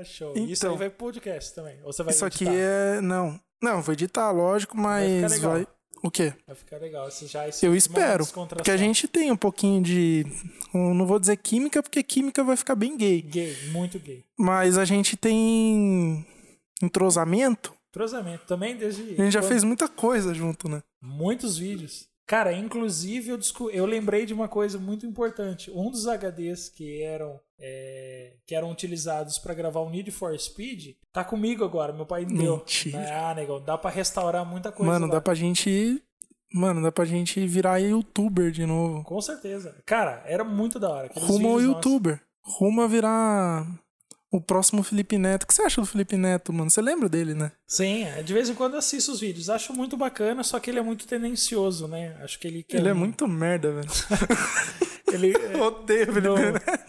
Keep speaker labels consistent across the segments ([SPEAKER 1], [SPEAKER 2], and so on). [SPEAKER 1] É, show.
[SPEAKER 2] Então-
[SPEAKER 1] isso aí vai pro podcast também. Ou você vai
[SPEAKER 2] Isso aqui
[SPEAKER 1] editar?
[SPEAKER 2] é. Não. Não, vou editar, lógico,
[SPEAKER 1] ficar
[SPEAKER 2] mas
[SPEAKER 1] legal.
[SPEAKER 2] vai. O quê?
[SPEAKER 1] Vai ficar legal. Isso já, esse
[SPEAKER 2] Eu
[SPEAKER 1] momento de
[SPEAKER 2] espero.
[SPEAKER 1] descontração.
[SPEAKER 2] Porque a gente tem um pouquinho de. eu Não vou dizer química, porque química vai ficar bem gay.
[SPEAKER 1] Gay, muito gay.
[SPEAKER 2] Mas a gente tem. Entrosamento.
[SPEAKER 1] Cruzamento também desde.
[SPEAKER 2] A gente já fez muita coisa junto, né?
[SPEAKER 1] Muitos vídeos. Cara, inclusive eu, descu- eu lembrei de uma coisa muito importante. Um dos HDs que eram é, que eram utilizados pra gravar o Need for Speed tá comigo agora. Meu pai me deu.
[SPEAKER 2] Mentira.
[SPEAKER 1] Ah, negão, dá pra restaurar muita coisa.
[SPEAKER 2] Mano,
[SPEAKER 1] lá.
[SPEAKER 2] dá pra gente. Mano, dá pra gente virar youtuber de novo.
[SPEAKER 1] Com certeza. Cara, era muito da hora. Aqueles
[SPEAKER 2] Rumo ao
[SPEAKER 1] vídeos nossos-
[SPEAKER 2] youtuber. Rumo a virar o próximo Felipe Neto. O que você acha do Felipe Neto, mano? Você lembra dele, né?
[SPEAKER 1] Sim, é, de vez em quando eu assisto os vídeos. Acho muito bacana, só que ele é muito tendencioso, né? Acho que ele quer.
[SPEAKER 2] Ele é muito merda, velho. é
[SPEAKER 1] Ele,
[SPEAKER 2] Eu odeio o Felipe
[SPEAKER 1] Não.
[SPEAKER 2] Neto.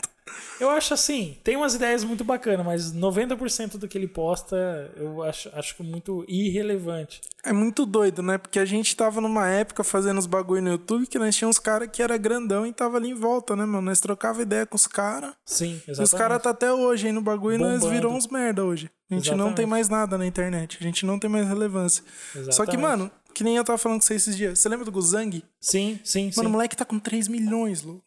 [SPEAKER 1] Eu acho assim, tem umas ideias muito bacanas, mas 90% do que ele posta eu acho, acho muito irrelevante.
[SPEAKER 2] É muito doido, né? Porque a gente tava numa época fazendo os bagulho no YouTube que nós tínhamos uns caras que era grandão e tava ali em volta, né, mano? Nós trocava ideia com os caras.
[SPEAKER 1] Sim, exatamente.
[SPEAKER 2] Os caras tá até hoje aí no bagulho e nós
[SPEAKER 1] Bombando.
[SPEAKER 2] virou uns merda hoje. A gente não
[SPEAKER 1] Exatamente.
[SPEAKER 2] tem mais nada na internet. A gente não tem mais relevância. Só que,
[SPEAKER 1] Exatamente.
[SPEAKER 2] mano, que nem eu tava falando com você esses dias. Você lembra do Guzang?
[SPEAKER 1] Sim, sim, sim.
[SPEAKER 2] Mano, o moleque tá com 3 milhões, louco.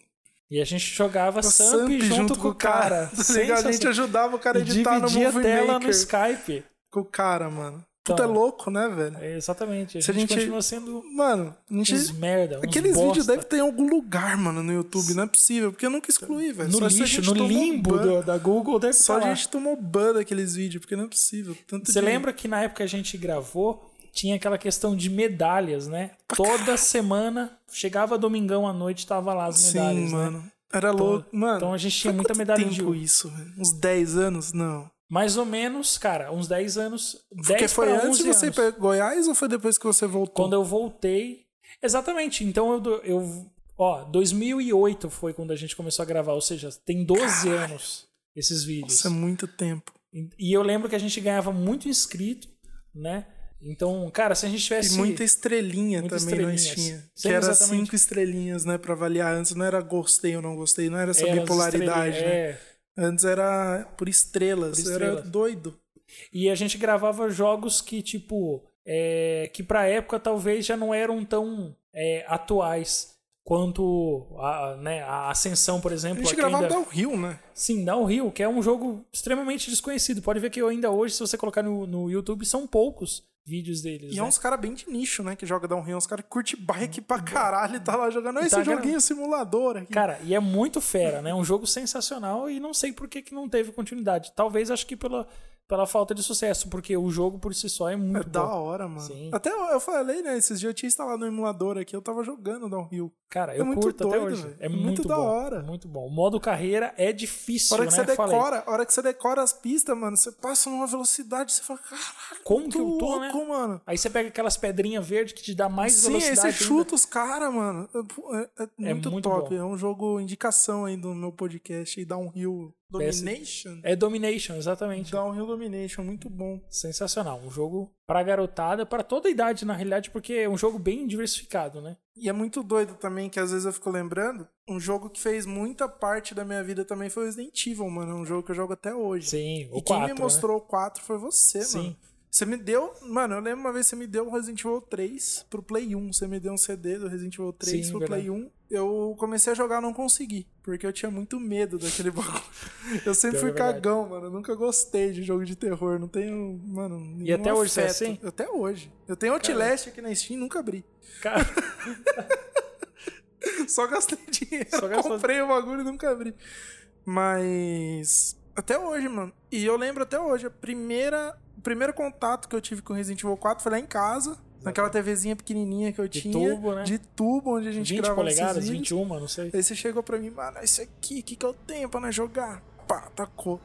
[SPEAKER 1] E a gente jogava
[SPEAKER 2] Tá
[SPEAKER 1] Samp junto, com o cara.
[SPEAKER 2] Tá ligado? A gente ajudava o cara a editar no
[SPEAKER 1] Dividia a
[SPEAKER 2] Movie
[SPEAKER 1] tela no
[SPEAKER 2] Maker
[SPEAKER 1] Skype.
[SPEAKER 2] com o cara, mano. Puta,
[SPEAKER 1] Então.
[SPEAKER 2] é louco, né, velho?
[SPEAKER 1] É, exatamente. A
[SPEAKER 2] Se a
[SPEAKER 1] gente,
[SPEAKER 2] gente-
[SPEAKER 1] continua sendo
[SPEAKER 2] Mano, a gente...
[SPEAKER 1] uns merda, uns
[SPEAKER 2] Aqueles
[SPEAKER 1] bosta.
[SPEAKER 2] vídeos devem ter em algum lugar, mano, no YouTube. Não é possível, porque eu nunca excluí, velho.
[SPEAKER 1] no
[SPEAKER 2] Só se a
[SPEAKER 1] lixo,
[SPEAKER 2] gente
[SPEAKER 1] no
[SPEAKER 2] tomou um
[SPEAKER 1] limbo
[SPEAKER 2] ban.
[SPEAKER 1] do- da Google deve
[SPEAKER 2] Só
[SPEAKER 1] tá lá.
[SPEAKER 2] a gente tomou ban daqueles vídeos, porque não é possível. Tanto
[SPEAKER 1] Você
[SPEAKER 2] de-
[SPEAKER 1] lembra que na época a gente gravou, tinha aquela questão de medalhas, né? Toda semana, chegava domingão à noite, tava lá as medalhas, né?
[SPEAKER 2] Sim, mano. Era louco. Mano,
[SPEAKER 1] então a gente tinha
[SPEAKER 2] faz
[SPEAKER 1] muita
[SPEAKER 2] quanto
[SPEAKER 1] medalha de
[SPEAKER 2] tempo
[SPEAKER 1] ouro.
[SPEAKER 2] isso, velho? Uns 10 anos? Não.
[SPEAKER 1] Mais ou menos, cara, uns 10 anos. 10
[SPEAKER 2] Porque foi
[SPEAKER 1] pra
[SPEAKER 2] antes de
[SPEAKER 1] 11
[SPEAKER 2] você ir
[SPEAKER 1] anos.
[SPEAKER 2] pra Goiás ou foi depois que você voltou?
[SPEAKER 1] Quando eu voltei. Exatamente. Então eu, do- eu. Ó, 2008 foi quando a gente começou a gravar, ou seja, tem 12 anos esses vídeos.
[SPEAKER 2] Isso é muito tempo.
[SPEAKER 1] E- E eu lembro que a gente ganhava muito inscrito, né? Então, cara, se a gente
[SPEAKER 2] E
[SPEAKER 1] tivesse.
[SPEAKER 2] muita estrelinha
[SPEAKER 1] Muita
[SPEAKER 2] também nós
[SPEAKER 1] estrelinha,
[SPEAKER 2] tinha.
[SPEAKER 1] sim,
[SPEAKER 2] Que era
[SPEAKER 1] exatamente.
[SPEAKER 2] cinco estrelinhas, né, pra avaliar antes. Não era gostei ou não gostei, não era essa
[SPEAKER 1] eram as
[SPEAKER 2] bipolaridade,
[SPEAKER 1] estrelas,
[SPEAKER 2] né?
[SPEAKER 1] é.
[SPEAKER 2] Antes era por estrelas,
[SPEAKER 1] Por
[SPEAKER 2] era
[SPEAKER 1] estrelas.
[SPEAKER 2] doido.
[SPEAKER 1] E a gente gravava jogos que, tipo, é, que pra época talvez já não eram tão é, atuais quanto a, a, né, a Ascensão, por
[SPEAKER 2] A
[SPEAKER 1] exemplo.
[SPEAKER 2] gente
[SPEAKER 1] que
[SPEAKER 2] gravava
[SPEAKER 1] ainda...
[SPEAKER 2] downhill, né?
[SPEAKER 1] Sim, Downhill, que é um jogo extremamente desconhecido. Pode ver que ainda hoje, se você colocar no, no YouTube, são poucos vídeos deles.
[SPEAKER 2] E é
[SPEAKER 1] né?
[SPEAKER 2] uns caras bem de nicho, né, que joga downhill. É uns caras que curte bike pra caralho e tá lá jogando. "Ah, Esse
[SPEAKER 1] Hum. Tá gra-
[SPEAKER 2] joguinho simulador aqui.
[SPEAKER 1] Cara, e é muito fera, né? É um jogo sensacional e não sei por que, que não teve continuidade. Talvez acho que pela, pela falta de sucesso, porque o jogo por si só é
[SPEAKER 2] É
[SPEAKER 1] muito
[SPEAKER 2] da
[SPEAKER 1] bom.
[SPEAKER 2] hora, mano.
[SPEAKER 1] Sim.
[SPEAKER 2] Até eu eu falei, né? Esses dias eu tinha instalado um emulador aqui, eu tava jogando downhill.
[SPEAKER 1] Cara,
[SPEAKER 2] É
[SPEAKER 1] eu
[SPEAKER 2] muito
[SPEAKER 1] curto até
[SPEAKER 2] doido,
[SPEAKER 1] hoje.
[SPEAKER 2] velho.
[SPEAKER 1] É
[SPEAKER 2] É
[SPEAKER 1] muito,
[SPEAKER 2] muito da
[SPEAKER 1] bom,
[SPEAKER 2] hora.
[SPEAKER 1] Muito bom. O modo carreira é difícil,
[SPEAKER 2] A hora
[SPEAKER 1] né?
[SPEAKER 2] que você
[SPEAKER 1] Falei,
[SPEAKER 2] decora, a hora que você decora as pistas, mano, você passa numa velocidade, você fala, caralho,
[SPEAKER 1] como que
[SPEAKER 2] tô
[SPEAKER 1] eu tô,
[SPEAKER 2] louco,
[SPEAKER 1] né?
[SPEAKER 2] mano.
[SPEAKER 1] Aí você pega aquelas pedrinhas verdes que te dá mais
[SPEAKER 2] Sim, aí
[SPEAKER 1] velocidade.
[SPEAKER 2] você
[SPEAKER 1] ainda.
[SPEAKER 2] chuta os caras, mano. É, pô, é- é muito,
[SPEAKER 1] muito
[SPEAKER 2] top.
[SPEAKER 1] bom.
[SPEAKER 2] É um jogo indicação aí do meu podcast aí, Downhill
[SPEAKER 1] PS.
[SPEAKER 2] Domination.
[SPEAKER 1] É Domination, exatamente.
[SPEAKER 2] Downhill Domination, muito bom.
[SPEAKER 1] Sensacional. Um jogo pra garotada, pra toda a idade, na realidade, porque é um jogo bem diversificado, né?
[SPEAKER 2] E é muito doido também, que às vezes eu fico lembrando, um jogo que fez muita parte da minha vida também foi o Resident Evil, mano. É um jogo que eu jogo até hoje.
[SPEAKER 1] Sim, o
[SPEAKER 2] e quem
[SPEAKER 1] 4.
[SPEAKER 2] me mostrou o né? 4 foi você,
[SPEAKER 1] Sim.
[SPEAKER 2] mano. Você me deu. Mano, eu lembro uma vez que você me deu o Resident Evil 3 pro Play 1. Você me deu um CD do Resident Evil 3
[SPEAKER 1] Sim,
[SPEAKER 2] pro
[SPEAKER 1] verdade.
[SPEAKER 2] Play 1. Eu comecei a jogar não consegui, porque eu tinha muito medo daquele bagulho. Eu sempre
[SPEAKER 1] Pior
[SPEAKER 2] fui
[SPEAKER 1] é verdade.
[SPEAKER 2] cagão, mano. Eu nunca gostei de jogo de terror. Não tenho, mano, nenhum
[SPEAKER 1] até hoje você é
[SPEAKER 2] afeto.
[SPEAKER 1] assim?
[SPEAKER 2] Até hoje. Eu tenho Outlast aqui na Steam, nunca abri.
[SPEAKER 1] né? Cara,
[SPEAKER 2] Só gastei dinheiro.
[SPEAKER 1] Só gastou-
[SPEAKER 2] Comprei o bagulho e nunca abri. Mas. Até hoje, mano. E eu lembro até hoje, a primeira. O primeiro contato que eu tive com Resident Evil 4 foi lá em casa, naquela TVzinha pequenininha que eu
[SPEAKER 1] De
[SPEAKER 2] tinha.
[SPEAKER 1] tubo, né?
[SPEAKER 2] De tubo, onde a gente
[SPEAKER 1] 20
[SPEAKER 2] gravava
[SPEAKER 1] polegadas,
[SPEAKER 2] esses vídeos.
[SPEAKER 1] 21, não sei.
[SPEAKER 2] Aí você chegou pra mim, mano, isso aqui, o que, que eu tenho pra nós jogar? Pá, tacou.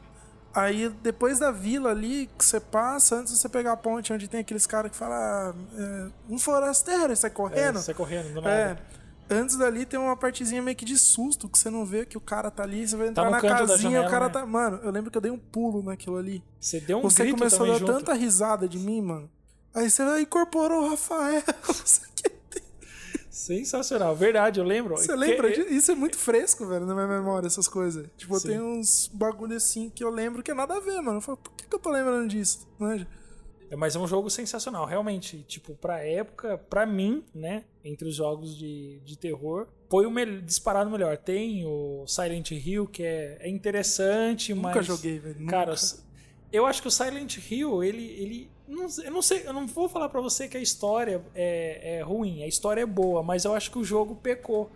[SPEAKER 2] Aí depois da vila ali, que você passa, antes de você pegar a ponte onde tem aqueles caras que falam, ah, é, um forasteiro, sai
[SPEAKER 1] É,
[SPEAKER 2] correndo.
[SPEAKER 1] você correndo do
[SPEAKER 2] É.
[SPEAKER 1] nada.
[SPEAKER 2] Antes dali tem uma partezinha meio que de susto que você não vê que o cara tá ali, você vai entrar
[SPEAKER 1] no
[SPEAKER 2] na
[SPEAKER 1] canto da
[SPEAKER 2] casinha,
[SPEAKER 1] janela,
[SPEAKER 2] o cara
[SPEAKER 1] né?
[SPEAKER 2] tá. Mano, eu lembro que eu dei um pulo naquilo ali.
[SPEAKER 1] Você deu um
[SPEAKER 2] você
[SPEAKER 1] grito
[SPEAKER 2] começou a
[SPEAKER 1] também
[SPEAKER 2] dar
[SPEAKER 1] junto.
[SPEAKER 2] "Ah, tanta risada de mim, mano. Aí você incorporou o Rafael. não sei o que.
[SPEAKER 1] Sensacional, verdade, eu lembro.
[SPEAKER 2] Você lembra?
[SPEAKER 1] Que-
[SPEAKER 2] disso? Isso é muito fresco, velho, na minha memória, essas coisas. Tipo,
[SPEAKER 1] Sim.
[SPEAKER 2] tem uns bagulho assim que eu lembro que é nada a ver, mano. Eu falo, por que, que eu tô lembrando disso? Manja?
[SPEAKER 1] É, Mas é um jogo sensacional, realmente. Tipo, pra época, pra mim, né? Entre os jogos de, de terror, foi o mel- disparado melhor. Tem o Silent Hill, que é, é interessante, mas.
[SPEAKER 2] Nunca joguei, velho. nunca.
[SPEAKER 1] Cara, s- eu acho que o Silent Hill, ele. ele não, sei- eu não sei, eu não vou falar pra você que a história é, é ruim, a história é boa, mas eu acho que o jogo pecou.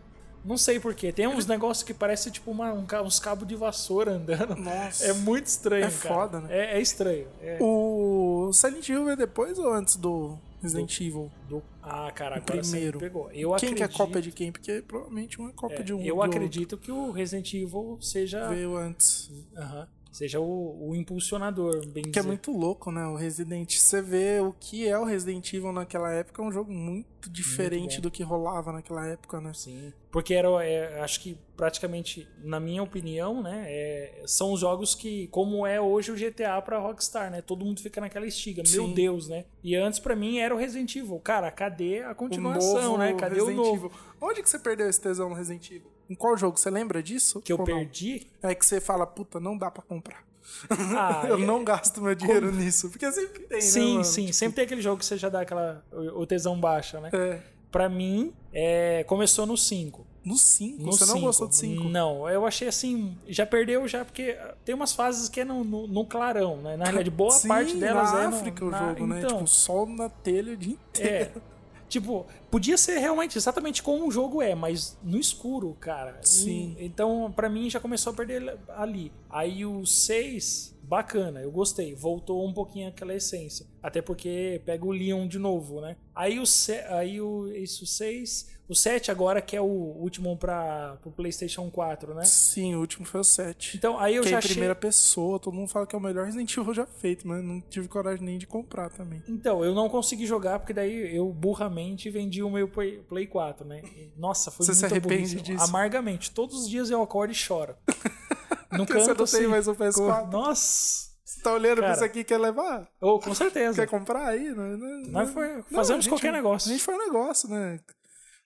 [SPEAKER 1] Não sei porquê. Tem uns negócios que parece tipo uma- um ca- uns cabos de vassoura andando.
[SPEAKER 2] Nossa.
[SPEAKER 1] É muito estranho.
[SPEAKER 2] É
[SPEAKER 1] cara.
[SPEAKER 2] foda, né?
[SPEAKER 1] É, é estranho. É
[SPEAKER 2] O Silent Hill veio depois ou antes do Resident Evil?
[SPEAKER 1] do- Ah, cara,
[SPEAKER 2] O
[SPEAKER 1] agora você me
[SPEAKER 2] primeiro.
[SPEAKER 1] pegou. Eu
[SPEAKER 2] quem
[SPEAKER 1] acredito...
[SPEAKER 2] que é cópia de quem? Porque provavelmente um é cópia
[SPEAKER 1] É,
[SPEAKER 2] de um. do
[SPEAKER 1] Eu
[SPEAKER 2] outro.
[SPEAKER 1] acredito que o Resident Evil seja,
[SPEAKER 2] Veio antes.
[SPEAKER 1] Aham. seja o, o impulsionador, bem
[SPEAKER 2] Que é
[SPEAKER 1] dizer.
[SPEAKER 2] muito louco, né? O Resident. Você vê o que é o Resident Evil naquela época, é um jogo muito diferente
[SPEAKER 1] bom.
[SPEAKER 2] do que rolava naquela época, né?
[SPEAKER 1] Sim. Porque era, é, acho que praticamente, na minha opinião, né, é, são os jogos que, como é hoje o GTA pra Rockstar, né? Todo mundo fica naquela estiga,
[SPEAKER 2] Sim.
[SPEAKER 1] meu Deus, né? E antes pra mim era o Resident Evil. Cara, cadê a
[SPEAKER 2] O
[SPEAKER 1] continuação, né? Cadê o novo?
[SPEAKER 2] Evil. Onde que você perdeu esse tesão no Resident Evil? Em qual jogo? Você lembra disso?
[SPEAKER 1] Que eu
[SPEAKER 2] Ou não?
[SPEAKER 1] perdi?
[SPEAKER 2] É que você fala, puta, não dá pra comprar.
[SPEAKER 1] Ah,
[SPEAKER 2] eu
[SPEAKER 1] é-
[SPEAKER 2] não gasto meu dinheiro nisso. Porque sempre tem, né?
[SPEAKER 1] Sim,
[SPEAKER 2] mano?
[SPEAKER 1] sim. Sempre tem aquele jogo que você já dá aquela o o tesão baixa, né?
[SPEAKER 2] É.
[SPEAKER 1] Pra mim, é, começou no 5.
[SPEAKER 2] No 5?
[SPEAKER 1] No
[SPEAKER 2] Você não
[SPEAKER 1] cinco.
[SPEAKER 2] gostou do 5?
[SPEAKER 1] Não, eu achei assim. Já perdeu, já, porque tem umas fases que é no, no- no clarão, né? Na realidade, boa parte delas
[SPEAKER 2] na
[SPEAKER 1] é. no-
[SPEAKER 2] África o
[SPEAKER 1] na-
[SPEAKER 2] jogo, né?
[SPEAKER 1] Então,
[SPEAKER 2] Tipo, sol na telha o dia inteiro. né?
[SPEAKER 1] é. Tipo, podia ser realmente exatamente como o jogo é, mas no escuro, cara. E-
[SPEAKER 2] Sim.
[SPEAKER 1] então, pra mim, já começou a perder ali. Aí o 6, bacana, eu gostei. Voltou um pouquinho aquela essência. Até porque pega o Leon de novo, né? Aí o, se, aí o isso 6. O 7 agora, que é o último pra, pro PlayStation 4, né?
[SPEAKER 2] Sim, o último foi o 7.
[SPEAKER 1] Então, aí eu
[SPEAKER 2] que é
[SPEAKER 1] já
[SPEAKER 2] em
[SPEAKER 1] achei...
[SPEAKER 2] primeira pessoa, todo mundo fala que é o melhor Resident Evil já feito, mas não tive coragem nem de comprar também.
[SPEAKER 1] Então, eu não consegui jogar, porque daí eu burramente vendi o meu Play Play 4, né? E, Nossa, foi
[SPEAKER 2] Você se
[SPEAKER 1] muito
[SPEAKER 2] arrepende
[SPEAKER 1] burrice.
[SPEAKER 2] disso?
[SPEAKER 1] Amargamente. Todos os dias eu acordo e choro. No
[SPEAKER 2] Porque você
[SPEAKER 1] canto,
[SPEAKER 2] não tem
[SPEAKER 1] assim,
[SPEAKER 2] mais um o
[SPEAKER 1] com-
[SPEAKER 2] PS4.
[SPEAKER 1] Nossa!
[SPEAKER 2] Você tá olhando pra
[SPEAKER 1] Cara.
[SPEAKER 2] isso aqui e quer levar?
[SPEAKER 1] Oh, com certeza.
[SPEAKER 2] Quer comprar aí? Não, não,
[SPEAKER 1] Nós foi-
[SPEAKER 2] é não,
[SPEAKER 1] fazemos
[SPEAKER 2] a gente-
[SPEAKER 1] qualquer negócio.
[SPEAKER 2] A gente faz um negócio, né?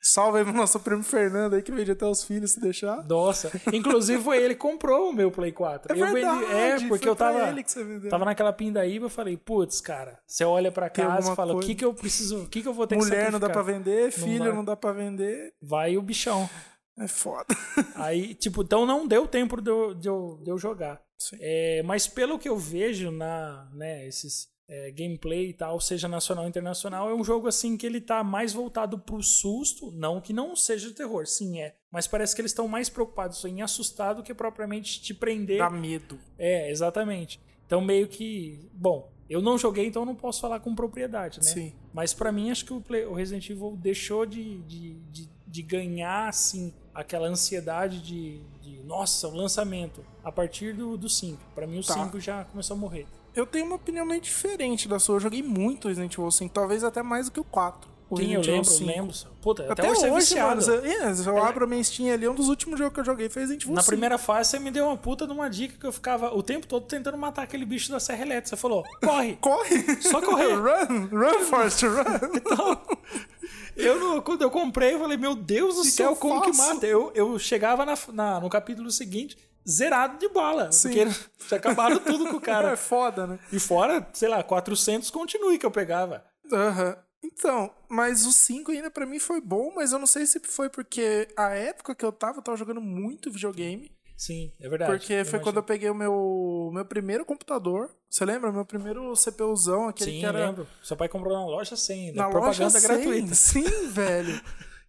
[SPEAKER 2] Salve aí pro nosso primo Fernando aí, que vende até os filhos se deixar.
[SPEAKER 1] Nossa. Inclusive, foi ele que comprou o meu Play 4.
[SPEAKER 2] É
[SPEAKER 1] eu vendi-
[SPEAKER 2] verdade,
[SPEAKER 1] É, porque
[SPEAKER 2] foi
[SPEAKER 1] eu
[SPEAKER 2] pra
[SPEAKER 1] tava.
[SPEAKER 2] ele que você vendeu.
[SPEAKER 1] Tava naquela pindaíba, eu falei, putz, cara, você olha pra
[SPEAKER 2] Tem
[SPEAKER 1] casa
[SPEAKER 2] alguma
[SPEAKER 1] e fala, o
[SPEAKER 2] coisa.
[SPEAKER 1] que que eu preciso, o que que eu vou ter que
[SPEAKER 2] Mulher não dá
[SPEAKER 1] sacrificar?"
[SPEAKER 2] pra vender, filho
[SPEAKER 1] dá.
[SPEAKER 2] não dá pra vender.
[SPEAKER 1] Vai o bichão.
[SPEAKER 2] É foda.
[SPEAKER 1] Aí, tipo, então não deu tempo de eu, de eu, de eu jogar.
[SPEAKER 2] Sim.
[SPEAKER 1] É, mas pelo que eu vejo na, né, esses é, gameplay e tal, seja nacional ou internacional, é um jogo assim que ele tá mais voltado pro susto, não que não seja terror, sim é, mas parece que eles estão mais preocupados em assustar do que propriamente te prender.
[SPEAKER 2] Dá medo.
[SPEAKER 1] É, exatamente. Então meio que, bom, eu não joguei, então eu não posso falar com propriedade, né?
[SPEAKER 2] Sim.
[SPEAKER 1] Mas pra mim, acho que o, Play- o Resident Evil deixou de, de, de, de ganhar, assim, aquela ansiedade de, de, nossa, o lançamento. A partir do, do 5. Pra mim, o
[SPEAKER 2] Tá.
[SPEAKER 1] 5 já começou a morrer.
[SPEAKER 2] Eu tenho uma opinião meio diferente da sua. Eu joguei muito Resident Evil 5, talvez até mais do que o 4. O
[SPEAKER 1] Sim, eu
[SPEAKER 2] Resident Evil
[SPEAKER 1] lembro,
[SPEAKER 2] 5.
[SPEAKER 1] lembro. Puta, até,
[SPEAKER 2] Até,
[SPEAKER 1] hoje, você é
[SPEAKER 2] hoje, mano.
[SPEAKER 1] viciado.
[SPEAKER 2] Você, é, se eu abro a minha Steam ali, um dos últimos jogos que eu joguei foi Resident Evil
[SPEAKER 1] Na
[SPEAKER 2] 5.
[SPEAKER 1] primeira fase, você me deu uma puta de uma dica que eu ficava o tempo todo tentando matar aquele bicho da Serra Elétrica. Você falou, corre!
[SPEAKER 2] Corre!
[SPEAKER 1] Só correr.
[SPEAKER 2] run! Run, Forrest, run!
[SPEAKER 1] Então, eu não- quando eu comprei, eu falei, meu Deus do
[SPEAKER 2] Que que
[SPEAKER 1] céu,
[SPEAKER 2] eu
[SPEAKER 1] como que
[SPEAKER 2] faço?
[SPEAKER 1] mata? Eu, eu chegava na, na- no capítulo seguinte zerado de bala.
[SPEAKER 2] Sim.
[SPEAKER 1] Porque já acabaram tudo com o
[SPEAKER 2] é
[SPEAKER 1] cara.
[SPEAKER 2] foda, né?
[SPEAKER 1] E fora, sei lá, 400 continue que eu pegava.
[SPEAKER 2] Aham. Então, mas o 5 ainda pra mim foi bom, mas eu não sei se foi porque a época que eu tava, eu tava jogando muito videogame.
[SPEAKER 1] Sim, é verdade.
[SPEAKER 2] Porque foi quando eu peguei o meu, meu primeiro computor. Você lembra? Meu primeiro CPUzão, aquele
[SPEAKER 1] Sim,
[SPEAKER 2] que era
[SPEAKER 1] lembro. Seu pai comprou na loja 100,
[SPEAKER 2] na
[SPEAKER 1] na propaganda
[SPEAKER 2] loja 100.
[SPEAKER 1] gratuita.
[SPEAKER 2] Sim, velho.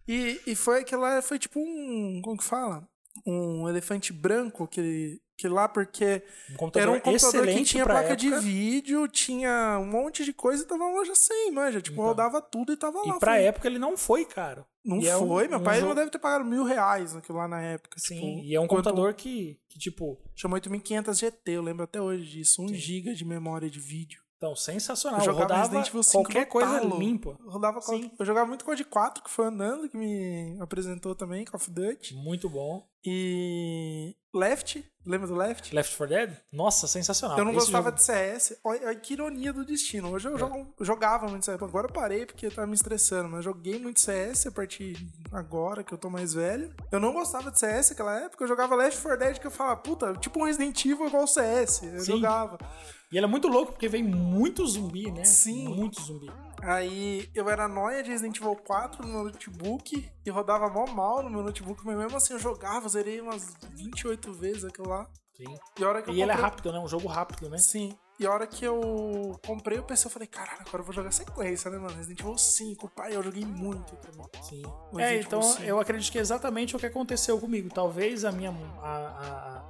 [SPEAKER 2] E, e foi aquela, foi tipo um, como que fala? Um elefante branco, que, que lá porque
[SPEAKER 1] Um
[SPEAKER 2] era
[SPEAKER 1] computador
[SPEAKER 2] um computador que
[SPEAKER 1] excelente
[SPEAKER 2] tinha
[SPEAKER 1] pra
[SPEAKER 2] placa de
[SPEAKER 1] época.
[SPEAKER 2] vídeo, tinha um monte de coisa e tava na loja 100, manja. Tipo, rodava tudo e tava lá.
[SPEAKER 1] Então. E pra
[SPEAKER 2] Falei,
[SPEAKER 1] época ele não foi caro.
[SPEAKER 2] Não
[SPEAKER 1] E é um-
[SPEAKER 2] foi, meu
[SPEAKER 1] um
[SPEAKER 2] pai
[SPEAKER 1] jogo-
[SPEAKER 2] não deve ter pagado mil reais naquilo lá na época.
[SPEAKER 1] Sim,
[SPEAKER 2] tipo,
[SPEAKER 1] e é um
[SPEAKER 2] enquanto-
[SPEAKER 1] computador que, que, tipo,
[SPEAKER 2] Chama 8500 GT, eu lembro até hoje disso. 1 GB de um memória de vídeo.
[SPEAKER 1] Então, sensacional.
[SPEAKER 2] Eu
[SPEAKER 1] Eu
[SPEAKER 2] jogava
[SPEAKER 1] rodava
[SPEAKER 2] Resident Evil 5
[SPEAKER 1] qualquer
[SPEAKER 2] no
[SPEAKER 1] coisa
[SPEAKER 2] talo.
[SPEAKER 1] limpa.
[SPEAKER 2] Eu rodava Call-
[SPEAKER 1] Sim.
[SPEAKER 2] Eu jogava muito Code 4, que foi o Nando que me apresentou também, Call of Duty.
[SPEAKER 1] Muito bom.
[SPEAKER 2] E Left, lembra do Left?
[SPEAKER 1] Left 4 Dead? Nossa, sensacional.
[SPEAKER 2] eu não
[SPEAKER 1] Esse
[SPEAKER 2] gostava
[SPEAKER 1] jogo- É.
[SPEAKER 2] de CS. Olha, olha que ironia do destino. Hoje eu jogo- jogava muito CS. Agora eu parei porque tava me estressando, mas eu joguei muito CS a partir agora que eu tô mais velho. Eu não gostava de CS naquela época. Eu jogava Left 4 Dead que eu falava, puta, tipo um Resident Evil igual CS. Eu
[SPEAKER 1] Sim.
[SPEAKER 2] jogava.
[SPEAKER 1] E ele é muito louco porque vem muito zumbi, né?
[SPEAKER 2] Sim.
[SPEAKER 1] Muito zumbi.
[SPEAKER 2] Aí eu era noia de Resident Evil 4 no meu notebook e rodava mó mal no meu notebook, mas mesmo assim eu jogava, zerei umas 28 vezes aquilo lá.
[SPEAKER 1] Sim.
[SPEAKER 2] E a hora que eu
[SPEAKER 1] E ele é
[SPEAKER 2] comprei-
[SPEAKER 1] rápido, né? Um jogo rápido, né?
[SPEAKER 2] Sim. E a hora que eu comprei o PC, eu falei, caralho, agora eu vou jogar sequência, né, mano? Resident Evil 5, pai, eu joguei muito. tá
[SPEAKER 1] Sim.
[SPEAKER 2] Hoje,
[SPEAKER 1] É,
[SPEAKER 2] tipo,
[SPEAKER 1] então
[SPEAKER 2] sim.
[SPEAKER 1] eu acredito que é exatamente o que aconteceu comigo. Talvez a minha, a,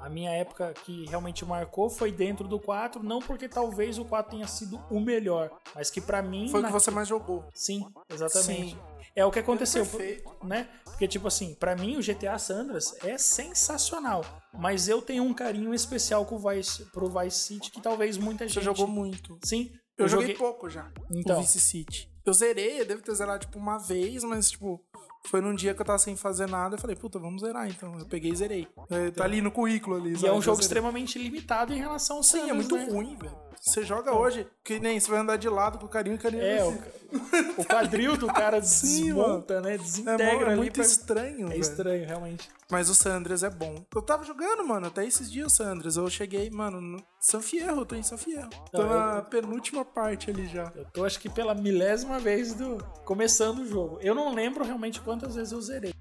[SPEAKER 1] a, a minha época que realmente marcou foi dentro do 4, não porque talvez o 4 tenha sido o melhor, mas que pra mim.
[SPEAKER 2] Foi o
[SPEAKER 1] na-
[SPEAKER 2] que você mais jogou.
[SPEAKER 1] Sim, exatamente.
[SPEAKER 2] Sim.
[SPEAKER 1] É o que aconteceu,
[SPEAKER 2] Perfeito.
[SPEAKER 1] né? Porque, tipo assim, pra mim o GTA Sandras é sensacional. Mas eu tenho um carinho especial com o Vice, pro Vice City que talvez muita
[SPEAKER 2] Você
[SPEAKER 1] gente.
[SPEAKER 2] jogou muito.
[SPEAKER 1] Sim.
[SPEAKER 2] Eu, joguei... pouco já.
[SPEAKER 1] Então.
[SPEAKER 2] O Vice City. Eu zerei, eu devo ter zerado tipo uma vez, mas tipo, foi num dia que eu tava sem fazer nada. Eu falei, puta, vamos zerar então. Eu peguei e zerei. É, tá ali no currículo ali.
[SPEAKER 1] Então. E
[SPEAKER 2] sabe?
[SPEAKER 1] é um
[SPEAKER 2] Eu
[SPEAKER 1] jogo
[SPEAKER 2] zerei.
[SPEAKER 1] extremamente limitado em relação ao
[SPEAKER 2] Sim, é
[SPEAKER 1] Sandras,
[SPEAKER 2] muito
[SPEAKER 1] né?
[SPEAKER 2] ruim, velho. Você joga hoje, que nem você vai andar de lado com o carinho e o carinho
[SPEAKER 1] É,
[SPEAKER 2] assim.
[SPEAKER 1] o, o quadril do cara desmonta, né?
[SPEAKER 2] é, mó-
[SPEAKER 1] Desintegra
[SPEAKER 2] é
[SPEAKER 1] ali.
[SPEAKER 2] muito
[SPEAKER 1] pra-
[SPEAKER 2] estranho,
[SPEAKER 1] É
[SPEAKER 2] velho.
[SPEAKER 1] estranho, realmente.
[SPEAKER 2] Mas o Sandras é bom. Eu tava jogando, mano, até esses dias o Sandras. Eu cheguei, mano, no San Fierro, eu tô em San Fierro. Tô
[SPEAKER 1] Não,
[SPEAKER 2] na penúltima parte ali já.
[SPEAKER 1] Eu tô, acho que pela milésima vez do começando o jogo. Eu não lembro realmente quantas vezes eu zerei.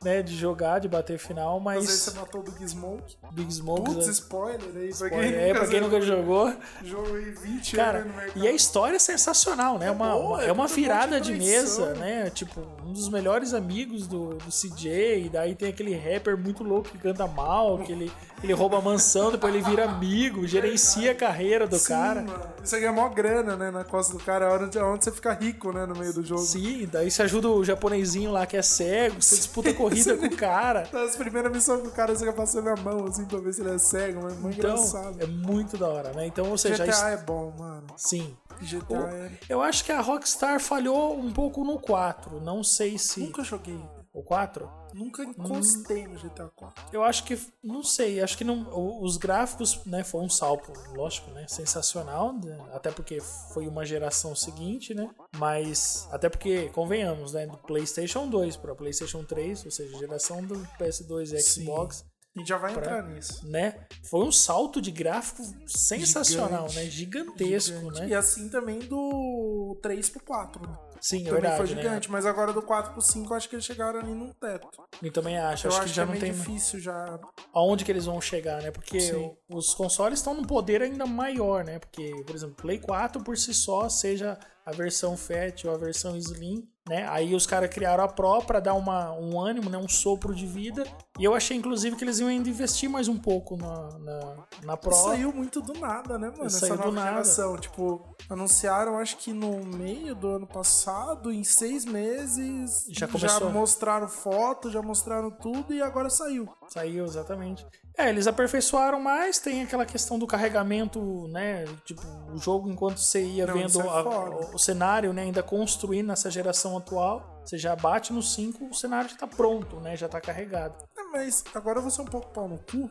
[SPEAKER 1] Né, de jogar, de bater final,
[SPEAKER 2] Às vezes você
[SPEAKER 1] mas
[SPEAKER 2] matou o Big Smoke.
[SPEAKER 1] Big Smoke.
[SPEAKER 2] Putz, spoiler aí. Pra quem
[SPEAKER 1] É, pra quem nunca jogou.
[SPEAKER 2] um Jogo aí 20
[SPEAKER 1] Cara,
[SPEAKER 2] anos no mercado.
[SPEAKER 1] e a história é sensacional, né? Uma,
[SPEAKER 2] boa,
[SPEAKER 1] uma- é uma
[SPEAKER 2] é tudo um monte de
[SPEAKER 1] virada de
[SPEAKER 2] traição.
[SPEAKER 1] mesa, né? Tipo, um dos melhores amigos do, do CJ, e daí tem aquele rapper muito louco que canta mal, que ele, ele rouba a mansão, depois ele vira amigo, gerencia a carreira do
[SPEAKER 2] Sim,
[SPEAKER 1] cara.
[SPEAKER 2] mano. Você ganha mó grana, né, na costa do cara. É hora de- é onde você fica rico, né, no meio do jogo.
[SPEAKER 1] Sim, daí você ajuda o japonesinho lá que é cego, você disputa corrida com o cara.
[SPEAKER 2] Então, As primeiras missões que o cara fica passando a mão, assim, pra ver se ele é cego, mas é muito
[SPEAKER 1] Então,
[SPEAKER 2] engraçado.
[SPEAKER 1] é muito da hora, né? Então, ou seja, a
[SPEAKER 2] GTA
[SPEAKER 1] his-
[SPEAKER 2] é bom, mano.
[SPEAKER 1] sim.
[SPEAKER 2] GTA
[SPEAKER 1] O-
[SPEAKER 2] é...
[SPEAKER 1] Eu acho que a Rockstar falhou um pouco no 4, não sei se...
[SPEAKER 2] Nunca joguei.
[SPEAKER 1] O 4?
[SPEAKER 2] Nunca encostei no GTA 4.
[SPEAKER 1] Eu acho que, não sei, acho que não, o- os gráficos, né, foi um salto, lógico, né, sensacional, né, até porque foi uma geração seguinte, né, mas, até porque, convenhamos, né, do Playstation 2 para Playstation 3, ou seja, geração do PS2 e
[SPEAKER 2] Sim.
[SPEAKER 1] Xbox,
[SPEAKER 2] A gente já vai
[SPEAKER 1] Pra-
[SPEAKER 2] entrar nisso.
[SPEAKER 1] né, foi um salto de gráfico sensacional,
[SPEAKER 2] Gigante.
[SPEAKER 1] né, gigantesco,
[SPEAKER 2] Gigante.
[SPEAKER 1] né,
[SPEAKER 2] E assim também do 3 pro 4. né?
[SPEAKER 1] sim, é
[SPEAKER 2] Também
[SPEAKER 1] verdade,
[SPEAKER 2] foi
[SPEAKER 1] né,
[SPEAKER 2] gigante, mas agora do 4 pro 5 eu acho que eles chegaram ali num teto.
[SPEAKER 1] eu também acho,
[SPEAKER 2] Eu
[SPEAKER 1] acho,
[SPEAKER 2] acho,
[SPEAKER 1] que já
[SPEAKER 2] é
[SPEAKER 1] não
[SPEAKER 2] meio
[SPEAKER 1] tem
[SPEAKER 2] difícil já.
[SPEAKER 1] aonde que eles vão chegar, né? Porque
[SPEAKER 2] Sim.
[SPEAKER 1] o- os consoles estão num poder ainda maior, né? Porque, por exemplo, Play 4 por si só, seja a versão Fat ou a versão Slim, né? Aí os caras criaram a Pro pra dar uma, um ânimo, né? Um sopro de vida. E eu achei, inclusive, que eles iam ainda investir mais um pouco na, na, na Pro.
[SPEAKER 2] Saiu muito do nada, né, mano?
[SPEAKER 1] Isso
[SPEAKER 2] Essa
[SPEAKER 1] saiu do
[SPEAKER 2] nova
[SPEAKER 1] nada.
[SPEAKER 2] geração. Tipo, anunciaram acho que no meio do ano passado, em seis meses.
[SPEAKER 1] Já começou.
[SPEAKER 2] mostraram foto, já mostraram tudo e agora saiu.
[SPEAKER 1] Saiu, exatamente. É, eles aperfeiçoaram mais, tem aquela questão do carregamento, né? Tipo, o jogo enquanto você ia
[SPEAKER 2] Não, isso
[SPEAKER 1] vendo
[SPEAKER 2] é
[SPEAKER 1] a-
[SPEAKER 2] foda.
[SPEAKER 1] o cenário, né? Ainda construindo essa geração atual, você já bate no 5, o cenário já tá pronto, né? Já tá carregado.
[SPEAKER 2] É, Mas agora eu vou ser um pouco pau no cu.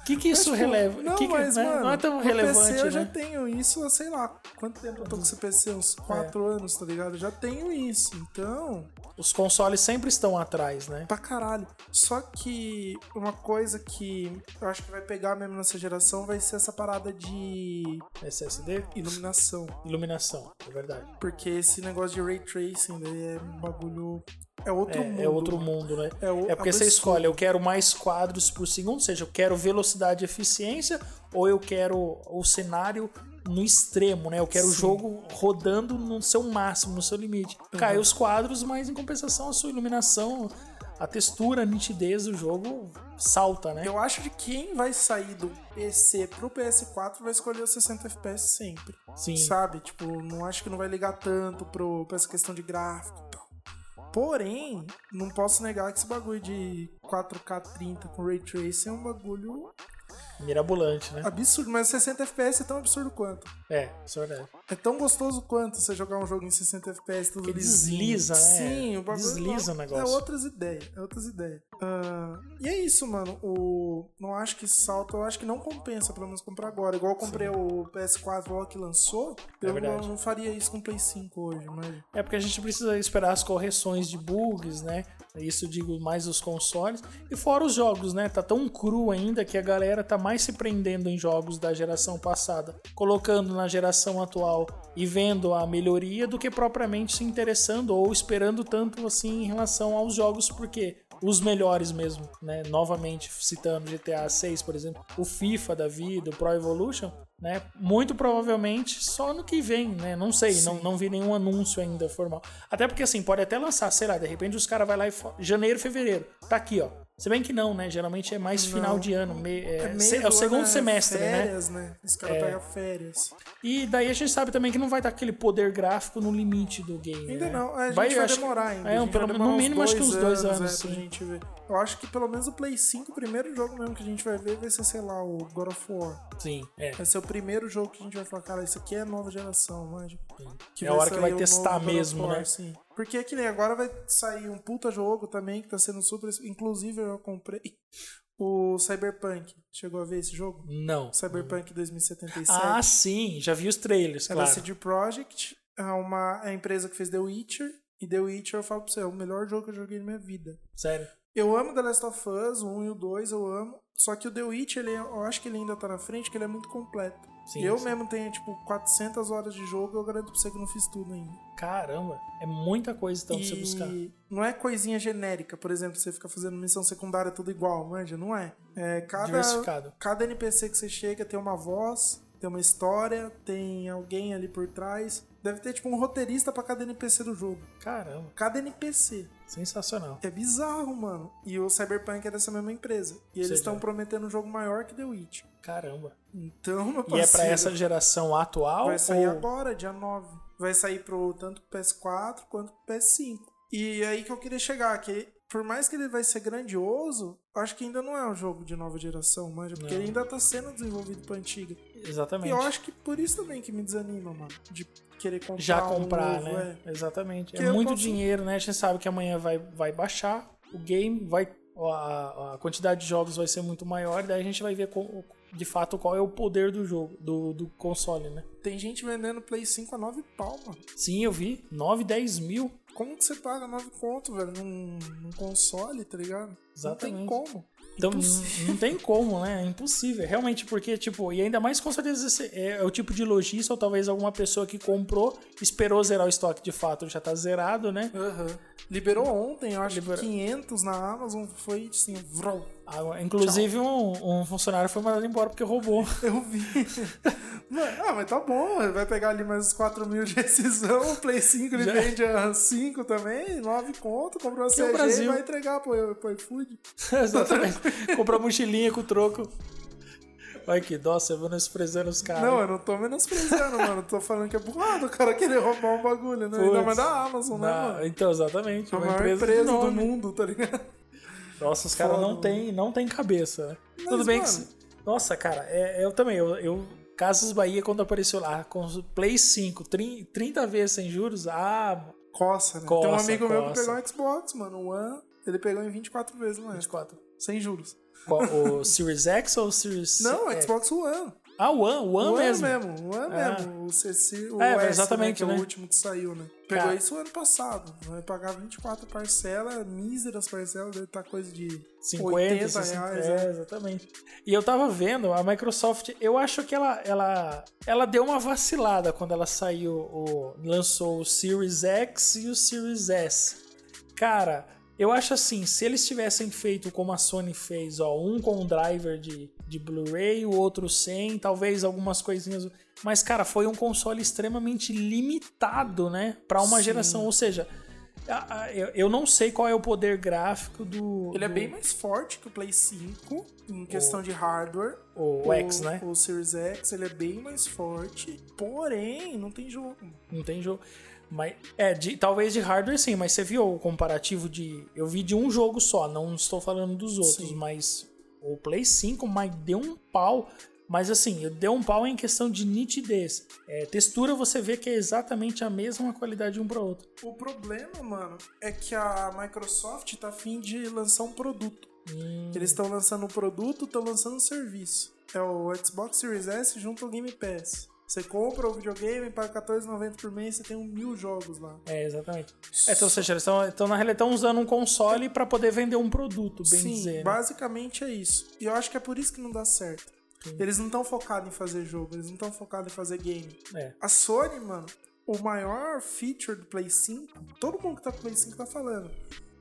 [SPEAKER 1] O que que isso
[SPEAKER 2] Tipo,
[SPEAKER 1] releva?
[SPEAKER 2] Não,
[SPEAKER 1] que que,
[SPEAKER 2] mas,
[SPEAKER 1] né,
[SPEAKER 2] mano,
[SPEAKER 1] não é tão
[SPEAKER 2] no
[SPEAKER 1] relevante,
[SPEAKER 2] PC eu
[SPEAKER 1] né? É.
[SPEAKER 2] já tenho isso, há, sei lá, quanto tempo eu tô com esse PC? Uns 4 anos, tá ligado? Eu já tenho isso, então,
[SPEAKER 1] Os consoles sempre estão atrás, né?
[SPEAKER 2] pra caralho. Só que uma coisa que eu acho que vai pegar mesmo nessa geração vai ser essa parada de
[SPEAKER 1] SSD,
[SPEAKER 2] iluminação.
[SPEAKER 1] iluminação, é verdade.
[SPEAKER 2] Porque esse negócio de ray tracing daí é um bagulho... É outro mundo.
[SPEAKER 1] É, é outro mundo, né?
[SPEAKER 2] É o-
[SPEAKER 1] É porque você
[SPEAKER 2] absurdo.
[SPEAKER 1] escolhe, eu quero mais quadros por segundo, ou seja, eu quero velocidade e eficiência, ou eu quero o cenário no extremo, né? Eu quero o
[SPEAKER 2] Sim.
[SPEAKER 1] jogo rodando no seu máximo, no seu limite.
[SPEAKER 2] Uhum.
[SPEAKER 1] Cai os quadros, mas em compensação a sua iluminação, a textura, a nitidez do jogo salta, né?
[SPEAKER 2] Eu acho que quem vai sair do PC pro PS4 vai escolher o 60 FPS sempre.
[SPEAKER 1] Sim.
[SPEAKER 2] Sabe? Tipo, não acho que não vai ligar tanto pro, pra essa questão de gráfico e tal. Porém, não posso negar que esse bagulho de 4K 30 com Ray Tracing é um bagulho
[SPEAKER 1] Mirabolante, né?
[SPEAKER 2] Absurdo, mas 60 FPS é tão absurdo quanto.
[SPEAKER 1] É, isso é verdade.
[SPEAKER 2] É tão gostoso quanto você jogar um jogo em 60 FPS tudo
[SPEAKER 1] Porque
[SPEAKER 2] lisinho.
[SPEAKER 1] desliza, né?
[SPEAKER 2] Sim, o bagulho
[SPEAKER 1] Desliza o negócio.
[SPEAKER 2] É outras ideias, é outras ideias. Ah, e é isso, mano. O não acho que salto, eu acho que não compensa pelo menos comprar agora. Igual eu comprei o PS4 logo que lançou,
[SPEAKER 1] É
[SPEAKER 2] eu
[SPEAKER 1] verdade.
[SPEAKER 2] não, não faria isso com o Play 5 hoje, mas
[SPEAKER 1] É porque a gente precisa esperar as correções de bugs, né? Isso digo mais os consoles. E fora os jogos, né? Tá tão cru ainda que a galera tá mais se prendendo em jogos da geração passada, colocando na geração atual e vendo a melhoria do que propriamente se interessando ou esperando tanto assim em relação aos jogos, porque os melhores mesmo, né? Novamente citando GTA 6, por exemplo, o FIFA da vida, o Pro Evolution, né? Muito provavelmente só no que vem, né? Não sei, não, não vi nenhum anúncio ainda formal. Até porque assim, pode até lançar, sei lá, de repente os caras vai lá e fo- janeiro, fevereiro, tá aqui, ó. Se bem que não, né? Geralmente é mais final de ano, me- é,
[SPEAKER 2] meio
[SPEAKER 1] se- é
[SPEAKER 2] do
[SPEAKER 1] o
[SPEAKER 2] ano,
[SPEAKER 1] segundo
[SPEAKER 2] é
[SPEAKER 1] semestre, né?
[SPEAKER 2] férias, né? Esse cara pega férias.
[SPEAKER 1] E daí a gente sabe também que não vai estar aquele poder gráfico no limite do game.
[SPEAKER 2] Ainda
[SPEAKER 1] né?
[SPEAKER 2] não, É, a gente vai,
[SPEAKER 1] acho que-
[SPEAKER 2] demorar ainda. a
[SPEAKER 1] É,
[SPEAKER 2] gente
[SPEAKER 1] pelo,
[SPEAKER 2] vai
[SPEAKER 1] menos-
[SPEAKER 2] demorar
[SPEAKER 1] no mínimo acho que uns dois anos.
[SPEAKER 2] é, pra
[SPEAKER 1] sim.
[SPEAKER 2] gente ver. Eu acho que pelo menos o Play 5, o primeiro jogo mesmo que a gente vai ver vai ser, sei lá, o God of War.
[SPEAKER 1] Sim, é.
[SPEAKER 2] Vai ser o primeiro jogo que a gente vai falar, cara, isso aqui é nova geração, manja.
[SPEAKER 1] É a hora que
[SPEAKER 2] sair
[SPEAKER 1] vai
[SPEAKER 2] o
[SPEAKER 1] testar
[SPEAKER 2] novo God of
[SPEAKER 1] mesmo,
[SPEAKER 2] War,
[SPEAKER 1] né?
[SPEAKER 2] Sim. Porque é que nem agora vai sair um puta jogo também que tá sendo super. Inclusive eu comprei o Cyberpunk. Chegou a ver esse jogo?
[SPEAKER 1] Não.
[SPEAKER 2] Cyberpunk 2077.
[SPEAKER 1] Ah, sim, já vi os trailers,
[SPEAKER 2] É
[SPEAKER 1] claro.
[SPEAKER 2] da CD Projekt, é uma é a empresa que fez The Witcher. E The Witcher, eu falo pra você, é o melhor jogo que eu joguei na minha vida.
[SPEAKER 1] Sério.
[SPEAKER 2] Eu amo The Last of Us, o 1 e o 2, eu amo. Só que o The Witcher, ele, é- eu acho que ele ainda tá na frente, que ele é muito completo.
[SPEAKER 1] Sim,
[SPEAKER 2] eu
[SPEAKER 1] sim.
[SPEAKER 2] mesmo tenho, tipo, 400 horas de jogo, eu garanto pra você que eu não fiz tudo ainda.
[SPEAKER 1] Caramba, é muita coisa então pra você
[SPEAKER 2] E
[SPEAKER 1] buscar.
[SPEAKER 2] Não é coisinha genérica, por exemplo, você fica fazendo missão secundária tudo igual, manja, não é. É cada,
[SPEAKER 1] Diversificado.
[SPEAKER 2] cada NPC que você chega tem uma voz, tem uma história, tem alguém ali por trás. Deve ter tipo um roteirista pra cada NPC do jogo.
[SPEAKER 1] Caramba,
[SPEAKER 2] Cada NPC.
[SPEAKER 1] sensacional.
[SPEAKER 2] É bizarro, mano. E o Cyberpunk é dessa mesma empresa. E eles
[SPEAKER 1] seja-
[SPEAKER 2] estão prometendo um jogo maior que The Witch.
[SPEAKER 1] Caramba.
[SPEAKER 2] Então,
[SPEAKER 1] E
[SPEAKER 2] meu
[SPEAKER 1] é pra
[SPEAKER 2] parceiro,
[SPEAKER 1] essa geração atual?
[SPEAKER 2] Vai sair
[SPEAKER 1] ou...
[SPEAKER 2] agora, dia 9. Vai sair pro tanto pro PS4 quanto pro PS5. E aí que eu queria chegar, que por mais que ele vai ser grandioso, acho que ainda não é um jogo de nova geração, manja, porque
[SPEAKER 1] Não.
[SPEAKER 2] ele ainda tá sendo desenvolvido pra antiga. E
[SPEAKER 1] Exatamente.
[SPEAKER 2] eu acho que por isso também que me desanima, mano, de querer comprar
[SPEAKER 1] Já
[SPEAKER 2] um
[SPEAKER 1] comprar,
[SPEAKER 2] novo,
[SPEAKER 1] né? Exatamente.
[SPEAKER 2] Porque
[SPEAKER 1] é
[SPEAKER 2] eu
[SPEAKER 1] muito
[SPEAKER 2] consigo-
[SPEAKER 1] dinheiro, né? A gente sabe que amanhã vai, vai baixar, o game vai. A, a quantidade de jogos vai ser muito maior, daí a gente vai ver co- de fato qual é o poder do jogo, do, do console, né?
[SPEAKER 2] é. Tem gente vendendo Play 5 a 9 pau, mano.
[SPEAKER 1] Sim, eu vi. 9, 10 mil.
[SPEAKER 2] Como que você paga 9 conto, velho, num, num console, tá ligado?
[SPEAKER 1] Exatamente.
[SPEAKER 2] Não tem como.
[SPEAKER 1] Então
[SPEAKER 2] Impossível.
[SPEAKER 1] não- não tem como, né? É impossível. Realmente, porque, tipo, e ainda mais com certeza esse é, é o tipo de lojista, ou talvez alguma pessoa que comprou, esperou zerar o estoque de fato, já tá zerado, né?
[SPEAKER 2] Aham. Liberou ontem, eu acho
[SPEAKER 1] Liberou.
[SPEAKER 2] que 500 na Amazon, foi assim, vrou.
[SPEAKER 1] Ah, Inclusive, um, um funcionário foi mandado embora porque roubou.
[SPEAKER 2] Eu vi. Mano, ah, mas tá bom. ele Vai pegar ali mais uns 4 mil de rescisão. O Play 5 ele
[SPEAKER 1] Já.
[SPEAKER 2] vende a 5 também. 9 conto.
[SPEAKER 1] é
[SPEAKER 2] Comprou a
[SPEAKER 1] o
[SPEAKER 2] CG e
[SPEAKER 1] Brasil.
[SPEAKER 2] vai entregar pro, pro iFood.
[SPEAKER 1] Exatamente. Comprou mochilinha com troco. Olha que dó, você vai desprezando os caras.
[SPEAKER 2] Não, eu não tô menosprezando, mano. Tô falando que é burrado o cara querer roubar um bagulho, né? Ainda
[SPEAKER 1] Putz.
[SPEAKER 2] mais da Amazon, né,
[SPEAKER 1] Na-
[SPEAKER 2] mano? É
[SPEAKER 1] Então, exatamente.
[SPEAKER 2] A
[SPEAKER 1] Uma
[SPEAKER 2] maior
[SPEAKER 1] empresa,
[SPEAKER 2] empresa,
[SPEAKER 1] de
[SPEAKER 2] do
[SPEAKER 1] nome.
[SPEAKER 2] mundo, tá ligado?
[SPEAKER 1] Nossa, os caras
[SPEAKER 2] Foda,
[SPEAKER 1] não
[SPEAKER 2] mano.
[SPEAKER 1] tem, não tem cabeça, né? Tudo bem
[SPEAKER 2] mano-
[SPEAKER 1] que. Nossa, cara, é- eu também. Eu, eu- Casas Bahia, quando apareceu lá, com os Play 5, 30, 30 vezes sem juros, ah,
[SPEAKER 2] Coça, né? Tem um
[SPEAKER 1] Coça,
[SPEAKER 2] amigo meu que
[SPEAKER 1] coça.
[SPEAKER 2] pegou um Xbox, mano. Um One. Ele pegou em 24 vezes, mano.
[SPEAKER 1] 24.
[SPEAKER 2] Sem juros.
[SPEAKER 1] Qual, o Series X ou o Series.
[SPEAKER 2] Não,
[SPEAKER 1] é,
[SPEAKER 2] Xbox One.
[SPEAKER 1] Ah, o One, o One,
[SPEAKER 2] O ano
[SPEAKER 1] mesmo.
[SPEAKER 2] mesmo, o ano
[SPEAKER 1] Ah.
[SPEAKER 2] mesmo. O CC, o
[SPEAKER 1] É,
[SPEAKER 2] S,
[SPEAKER 1] exatamente,
[SPEAKER 2] né, que é
[SPEAKER 1] né?
[SPEAKER 2] o último que saiu, né? Pegou
[SPEAKER 1] Cara.
[SPEAKER 2] isso ano passado. Vai pagar 24 parcelas, míseras parcelas, deve estar coisa de
[SPEAKER 1] 50,
[SPEAKER 2] 80
[SPEAKER 1] 60,
[SPEAKER 2] reais.
[SPEAKER 1] é,
[SPEAKER 2] né?
[SPEAKER 1] exatamente. E eu tava vendo, a Microsoft, eu acho que ela, ela, ela deu uma vacilada quando ela saiu, o, lançou o Series X e o Series S. Cara, eu acho assim, se eles tivessem feito como a Sony fez, ó, um com um driver de, de Blu-ray, o outro sem, talvez algumas coisinhas. Mas, cara, foi um console extremamente limitado, né? Pra uma
[SPEAKER 2] Sim.
[SPEAKER 1] geração. Ou seja, a- a- eu, eu não sei qual é o poder gráfico do.
[SPEAKER 2] Ele é
[SPEAKER 1] do-
[SPEAKER 2] bem mais forte que o Play 5 em questão de hardware.
[SPEAKER 1] O, o X, né?
[SPEAKER 2] O Series X, ele é bem mais forte, porém, não tem jogo.
[SPEAKER 1] Não tem jogo. Mas, é, de- talvez de hardware sim, mas você viu o comparativo de. Eu vi de um jogo só, não estou falando dos outros,
[SPEAKER 2] Sim.
[SPEAKER 1] mas o Play 5, mas deu um pau. Mas assim, deu um pau em questão de nitidez. É, textura você vê que é exatamente a mesma qualidade um para outro.
[SPEAKER 2] O problema, mano, é que a Microsoft tá afim de lançar um produto.
[SPEAKER 1] Hum,
[SPEAKER 2] Eles estão lançando um produto, estão lançando um serviço. É o Xbox Series S junto ao Game Pass. Você compra o videogame, paga R$14,90 por mês, você tem um mil jogos lá.
[SPEAKER 1] é, exatamente. É, então, ou seja, eles estão, então, na realidade, estão usando um console para poder vender um produto, bem
[SPEAKER 2] Sim,
[SPEAKER 1] dizer. né?
[SPEAKER 2] basicamente é isso. E eu acho que é por isso que não dá certo. Eles não estão focados em fazer jogo, eles não estão focados em fazer game.
[SPEAKER 1] É.
[SPEAKER 2] A Sony, mano, o maior feature do Play 5, todo mundo que tá com Play 5 tá falando.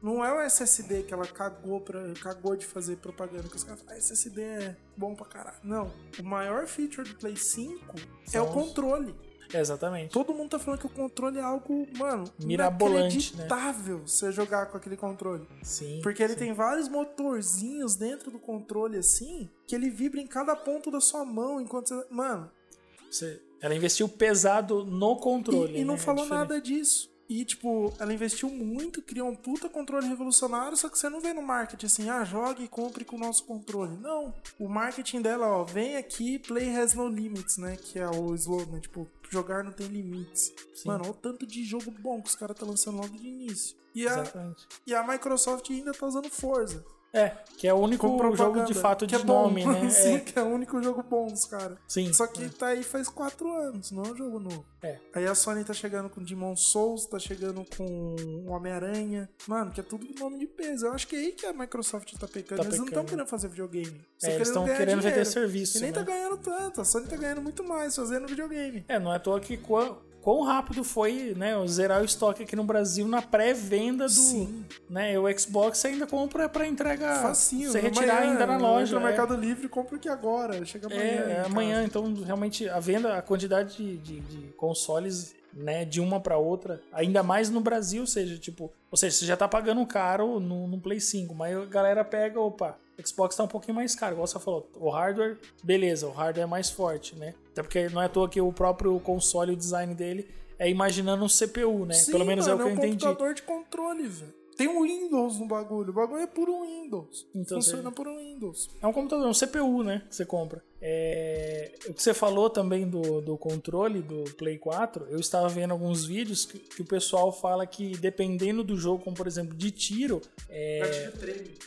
[SPEAKER 2] Não é o SSD que ela cagou, pra, cagou de fazer propaganda, que os caras falam, ah, SSD é bom pra caralho. Não. O maior feature do Play 5 é
[SPEAKER 1] São
[SPEAKER 2] o
[SPEAKER 1] os-
[SPEAKER 2] controle.
[SPEAKER 1] É, Exatamente.
[SPEAKER 2] Todo mundo tá falando que o controle é algo, mano,
[SPEAKER 1] Mirabolante, né?
[SPEAKER 2] inacreditável você jogar com aquele controle.
[SPEAKER 1] Sim.
[SPEAKER 2] Porque ele
[SPEAKER 1] sim.
[SPEAKER 2] tem vários motorzinhos dentro do controle assim, que ele vibra em cada ponto da sua mão enquanto você. Mano,
[SPEAKER 1] Você- Ela investiu pesado no controle.
[SPEAKER 2] e, e não
[SPEAKER 1] né? É
[SPEAKER 2] falou
[SPEAKER 1] diferente.
[SPEAKER 2] nada disso. E, tipo, ela investiu muito, criou um puta controle revolucionário, só que você não vê no marketing assim, ah, jogue e compre com o nosso controle. Não. O marketing dela, ó, vem aqui, play has no limits, né? Que é o slogan, tipo, jogar não tem limites.
[SPEAKER 1] Sim.
[SPEAKER 2] Mano, olha o tanto de jogo bom que os caras tá lançando logo de início. E a,
[SPEAKER 1] Exatamente.
[SPEAKER 2] e a Microsoft ainda tá usando Forza.
[SPEAKER 1] É, que é o único
[SPEAKER 2] com
[SPEAKER 1] jogo
[SPEAKER 2] propaganda,
[SPEAKER 1] de fato
[SPEAKER 2] que
[SPEAKER 1] de
[SPEAKER 2] é bom.
[SPEAKER 1] nome, né?
[SPEAKER 2] Sim,
[SPEAKER 1] É,
[SPEAKER 2] que é o único jogo bom dos caras.
[SPEAKER 1] Sim.
[SPEAKER 2] Só que tá aí faz quatro anos, não é um jogo novo.
[SPEAKER 1] É.
[SPEAKER 2] Aí a Sony tá chegando com Demon Souls, tá chegando com Homem-Aranha. Mano, que é tudo nome de peso. Eu acho que é aí que a Microsoft tá pecando.
[SPEAKER 1] Tá
[SPEAKER 2] eles não estão
[SPEAKER 1] pecando.
[SPEAKER 2] querendo fazer videogame.
[SPEAKER 1] É, eles estão
[SPEAKER 2] ganhar
[SPEAKER 1] querendo vender
[SPEAKER 2] dinheiro.
[SPEAKER 1] serviço,
[SPEAKER 2] E nem
[SPEAKER 1] né?
[SPEAKER 2] tá ganhando tanto. A Sony tá ganhando muito mais fazendo videogame.
[SPEAKER 1] É, não é à toa que quão, quão rápido foi né, eu zerar o estoque aqui no Brasil na pré-venda do.
[SPEAKER 2] Sim,
[SPEAKER 1] Né, o Xbox você ainda compra pra entregar.
[SPEAKER 2] ah, facinho.
[SPEAKER 1] Você
[SPEAKER 2] Amanhã,
[SPEAKER 1] retirar ainda na loja.
[SPEAKER 2] entra no
[SPEAKER 1] é.
[SPEAKER 2] Mercado Livre, compra aqui agora. Chega
[SPEAKER 1] É,
[SPEAKER 2] amanhã. em
[SPEAKER 1] é,
[SPEAKER 2] casa.
[SPEAKER 1] amanhã, então realmente a venda, a quantidade de, de- de consoles, né, de uma pra outra, ainda mais no Brasil, ou seja, tipo, ou seja, você já tá pagando caro no, no Play 5, mas a galera pega, opa, Xbox tá um pouquinho mais caro, igual você falou, o hardware, beleza, o hardware é mais forte, né? Até porque não é à toa que o próprio console, o design dele é imaginando um CPU, né?
[SPEAKER 2] Sim,
[SPEAKER 1] Pelo menos
[SPEAKER 2] mano,
[SPEAKER 1] é o que eu
[SPEAKER 2] um
[SPEAKER 1] entendi.
[SPEAKER 2] computador de controle, velho. Tem um Windows no bagulho. O bagulho é por um Windows.
[SPEAKER 1] Então,
[SPEAKER 2] Funciona
[SPEAKER 1] você-
[SPEAKER 2] por um Windows.
[SPEAKER 1] É um computador, um CPU, né? Que você compra. É, O que você falou também do, do controle do Play 4, eu estava vendo alguns vídeos que, que o pessoal fala que dependendo do jogo, como por exemplo de tiro, é...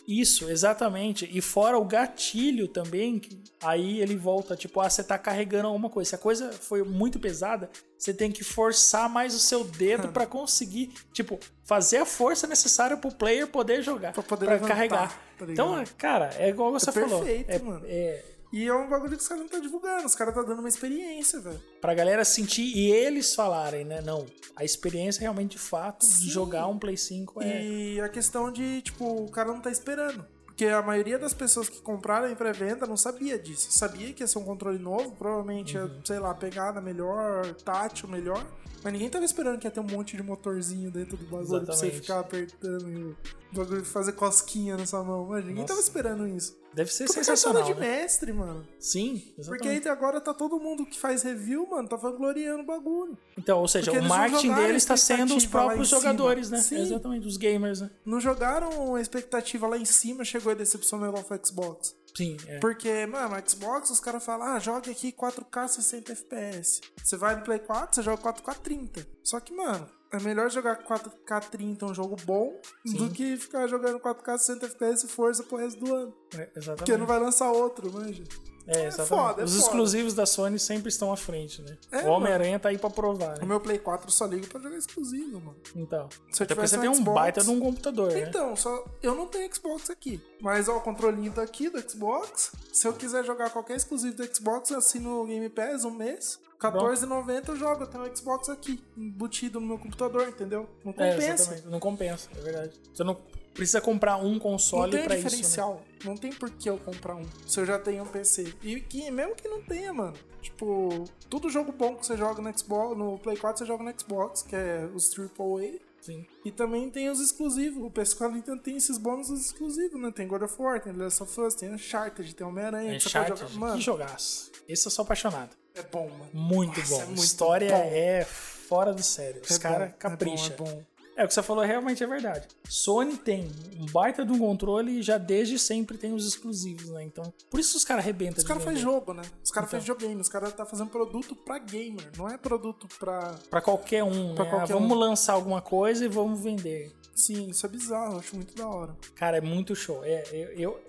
[SPEAKER 1] isso, exatamente. E fora o gatilho também, que aí ele volta, tipo, ah, você tá carregando alguma coisa. Se a coisa foi muito pesada, você tem que forçar mais o seu dedo pra conseguir, tipo, fazer a força necessária pro player poder jogar,
[SPEAKER 2] Pra poder
[SPEAKER 1] pra
[SPEAKER 2] levantar,
[SPEAKER 1] carregar.
[SPEAKER 2] tá ligado?
[SPEAKER 1] então, cara, é igual você falou.
[SPEAKER 2] perfeito,
[SPEAKER 1] é,
[SPEAKER 2] mano.
[SPEAKER 1] É,
[SPEAKER 2] E é um bagulho que os caras não estão divulgando. Os caras tá dando uma experiência, velho.
[SPEAKER 1] pra galera sentir e eles falarem, né? Não, a experiência realmente de fato
[SPEAKER 2] Sim.
[SPEAKER 1] de jogar um Play 5 é.
[SPEAKER 2] E a questão de, tipo, o cara não tá esperando. Porque a maioria das pessoas que compraram em pré-venda não sabia disso. Sabia que ia ser um controle novo, provavelmente ia, sei lá, pegada melhor, tátil melhor. Mas ninguém tava esperando que ia ter um monte de motorzinho dentro do bagulho pra você
[SPEAKER 1] Exatamente.
[SPEAKER 2] ficar apertando e o bagulho fazer cosquinha na sua mão. Mano, ninguém
[SPEAKER 1] Nossa.
[SPEAKER 2] tava esperando isso.
[SPEAKER 1] Deve ser
[SPEAKER 2] Puta cartada
[SPEAKER 1] sensacional.
[SPEAKER 2] de
[SPEAKER 1] né?
[SPEAKER 2] mestre, mano.
[SPEAKER 1] Sim,
[SPEAKER 2] Porque
[SPEAKER 1] exatamente.
[SPEAKER 2] aí agora tá todo mundo que faz review, mano, tá vangloriando o bagulho.
[SPEAKER 1] Então, ou seja,
[SPEAKER 2] porque
[SPEAKER 1] o
[SPEAKER 2] eles não
[SPEAKER 1] marketing
[SPEAKER 2] jogaram
[SPEAKER 1] deles está sendo os
[SPEAKER 2] expectativa lá
[SPEAKER 1] próprios
[SPEAKER 2] em cima.
[SPEAKER 1] jogadores, né?
[SPEAKER 2] Sim.
[SPEAKER 1] Exatamente, os gamers, né?
[SPEAKER 2] Não jogaram a expectativa lá em cima, chegou a decepção do o Xbox.
[SPEAKER 1] Sim, é.
[SPEAKER 2] Porque, mano, Xbox, os caras falam, ah, joga aqui 4K 60 FPS. Você vai no Play 4, você joga 4K 30. Só que, mano, é melhor jogar 4K 30 um jogo bom do que ficar jogando 4K 60 FPS e força pro resto do ano.
[SPEAKER 1] É, exatamente.
[SPEAKER 2] Porque não vai lançar outro, manja.
[SPEAKER 1] É, exatamente.
[SPEAKER 2] foda, é
[SPEAKER 1] os
[SPEAKER 2] foda.
[SPEAKER 1] exclusivos da Sony sempre estão à frente, né?
[SPEAKER 2] É,
[SPEAKER 1] o Homem-Aranha tá aí pra provar,
[SPEAKER 2] O
[SPEAKER 1] né?
[SPEAKER 2] meu Play 4 eu só liga pra jogar exclusivo, mano.
[SPEAKER 1] Então.
[SPEAKER 2] Se eu
[SPEAKER 1] Até porque
[SPEAKER 2] tivesse
[SPEAKER 1] você
[SPEAKER 2] um
[SPEAKER 1] tem um
[SPEAKER 2] Xbox-
[SPEAKER 1] baita de um computador, né?
[SPEAKER 2] Então, só eu não tenho Xbox aqui. Mas ó, o controlinho tá aqui do Xbox. Se eu quiser jogar qualquer exclusivo do Xbox, eu assino o Game Pass um mês. R$14,90 eu jogo, eu tenho o Xbox aqui, embutido no meu computador, entendeu? Não
[SPEAKER 1] É,
[SPEAKER 2] compensa.
[SPEAKER 1] exatamente. Não compensa, é verdade. Você não precisa comprar um
[SPEAKER 2] não
[SPEAKER 1] console
[SPEAKER 2] tem
[SPEAKER 1] pra isso. Né?
[SPEAKER 2] diferencial. Não tem por que eu comprar um se eu já tenho um PC. E que, mesmo que não tenha, mano. Tipo, todo jogo bom que você joga no Xbox, no Play 4 você joga no Xbox, que é os AAA.
[SPEAKER 1] Sim.
[SPEAKER 2] E também tem os exclusivos. O PS4 Nintendo tem esses bônus exclusivos, né? Tem God of War, tem The Last of Us, tem Uncharted, tem Homem-Aranha. que É, você pode
[SPEAKER 1] Uncharted,
[SPEAKER 2] jogar. Mano,
[SPEAKER 1] que jogaço. Esse eu sou apaixonado.
[SPEAKER 2] é bom, mano.
[SPEAKER 1] Muito
[SPEAKER 2] Nossa,
[SPEAKER 1] bom.
[SPEAKER 2] é muito
[SPEAKER 1] História
[SPEAKER 2] bom.
[SPEAKER 1] é fora do sério. Os
[SPEAKER 2] É
[SPEAKER 1] caras
[SPEAKER 2] bom,
[SPEAKER 1] capricham.
[SPEAKER 2] É bom, é bom.
[SPEAKER 1] É, o que você falou realmente é verdade. Sony tem um baita de um controle e já desde sempre tem os exclusivos, né? Então, por isso os caras arrebentam.
[SPEAKER 2] Os
[SPEAKER 1] de
[SPEAKER 2] caras fazem
[SPEAKER 1] vender.
[SPEAKER 2] jogo, né? Os caras
[SPEAKER 1] Então.
[SPEAKER 2] fazem videogame, os caras tá fazendo produto pra gamer, não é produto pra.
[SPEAKER 1] Pra qualquer um,
[SPEAKER 2] Pra
[SPEAKER 1] né?
[SPEAKER 2] qualquer
[SPEAKER 1] Ah, vamos
[SPEAKER 2] um.
[SPEAKER 1] lançar alguma coisa e vamos vender.
[SPEAKER 2] Sim, isso é bizarro, eu acho muito da hora.
[SPEAKER 1] Cara, é muito show. É, eu, eu-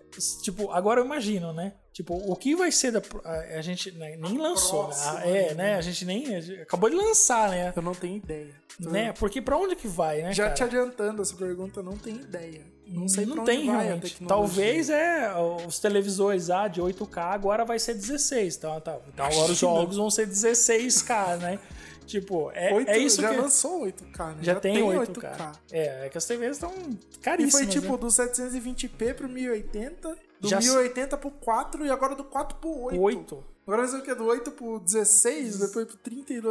[SPEAKER 1] tipo, agora eu imagino, né? Tipo, o que vai ser da pro- a, a gente né, nem lançou, né?
[SPEAKER 2] próxima,
[SPEAKER 1] A- é, né? A gente nem a gente acabou de lançar, né?
[SPEAKER 2] Eu não tenho ideia. Tô-
[SPEAKER 1] Né? Porque pra onde que vai, né,
[SPEAKER 2] Já
[SPEAKER 1] cara?
[SPEAKER 2] te adiantando essa pergunta, eu não tenho ideia. Não sei pra
[SPEAKER 1] não
[SPEAKER 2] onde
[SPEAKER 1] tem
[SPEAKER 2] vai a
[SPEAKER 1] realmente.
[SPEAKER 2] tecnologia.
[SPEAKER 1] Talvez é os televisores ah, de 8K agora vai ser 16, então, tá, então agora os
[SPEAKER 2] Imagina.
[SPEAKER 1] jogos vão ser 16K, né? tipo, é,
[SPEAKER 2] Oito-
[SPEAKER 1] é isso
[SPEAKER 2] já
[SPEAKER 1] que
[SPEAKER 2] lançou 8K, né?
[SPEAKER 1] já, tem 8K. É, é que as TVs estão
[SPEAKER 2] E
[SPEAKER 1] caríssimas.
[SPEAKER 2] foi tipo
[SPEAKER 1] né?
[SPEAKER 2] do 720p pro 1080, do
[SPEAKER 1] Já se-
[SPEAKER 2] 1080 pro 4 e agora do 4 pro 8.
[SPEAKER 1] 8.
[SPEAKER 2] Agora vai ser o que? Do 8 pro 16, depois pro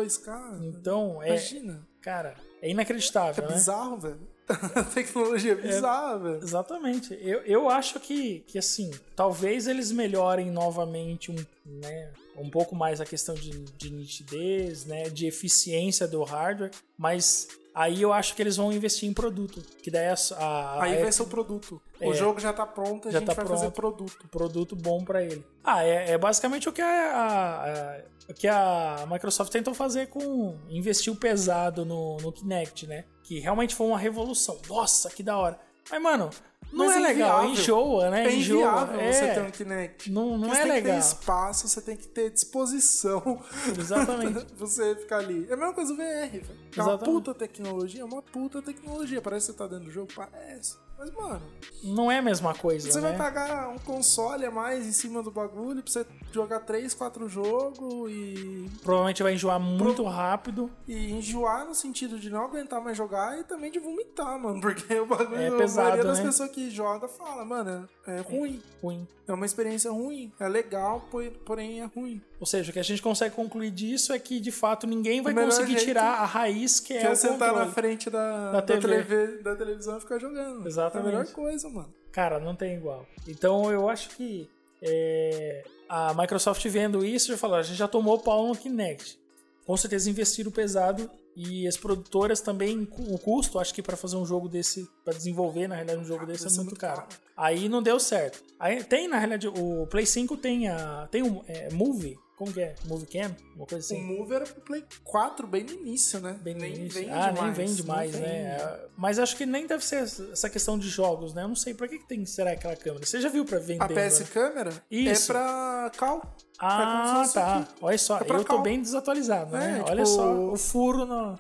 [SPEAKER 2] 32k.
[SPEAKER 1] Então, é,
[SPEAKER 2] Imagina.
[SPEAKER 1] cara, é inacreditável,
[SPEAKER 2] É
[SPEAKER 1] né?
[SPEAKER 2] bizarro, velho. A tecnologia é bizarra, velho.
[SPEAKER 1] Exatamente. Eu, eu acho que, que, assim, talvez eles melhorem novamente um, né, um pouco mais a questão de, de nitidez, né, de eficiência do hardware, mas aí eu acho que eles vão investir em produto, que daí a, a,
[SPEAKER 2] Aí
[SPEAKER 1] a-
[SPEAKER 2] vai ser o produto.
[SPEAKER 1] Ah, É.
[SPEAKER 2] O jogo já tá pronto, a
[SPEAKER 1] Já
[SPEAKER 2] gente
[SPEAKER 1] tá
[SPEAKER 2] vai
[SPEAKER 1] pronto.
[SPEAKER 2] fazer produto.
[SPEAKER 1] produto bom pra ele. Ah, é, é basicamente o que a, a- o que a Microsoft tentou fazer com investiu pesado no, no Kinect, né? Que realmente foi uma revolução. Nossa, que da hora. Mas mano, não
[SPEAKER 2] Mas
[SPEAKER 1] é
[SPEAKER 2] é
[SPEAKER 1] legal,
[SPEAKER 2] inviável.
[SPEAKER 1] enjoa, né?
[SPEAKER 2] É inviável
[SPEAKER 1] enjoa. É.
[SPEAKER 2] você ter um Kinect.
[SPEAKER 1] Não, não
[SPEAKER 2] Porque
[SPEAKER 1] é
[SPEAKER 2] você tem que ter
[SPEAKER 1] legal.
[SPEAKER 2] espaço, você tem que ter disposição.
[SPEAKER 1] Exatamente.
[SPEAKER 2] você ficar ali. É a mesma coisa do VR, velho. É uma
[SPEAKER 1] Exatamente.
[SPEAKER 2] puta tecnologia, é uma puta tecnologia. Parece que você tá dentro do jogo, parece. Mas, mano,
[SPEAKER 1] Não é a mesma coisa,
[SPEAKER 2] você
[SPEAKER 1] né?
[SPEAKER 2] vai pagar um console a mais em cima do bagulho pra você jogar 3, 4 jogos e,
[SPEAKER 1] Provavelmente vai enjoar muito rápido.
[SPEAKER 2] e enjoar no sentido de não aguentar mais jogar e também de vomitar, mano. Porque o bagulho,
[SPEAKER 1] É pesado,
[SPEAKER 2] a maioria das
[SPEAKER 1] né?
[SPEAKER 2] pessoas que joga fala, mano, é ruim.
[SPEAKER 1] Ruim.
[SPEAKER 2] É uma experiência ruim. É legal, por- porém é ruim.
[SPEAKER 1] Ou seja, o que a gente consegue concluir disso é que, de fato, ninguém vai
[SPEAKER 2] O melhor
[SPEAKER 1] conseguir
[SPEAKER 2] jeito
[SPEAKER 1] tirar a raiz que,
[SPEAKER 2] Que
[SPEAKER 1] é
[SPEAKER 2] é
[SPEAKER 1] o
[SPEAKER 2] sentar
[SPEAKER 1] controle.
[SPEAKER 2] na frente da,
[SPEAKER 1] Da
[SPEAKER 2] da,
[SPEAKER 1] TV.
[SPEAKER 2] TV da televisão e ficar jogando.
[SPEAKER 1] Exatamente.
[SPEAKER 2] É a melhor coisa, mano.
[SPEAKER 1] Cara, não tem igual. Então, eu acho que é, a Microsoft vendo isso já falou, "Ah, a gente já tomou pau no Kinect. Com certeza investiram pesado e as produtoras também, cu- o custo, acho que para fazer um jogo desse, para desenvolver, na realidade, um jogo desse é
[SPEAKER 2] deve ser
[SPEAKER 1] muito
[SPEAKER 2] muito
[SPEAKER 1] caro.
[SPEAKER 2] caro.
[SPEAKER 1] Aí não deu certo. Aí tem, na realidade, o Play 5 tem a tem um é, Movie, como que é? Movie Cam? Uma coisa assim.
[SPEAKER 2] O Move era pro Play 4 bem no início, né?
[SPEAKER 1] Bem
[SPEAKER 2] nem
[SPEAKER 1] nisso.
[SPEAKER 2] vende
[SPEAKER 1] ah,
[SPEAKER 2] mais.
[SPEAKER 1] nem vende
[SPEAKER 2] não
[SPEAKER 1] mais,
[SPEAKER 2] vende.
[SPEAKER 1] né? Ah, Mas acho que nem deve ser essa questão de jogos, né? Eu não sei pra que, que tem será aquela câmera. Você já viu pra vender?
[SPEAKER 2] A PS
[SPEAKER 1] né?
[SPEAKER 2] câmera
[SPEAKER 1] Isso.
[SPEAKER 2] é pra cal.
[SPEAKER 1] Ah,
[SPEAKER 2] Faz como se fosse
[SPEAKER 1] tá.
[SPEAKER 2] aqui.
[SPEAKER 1] Olha só,
[SPEAKER 2] É pra
[SPEAKER 1] eu tô
[SPEAKER 2] cal.
[SPEAKER 1] bem desatualizado, né?
[SPEAKER 2] É, tipo-
[SPEAKER 1] Olha só o furo na.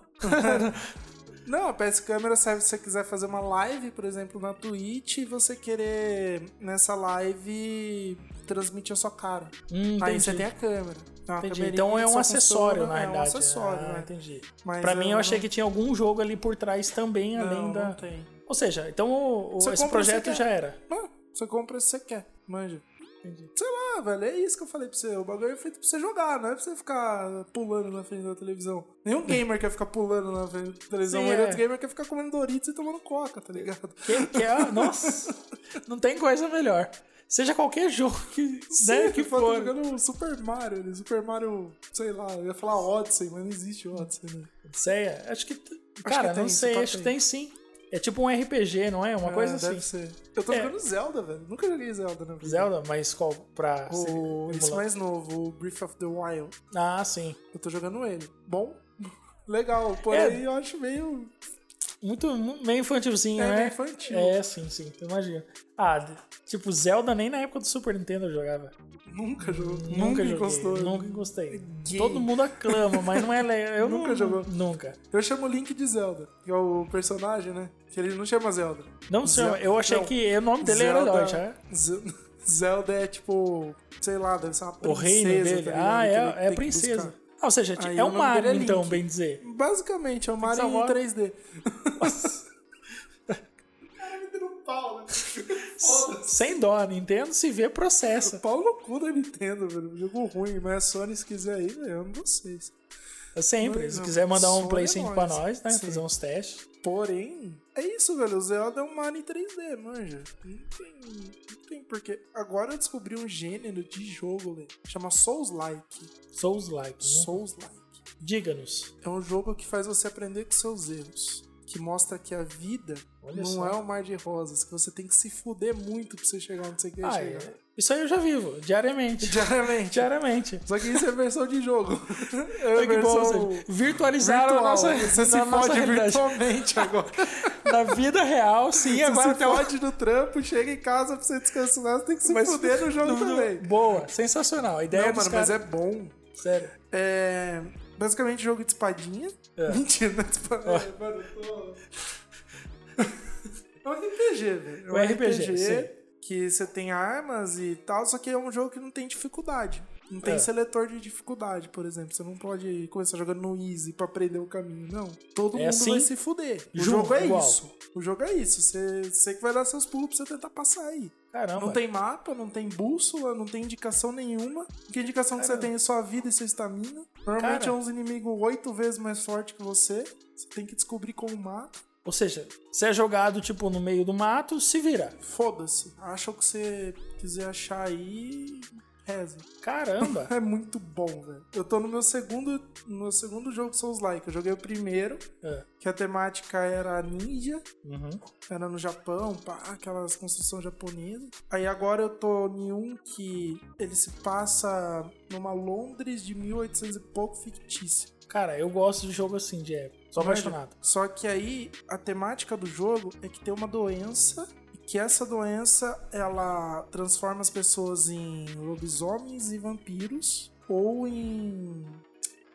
[SPEAKER 2] Não, a PS câmera serve se você quiser fazer uma live, por exemplo, na Twitch e você querer nessa live transmitir a sua cara.
[SPEAKER 1] Hum,
[SPEAKER 2] Aí
[SPEAKER 1] entendi.
[SPEAKER 2] você tem a câmera. É uma
[SPEAKER 1] Entendi.
[SPEAKER 2] câmerinha
[SPEAKER 1] Então é
[SPEAKER 2] que
[SPEAKER 1] um
[SPEAKER 2] só
[SPEAKER 1] acessório,
[SPEAKER 2] funciona-
[SPEAKER 1] na
[SPEAKER 2] É um
[SPEAKER 1] realidade.
[SPEAKER 2] acessório,
[SPEAKER 1] Ah,
[SPEAKER 2] né?
[SPEAKER 1] enteim.
[SPEAKER 2] Mas
[SPEAKER 1] Pra mim, eu
[SPEAKER 2] não-
[SPEAKER 1] achei que tinha algum jogo ali por trás também,
[SPEAKER 2] não,
[SPEAKER 1] além da.
[SPEAKER 2] Não tem.
[SPEAKER 1] Ou seja, então o- o-
[SPEAKER 2] Você
[SPEAKER 1] esse
[SPEAKER 2] compra,
[SPEAKER 1] projeto
[SPEAKER 2] você quer.
[SPEAKER 1] já era.
[SPEAKER 2] Ah, você compra se você quer, manja. Sei lá, velho, é isso que eu falei pra você. O bagulho é feito pra você jogar, não é pra você ficar pulando na frente da televisão. Nenhum gamer quer ficar pulando na frente da televisão.
[SPEAKER 1] Sim,
[SPEAKER 2] o maioria
[SPEAKER 1] é.
[SPEAKER 2] dos gamer quer ficar comendo Doritos e tomando coca, tá ligado?
[SPEAKER 1] Que, que é, nossa, não tem coisa melhor. Seja qualquer jogo que, né, que
[SPEAKER 2] eu tava
[SPEAKER 1] for.
[SPEAKER 2] jogando Super Mario, né? Super Mario, sei lá, eu ia falar Odyssey, mas não existe Odyssey, né?
[SPEAKER 1] Odisseia? Acho que. Cara,
[SPEAKER 2] tem,
[SPEAKER 1] não sei,
[SPEAKER 2] isso tá
[SPEAKER 1] acho que
[SPEAKER 2] tem.
[SPEAKER 1] tem sim. É tipo um RPG, não é? Uma coisa
[SPEAKER 2] Ah,
[SPEAKER 1] assim.
[SPEAKER 2] Deve ser. Eu tô
[SPEAKER 1] É.
[SPEAKER 2] jogando Zelda, velho. Nunca joguei Zelda, né?
[SPEAKER 1] Zelda, mas qual pra. se-
[SPEAKER 2] O, esse
[SPEAKER 1] emular?
[SPEAKER 2] mais novo, o Breath of the Wild.
[SPEAKER 1] Ah, sim.
[SPEAKER 2] Eu tô jogando ele. Bom,
[SPEAKER 1] É.
[SPEAKER 2] legal. Porém, eu acho meio.
[SPEAKER 1] Muito, mu- meio infantilzinho,
[SPEAKER 2] É,
[SPEAKER 1] né?
[SPEAKER 2] meio infantil.
[SPEAKER 1] É, sim, sim, tu imagina. Ah, d- tipo, Zelda nem na época do Super Nintendo eu jogava.
[SPEAKER 2] Nunca jogou. Nunca,
[SPEAKER 1] Nunca, joguei,
[SPEAKER 2] encostou.
[SPEAKER 1] Nunca encostei.
[SPEAKER 2] Gay.
[SPEAKER 1] Todo mundo aclama, mas não é legal. Eu
[SPEAKER 2] Nunca
[SPEAKER 1] não-
[SPEAKER 2] jogou.
[SPEAKER 1] Nunca.
[SPEAKER 2] Eu chamo o Link de Zelda, que é o personagem, né? Que ele não chama Zelda.
[SPEAKER 1] Não sei,
[SPEAKER 2] Zel-
[SPEAKER 1] eu achei
[SPEAKER 2] não.
[SPEAKER 1] que o nome dele era Dodge, né?
[SPEAKER 2] Ze- Zelda é tipo, sei lá, deve ser uma
[SPEAKER 1] O
[SPEAKER 2] princesa.
[SPEAKER 1] reino dele.
[SPEAKER 2] tá ligado?
[SPEAKER 1] ah,
[SPEAKER 2] Que ele
[SPEAKER 1] é, é
[SPEAKER 2] tem que
[SPEAKER 1] princesa.
[SPEAKER 2] buscar.
[SPEAKER 1] Ah, ou seja,
[SPEAKER 2] Aí
[SPEAKER 1] é
[SPEAKER 2] o
[SPEAKER 1] um
[SPEAKER 2] nome
[SPEAKER 1] Mario,
[SPEAKER 2] dele é
[SPEAKER 1] então,
[SPEAKER 2] Link.
[SPEAKER 1] bem dizer.
[SPEAKER 2] Basicamente, é o Mario
[SPEAKER 1] salvar-
[SPEAKER 2] em 3D.
[SPEAKER 1] Nossa,
[SPEAKER 2] Caralho, deu um pau, né?
[SPEAKER 1] Sem dó, Nintendo se vê processa.
[SPEAKER 2] Pau no cu da Nintendo, velho. Jogo ruim, mas a Sony, se quiser aí, velho, eu amo vocês.
[SPEAKER 1] É Sempre.
[SPEAKER 2] Não,
[SPEAKER 1] Se
[SPEAKER 2] não.
[SPEAKER 1] quiser mandar um
[SPEAKER 2] Só
[SPEAKER 1] Play
[SPEAKER 2] é
[SPEAKER 1] 5
[SPEAKER 2] nóis.
[SPEAKER 1] pra nós, né?
[SPEAKER 2] Sim.
[SPEAKER 1] Fazer uns testes.
[SPEAKER 2] Porém, é isso, velho. O Zelda é um Mario em 3D, manja. Não tem, não tem porquê. Agora eu descobri um gênero de jogo, velho. Chama Souls-like.
[SPEAKER 1] Souls-like. né?
[SPEAKER 2] Souls-like.
[SPEAKER 1] Diga-nos.
[SPEAKER 2] É um jogo que faz você aprender com seus erros. que mostra que a vida
[SPEAKER 1] Olha
[SPEAKER 2] não
[SPEAKER 1] só.
[SPEAKER 2] é um mar de rosas, que você tem que se fuder muito pra você chegar onde você quer
[SPEAKER 1] Ah,
[SPEAKER 2] chegar.
[SPEAKER 1] é. Isso aí eu já vivo, diariamente.
[SPEAKER 2] Diariamente.
[SPEAKER 1] diariamente.
[SPEAKER 2] Só que isso é versão de jogo. É
[SPEAKER 1] Olha que bom,
[SPEAKER 2] versão
[SPEAKER 1] você- virtualizaram a nossa,
[SPEAKER 2] Você se
[SPEAKER 1] na nossa
[SPEAKER 2] fode
[SPEAKER 1] realidade.
[SPEAKER 2] virtualmente agora.
[SPEAKER 1] Na vida real, sim, agora
[SPEAKER 2] você se
[SPEAKER 1] até o
[SPEAKER 2] fode no trampo, chega em casa pra você descansar, você tem que se
[SPEAKER 1] Mas-
[SPEAKER 2] fuder no jogo
[SPEAKER 1] do- do-
[SPEAKER 2] também.
[SPEAKER 1] Boa, sensacional. A ideia
[SPEAKER 2] Não,
[SPEAKER 1] dos
[SPEAKER 2] mano, mas
[SPEAKER 1] caras-
[SPEAKER 2] é bom.
[SPEAKER 1] Sério.
[SPEAKER 2] É. Basicamente, jogo de espadinha.
[SPEAKER 1] É.
[SPEAKER 2] Mentira, não é de espadinha. Mano, eu tô. É um RPG, velho. É
[SPEAKER 1] Um RPG, sim.
[SPEAKER 2] que você tem armas e tal, só que é um jogo que não tem dificuldade. Não tem
[SPEAKER 1] É.
[SPEAKER 2] seletor de dificuldade, por exemplo. Você não pode começar jogando no easy pra aprender o caminho, não. Todo
[SPEAKER 1] É
[SPEAKER 2] mundo
[SPEAKER 1] assim?
[SPEAKER 2] vai se fuder. O
[SPEAKER 1] Junto,
[SPEAKER 2] jogo é
[SPEAKER 1] igual.
[SPEAKER 2] isso. O jogo é isso. Você, você que vai dar seus pulos pra você tentar passar aí.
[SPEAKER 1] Caramba.
[SPEAKER 2] Não tem mapa, não tem bússola, não tem indicação nenhuma. Que indicação que você tem é sua vida e sua estamina. Normalmente
[SPEAKER 1] Cara.
[SPEAKER 2] é uns inimigos oito vezes mais forte que você. Você tem que descobrir como mata.
[SPEAKER 1] Ou seja, você é jogado, tipo, no meio do mato, se vira.
[SPEAKER 2] Foda-se. Acha o que você quiser achar aí. Reza.
[SPEAKER 1] Caramba.
[SPEAKER 2] É muito bom, velho. Eu tô no meu segundo, no meu segundo jogo Souls Like. Eu joguei o primeiro,
[SPEAKER 1] É.
[SPEAKER 2] que a temática era ninja.
[SPEAKER 1] Uhum.
[SPEAKER 2] Era no Japão, pá, aquelas construções japonesas. Aí agora eu tô em um que ele se passa numa Londres de 1800 e pouco fictícia.
[SPEAKER 1] Cara, eu gosto de jogo assim, de época. Sou apaixonado.
[SPEAKER 2] Só tá? que aí a temática do jogo é que tem uma doença e que essa doença ela transforma as pessoas em lobisomens e vampiros ou em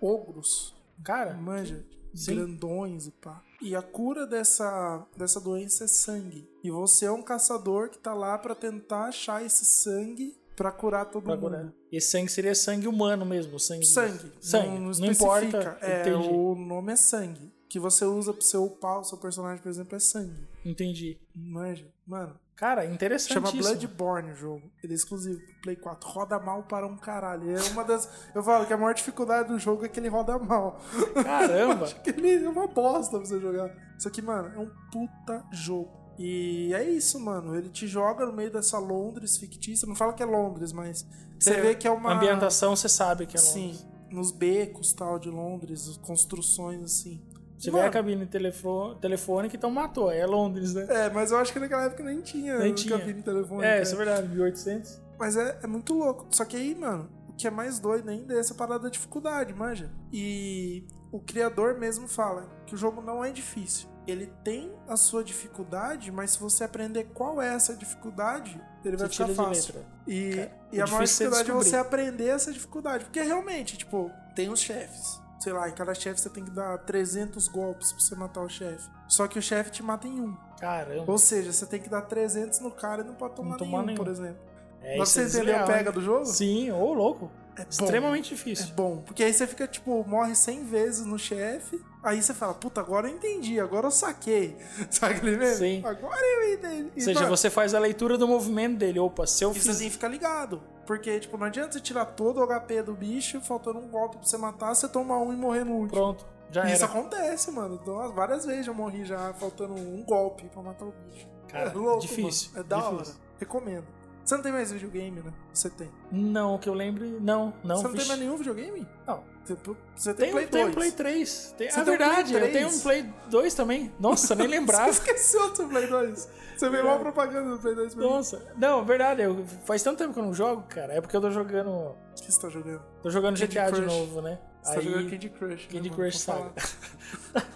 [SPEAKER 2] ogros.
[SPEAKER 1] Cara,
[SPEAKER 2] Manja,
[SPEAKER 1] Sim.
[SPEAKER 2] grandões e pá. E a cura dessa, dessa doença é sangue. E você é um caçador que tá lá pra tentar achar esse sangue pra curar todo
[SPEAKER 1] pra
[SPEAKER 2] mundo.
[SPEAKER 1] agora. Esse sangue seria sangue humano mesmo. Sangue.
[SPEAKER 2] Sangue.
[SPEAKER 1] Sangue.
[SPEAKER 2] Não,
[SPEAKER 1] Não,
[SPEAKER 2] não
[SPEAKER 1] importa.
[SPEAKER 2] especifica. É,
[SPEAKER 1] Entendi.
[SPEAKER 2] o nome é sangue. Que você usa pro seu upar, o seu personagem, por exemplo, é sangue.
[SPEAKER 1] Entendi.
[SPEAKER 2] Manja, mano.
[SPEAKER 1] Cara,
[SPEAKER 2] Chama
[SPEAKER 1] interessantíssimo.
[SPEAKER 2] Bloodborne o jogo. Ele é exclusivo pro Play 4. Roda mal para um caralho. É uma das. Eu falo que a maior dificuldade do jogo é que ele roda mal.
[SPEAKER 1] Caramba.
[SPEAKER 2] Acho que ele é uma bosta pra você jogar. Só que, mano, é um puta jogo. E é isso, mano. Ele te joga no meio dessa Londres fictícia. Não fala que é Londres, mas você
[SPEAKER 1] É,
[SPEAKER 2] vê que é uma.
[SPEAKER 1] Ambientação, você sabe que é
[SPEAKER 2] Sim.
[SPEAKER 1] Londres.
[SPEAKER 2] Nos becos tal de Londres, as construções assim.
[SPEAKER 1] Você vê
[SPEAKER 2] Mano,
[SPEAKER 1] a cabine telefo- telefônica, então matou. É Londres, né?
[SPEAKER 2] É, mas eu acho que naquela época nem tinha
[SPEAKER 1] Nem
[SPEAKER 2] o
[SPEAKER 1] tinha.
[SPEAKER 2] cabine né? telefônica.
[SPEAKER 1] É, isso é verdade. 1800.
[SPEAKER 2] Mas é, é muito louco. Só que aí, mano, o que é mais doido ainda é essa parada da dificuldade, manja. E o criador mesmo fala que o jogo não é difícil. Ele tem a sua dificuldade, mas se você aprender qual é essa dificuldade, ele vai
[SPEAKER 1] Você tira
[SPEAKER 2] ficar
[SPEAKER 1] de
[SPEAKER 2] tá fácil.
[SPEAKER 1] letra.
[SPEAKER 2] E,
[SPEAKER 1] Cara,
[SPEAKER 2] e a
[SPEAKER 1] difícil
[SPEAKER 2] maior
[SPEAKER 1] é
[SPEAKER 2] dificuldade é
[SPEAKER 1] descobrir.
[SPEAKER 2] você aprender essa dificuldade. Porque realmente, tipo, tem os chefes. Sei lá, em cada chefe você tem que dar 300 golpes pra você matar o chefe. Só que o chefe te mata em um.
[SPEAKER 1] Caramba.
[SPEAKER 2] Ou seja, você tem que dar 300 no cara e não pode tomar,
[SPEAKER 1] tomar
[SPEAKER 2] nenhum, por
[SPEAKER 1] nenhum.
[SPEAKER 2] exemplo.
[SPEAKER 1] É,
[SPEAKER 2] Dá pra
[SPEAKER 1] isso
[SPEAKER 2] você
[SPEAKER 1] é
[SPEAKER 2] entender
[SPEAKER 1] desleal,
[SPEAKER 2] o
[SPEAKER 1] né?
[SPEAKER 2] pega do jogo?
[SPEAKER 1] Sim, ô louco.
[SPEAKER 2] É bom.
[SPEAKER 1] Extremamente
[SPEAKER 2] É
[SPEAKER 1] difícil.
[SPEAKER 2] bom. Porque aí você fica, tipo, morre 100 vezes no chefe. Aí você fala, puta, agora eu entendi, agora eu saquei. Sabe aquele mesmo?
[SPEAKER 1] Sim.
[SPEAKER 2] Agora eu entendi.
[SPEAKER 1] Ou seja, você faz a leitura do movimento dele. Opa, se eu
[SPEAKER 2] precisa
[SPEAKER 1] fiz.
[SPEAKER 2] assim, ficar ligado. Porque, tipo, não adianta você tirar todo o HP do bicho, faltando um golpe pra você matar, você toma um e morrer no último.
[SPEAKER 1] Pronto, já
[SPEAKER 2] Isso
[SPEAKER 1] era.
[SPEAKER 2] acontece, mano. Então, várias vezes eu morri já faltando um golpe pra matar o bicho.
[SPEAKER 1] Cara,
[SPEAKER 2] é louco,
[SPEAKER 1] difícil,
[SPEAKER 2] mano. É da
[SPEAKER 1] difícil.
[SPEAKER 2] hora. Recomendo. Você não tem mais videogame, né? Você tem.
[SPEAKER 1] Não, que eu lembre. Não, não.
[SPEAKER 2] você não tem
[SPEAKER 1] vixe.
[SPEAKER 2] mais nenhum videogame?
[SPEAKER 1] Não.
[SPEAKER 2] Você- Você tem
[SPEAKER 1] Tem,
[SPEAKER 2] Play
[SPEAKER 1] um, tem um
[SPEAKER 2] 2.
[SPEAKER 1] Play 3. Tem,
[SPEAKER 2] Você
[SPEAKER 1] é
[SPEAKER 2] tem um Play
[SPEAKER 1] verdade, eu
[SPEAKER 2] 3?
[SPEAKER 1] tenho um Play 2 também. Nossa, nem
[SPEAKER 2] Você
[SPEAKER 1] lembrava.
[SPEAKER 2] esqueceu do seu Play 2. Você viu mal propaganda do Play 2 pra mim.
[SPEAKER 1] É. Nossa. Não, é verdade. Eu, faz tanto tempo que eu não jogo, cara. É porque eu tô jogando.
[SPEAKER 2] O que você tá jogando?
[SPEAKER 1] Tô jogando
[SPEAKER 2] Candy
[SPEAKER 1] GTA de
[SPEAKER 2] Crush.
[SPEAKER 1] novo, né?
[SPEAKER 2] Você tá jogando Candy Crush. né,
[SPEAKER 1] Candy
[SPEAKER 2] mano?
[SPEAKER 1] Crush
[SPEAKER 2] Vou
[SPEAKER 1] Saga.
[SPEAKER 2] falar.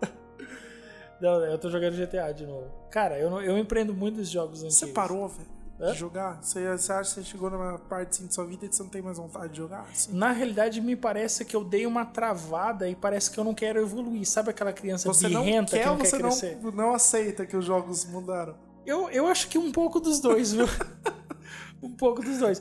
[SPEAKER 1] não, eu tô jogando GTA de novo. Cara, eu, não- eu empreendo muito dos jogos antigos.
[SPEAKER 2] Você parou, velho,
[SPEAKER 1] Hã?
[SPEAKER 2] de jogar? Você, você acha que você chegou numa parte assim, de sua vida que você não tem mais vontade de jogar? Assim?
[SPEAKER 1] Na realidade, me parece que eu dei uma travada e parece que eu não quero evoluir. Sabe aquela criança
[SPEAKER 2] Você não
[SPEAKER 1] birrenta
[SPEAKER 2] quer
[SPEAKER 1] que
[SPEAKER 2] ou
[SPEAKER 1] não
[SPEAKER 2] você
[SPEAKER 1] quer crescer?
[SPEAKER 2] não, não aceita que os jogos mudaram?
[SPEAKER 1] Eu, eu acho que um pouco dos dois, viu? um pouco dos dois.